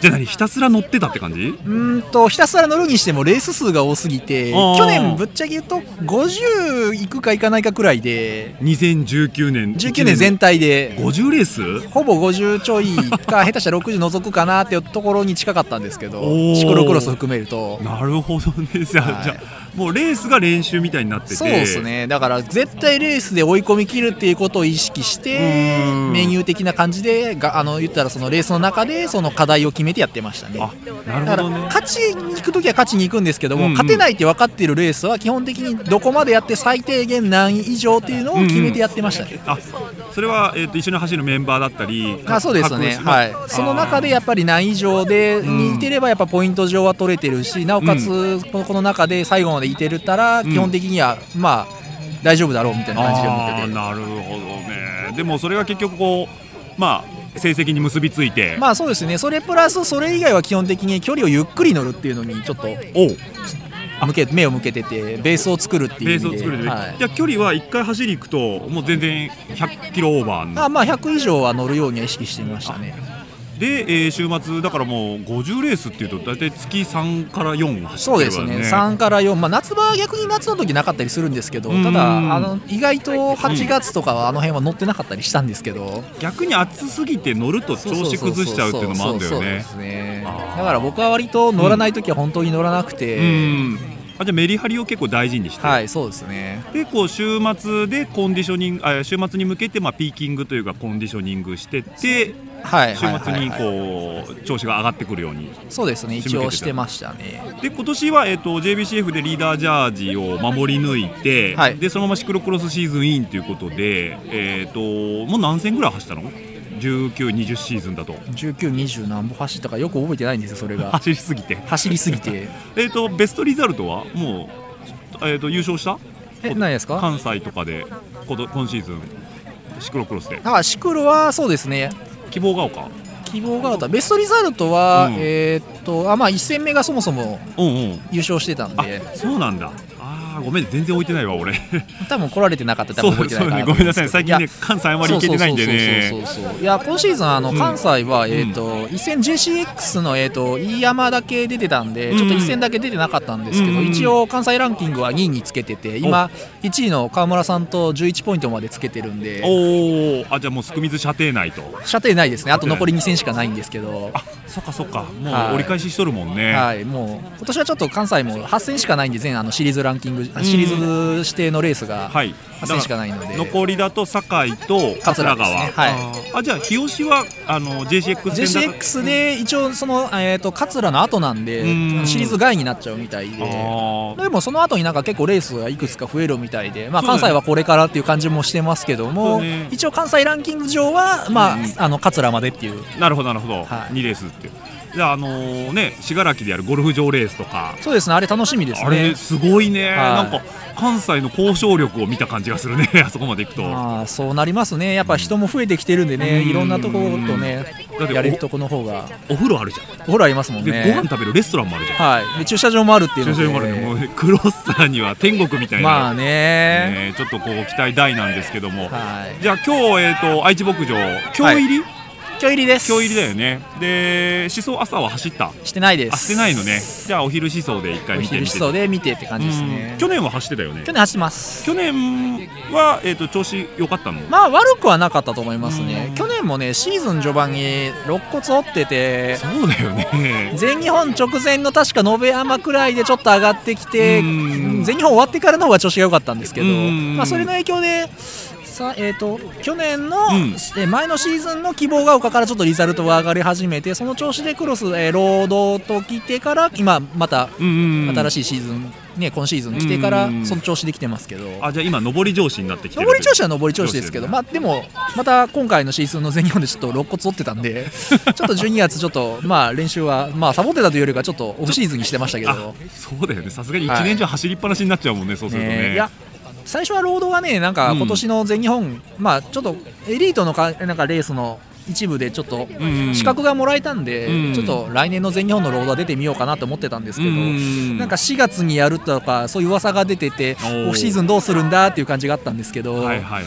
B: じゃあ何ひたすら乗ってたって感じ
K: うーんとひたすら乗るにしてもレース数が多すぎて
B: あー
K: 去年ぶっちゃけ言うと50いくかいかないかくらいで
B: 2019年
K: 19年全体で
B: 50レース
K: ほぼ50ちょいか下手したら60除くかなっていうところに近かったんですけ
B: おー
K: どシクロクロス含めると
B: なるほどねじゃあ、
K: はい
B: じゃあもうレースが練習みたいになってて
K: そうですねだから絶対レースで追い込み切るっていうことを意識して
B: ん
K: メニュー的な感じでがあの言ったらそのレースの中でその課題を決めてやってましたね
B: なる
K: だか
B: ほど
K: ら
B: ね
K: 勝ちに行く時は勝ちに行くんですけども、
B: うんうん
K: 勝てないって分かっているレースは基本的にどこまでやって最低限何位以上っていうのを決めてやってましたね、
B: あそれは、えー、と一緒に走るメンバーだったり
K: あそうですね、
B: 各まあ
K: はい、その中でやっぱり何位以上でにいてればやっぱポイント上は取れてるしなおかつこのこの中で最後までいてるたら
B: ん
K: 基本的にはまあ大丈夫だろうみたいな感じで思ってて
B: あーなるほどねでもそれが結局こうまあ成績に結びついて、
K: まあそうですねそれプラスそれ以外は基本的に距離をゆっくり乗るっていうのにちょっと
B: おう
K: 向け目を向けててベースを作るっていう
B: ベ
K: 意
B: ース
K: 味
B: を
K: で
B: 作るで、
K: はい
B: じゃあ距離は1回走り行くともう全然100キロオーバーにな
K: あまあ100以上は乗るようには意識してみましたね
B: で、えー週末だからもう50レースっていうと大体月3から4走
K: そ
B: っ
K: う
B: て
K: で
B: るか
K: す
B: ら
K: ね3から4、まあ、夏場は逆に夏の時なかったりするんですけど
B: うん
K: ただあの意外と8月とかはあの辺は乗ってなかったりしたんですけど
B: 逆に暑すぎて乗ると調子崩しちゃうっていうのもあるんだ
K: そうそうそうそ
B: よね
K: うですねだから僕は割と乗らない時は本当に乗らなく
B: う
K: て、
B: んあじゃあメリハリを結構大事にして、
K: はいそうですね
B: でこう週末でコンディショニングあ週末に向けてまあピーキングというかコンディショニングしてって
K: はい
B: 週
K: はい
B: 末
K: はい
B: に
K: はい
B: こう調子が上がってくるように
K: そうですね
B: 仕
K: 一
B: 向けてた
K: 応してましたね
B: で今年は、えっと JBCF でリーダージャージを守り抜いて、
K: はい
B: でそのままシクロクロスシーズンインということで、えっともう何戦ぐらい走ったの ?1920 シーズンだと
K: 1920何歩走ったかよく覚えてないんですよそれが
B: 走りすぎて
K: 走りすぎて
B: えっ、とベストリザルトはもうえっ、と優勝した
K: え何ですか
B: 関西とかでこと今シーズンシクロクロスで
K: あシクロはそうですね
B: 希望が丘
K: 希望があったベストリザルトは、
B: うん
K: えーっとあまあ1戦目がそもそも
B: うんうん
K: 優勝してたん
B: あ
K: で
B: そうなんだあーーごめん全然置いてないわ俺
K: 多分来られてなかったら多分覚えてないかな
B: そうそうねごめんなさい最近ね関西あんまり行けてないんでね
K: そうそうそうそうそういや今シーズンあの
B: うん
K: 関西は、えっ、と一戦 JCX のえっ、と飯山だけ出てたんで、ちょっと一戦だけ出てなかったんですけど、
D: うん
K: 一応関西ランキングは2位につけてて今1位の川村さんと11ポイントまでつけてるんで
B: おおあじゃあもうすくみず射程内と
K: 射程ないですねあと残り2戦しかないんですけどあ
B: そっかそっかもう
K: はい
B: 折り返ししとるもんね、
K: はい、もう今年はちょっと関西も8戦しかないんで全あのシリーズランキングあシリーズ指定のレースが
B: はい
K: 8戦しかないので、
B: 残りだと堺と
K: 桂
B: 桂川
K: ですねはい
B: あじゃあ日吉はあの JCX 戦だ
K: JCX で一応その、えー、と桂の後なんで
B: うん
K: シリーズ外になっちゃうみたいででもその後になんか結構レースがいくつか増えるみたいで、まあ、
B: そうだ
K: 関
B: ね
K: 西はこれからっていう感じもしてますけども、
B: そうね
K: 一応関西ランキング上は、まああの桂までっていう
B: なるほどなるほど、二2レースっていうじゃああのーね信楽でやるゴルフ場レースとか
K: そうですねあれ楽しみですね
B: あれすごい
K: は
B: ね、
K: い
B: なんか関西の交渉力を見た感じがするね あそこまで行くと
K: まあそうなりますねやっぱ人も増えてきてるんでね、
B: うん
K: いろんなところとね
B: だってお
K: やれるとこの方が
B: お風呂あるじゃん
K: お風呂ありますもんね
B: でご飯食べるレストランもあるじゃん
K: はいで駐車場もあるっていうの
B: 駐
K: で
B: 車場もあるねもうねクロッサーには天国みたいな
K: まあね
B: ねちょっとこう期待大なんですけども、じゃあ今日、えー、と愛知牧場今日入り、
K: 今日入りです
B: 今日入りだよねで思想朝は走った
K: してないです
B: あしてないのねじゃあお昼思想で一回見てみて
K: お昼思想で見てって感じですね
B: うん去年は走ってたよね
K: 去年走ってます
B: 去年は、えー、と調子良かったの、
K: まあ悪くはなかったと思いますね、去年もねシーズン序盤に肋骨折ってて
B: そうだよね
K: 全日本直前の確か延山くらいでちょっと上がってきて全日本終わってからの方が調子が良かったんですけど、
F: うん
K: まあ、それの影響でさ、えー、と去年の、
F: うん
K: え前のシーズンの希望が丘からちょっとリザルトが上がり始めてその調子でクロス、えーロードと来てから今また新しいシーズン、ね、今シーズン来てから
B: うん
K: その調子で来てますけど。
B: あじゃあ今上り調子になってきてる
K: 上り調子は上り調子ですけど、まあ、でも、また今回のシーズンの全日本でちょっと肋骨折ってたん で、ちょっと12月、ちょっとまあ練習は、まあ、サボってたというよりか、ちょっとオフシーズンにしてましたけど、
B: そうだよねさすがに一年中走りっぱなしになっちゃうもんね、そうするとね
K: ねいや最初はロードがね、なんか
B: うん
K: 今年の全日本、まあ、ちょっとエリートのかなんかレースの一部で、ちょっと
B: うん
K: 資格がもらえたんで、
B: うん
K: ちょっと来年の全日本のロードは出てみようかなと思ってたんですけど、
B: うん
K: なんか4月にやるとか、そういう噂が出てて
B: おー、
K: オフシーズンどうするんだっていう感じがあったんですけど。
B: はいはいはいはい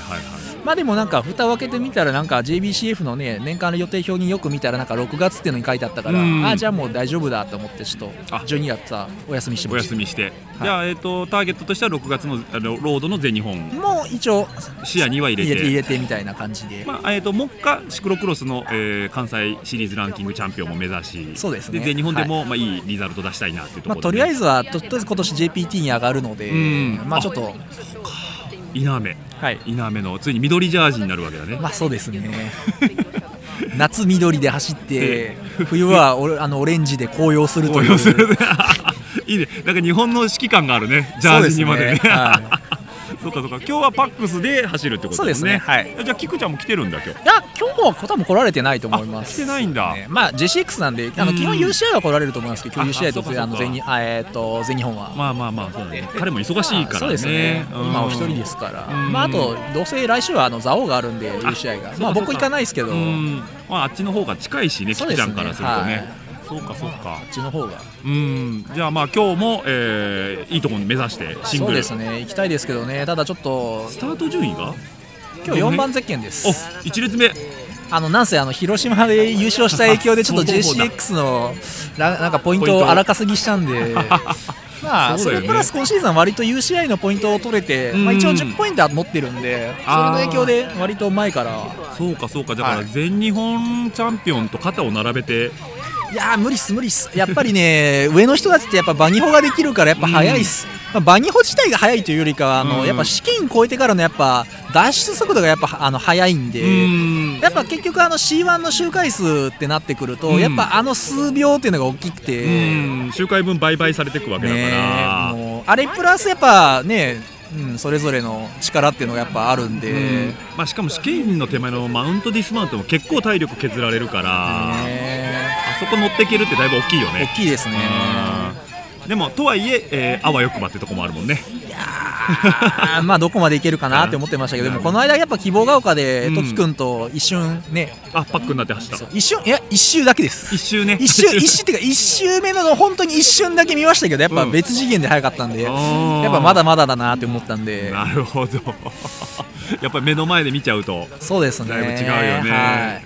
K: まあでもなんか蓋を開けてみたらなんか JBCF のね年間の予定表によく見たらなんか6月っていうのに書いてあったから
B: うん
K: あじゃあもう大丈夫だと思ってちょっと12月はお休みして
B: お
K: まし
B: 休みして、じゃあ、えー、とターゲットとしては6月のあのロードの全日本
K: たもう一応
B: 視野には入れ
K: 入れ
B: て
K: て入れてみたいな感じで、
B: まあえー、と目下シクロクロスの、えー関西シリーズランキングチャンピオンも目指し
K: そうですね
B: 全日本でも、いまあ、いいリザルト出したいなっていうと
K: まあ、
B: ころ
K: と
B: で、
K: りあえずはととりあえず今年 JPT に上がるので
B: うん
K: まあちょっと
B: 稲雨、稲雨のついに緑ジャージになるわけだね
K: まあそうですね夏緑で走って冬はオレあのオレンジで紅葉するという
B: 紅葉する いいねなんか日本の指揮感があるねジャージにまでね
K: そうですねは
B: そうかそうか今日はパックスで走るってこと
K: そうですねはい
B: じゃあ菊ちゃんも来てるんだ今日
K: いや今日は多分来られてないと思います。
B: 来てないんだ。
K: まあ JCX なんであの
B: うん
K: 基本 UCI は来られると思いますけど、今日
B: あ
K: UCI
B: そう
K: と
B: かそう
K: 全
B: か
K: あの全日あえっと全日本は。
B: まあまあまあそうだね彼も忙しいからね
K: そうですね。
B: うん
K: 今お一人ですから。
B: うん
K: まああとどうせ来週はあのザオがあるんで UCI が。まあ僕行かないですけど。
B: うんまああっちの方が近いしね
K: そ
B: 菊
K: うで
B: ち
K: す
B: ゃ
K: ね
B: んからすると
K: は
B: ね
K: い
B: そうかそうか
K: あっちの方が。
B: うんじゃあまあ今日も、えーいいところ目指してシン
K: そ
B: グ
K: う
B: ル
K: ですね。行きたいですけどね。ただちょっとス
B: タート順位が
K: 今日4番ゼッケンです。
B: お一列目。
K: あのなんせあの広島で優勝した影響でちょっと JCX のらなんかポイントを荒稼ぎしたん で。まあ、
B: そ
K: そう
B: だよね
K: れプラス今シーズンは割と UCI のポイントを取れて、
B: うん
K: まあ、一応10ポイントは持ってるんで、それの
B: あー
K: 影響で割と前から、
B: そうかそうかだから全日本チャンピオンと肩を並べて
K: いやー、無理っす、無理っす、やっぱりね、上の人たちってやっぱバニホができるから、やっぱ早いっす、まあ、バニホ自体が早いというよりかは、あの
B: うん
K: やっぱ資金超えてからのやっぱ脱出速度がやっぱあの早いんで、やっぱ結局、あの C1 の周回数ってなってくると、
B: うん
K: やっぱあの数秒っていうのが大きくて。
B: うん周回分倍々されていくわけだから、
K: あれプラスやっぱね、うん、それぞれの力っていうのがやっぱあるんで、
B: うんまあ、しかも試験員の手前のマウントディスマウントも結構体力削られるから、あそこ乗っていけるってだいぶ大きいよね
K: 大きいですね
B: でもとはいええーあわよくばってとこもあるもんね
K: あーまあどこまでいけるかなって思ってましたけど、でもこの間やっぱ希望が丘で時くんと一瞬ね、
B: あパックになって走った
K: 一瞬いや一周だけです
J: 一周ね
K: 一 周一周っていうか一周目の本当に一瞬だけ見ましたけどやっぱ別次元で速かったんで、やっぱまだまだだなって思ったんで
B: なるほどやっぱり目の前で見ちゃうと
K: そうですね
B: だいぶ違うよね、
K: は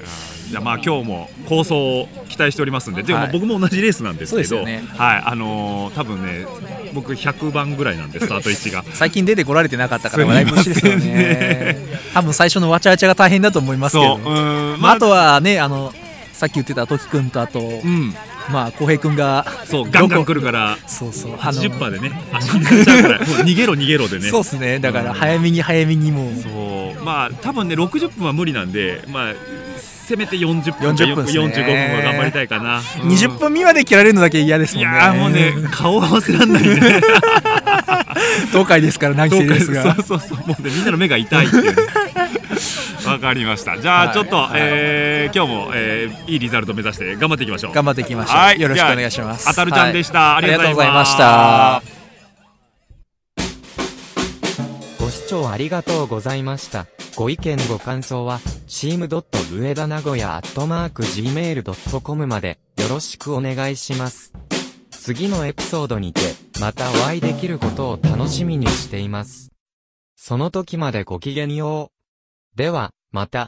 B: じゃあまあ今日も構想を期待しておりますんで、でもまあ
K: はい
B: 僕も同じレースなんですけ
K: そ
B: ど、
K: うですよね
B: はいあのー多分ね僕100番ぐらいなんでスタート位置が
K: 最近出てこられてなかったからだいぶ不
B: すいま
K: 思議
B: せ
K: で
B: ん
K: すよね 多分最初のわちゃわちゃが大変だと思いますけ
B: そ
K: ど
B: う、うん
K: まあ、あとはねあのさっき言ってた時くんとあと、まあ浩平くんが
B: そうガンガン来るから
K: そうそうあの
B: 80%でね足に出ちゃうからもう逃げろ逃げろでね
K: そうですねだか
B: う
K: ら
B: ん
K: 早めに早めにもう、
B: そうまあ多分ね60分は無理なんでまあせめて40分
K: 40分ですね
B: 45分は頑張りたいかな、
K: 20分未満で切られるのだけ嫌ですもんねいやもうね
B: 顔合わせらんない ね
K: 東海ですから南紀勢です
B: どう
K: が
B: かそうそうそうもうねみんなの目が痛いっていうねわかりましたじゃあちょっと、えー今日も、えーいいリザルト目指して頑張っていきましょう
K: 頑張っていきましょう
B: はい
K: よろしくお願いします
B: じゃああたるちゃんでした、
K: はい
B: ありがとうございまし
K: あ
B: た
D: ご視聴ありがとうございました。ご意見ご感想は、team. 上田名古屋 gmail.com までよろしくお願いします。次のエピソードにて、またお会いできることを楽しみにしています。その時までごきげんよう。では、また。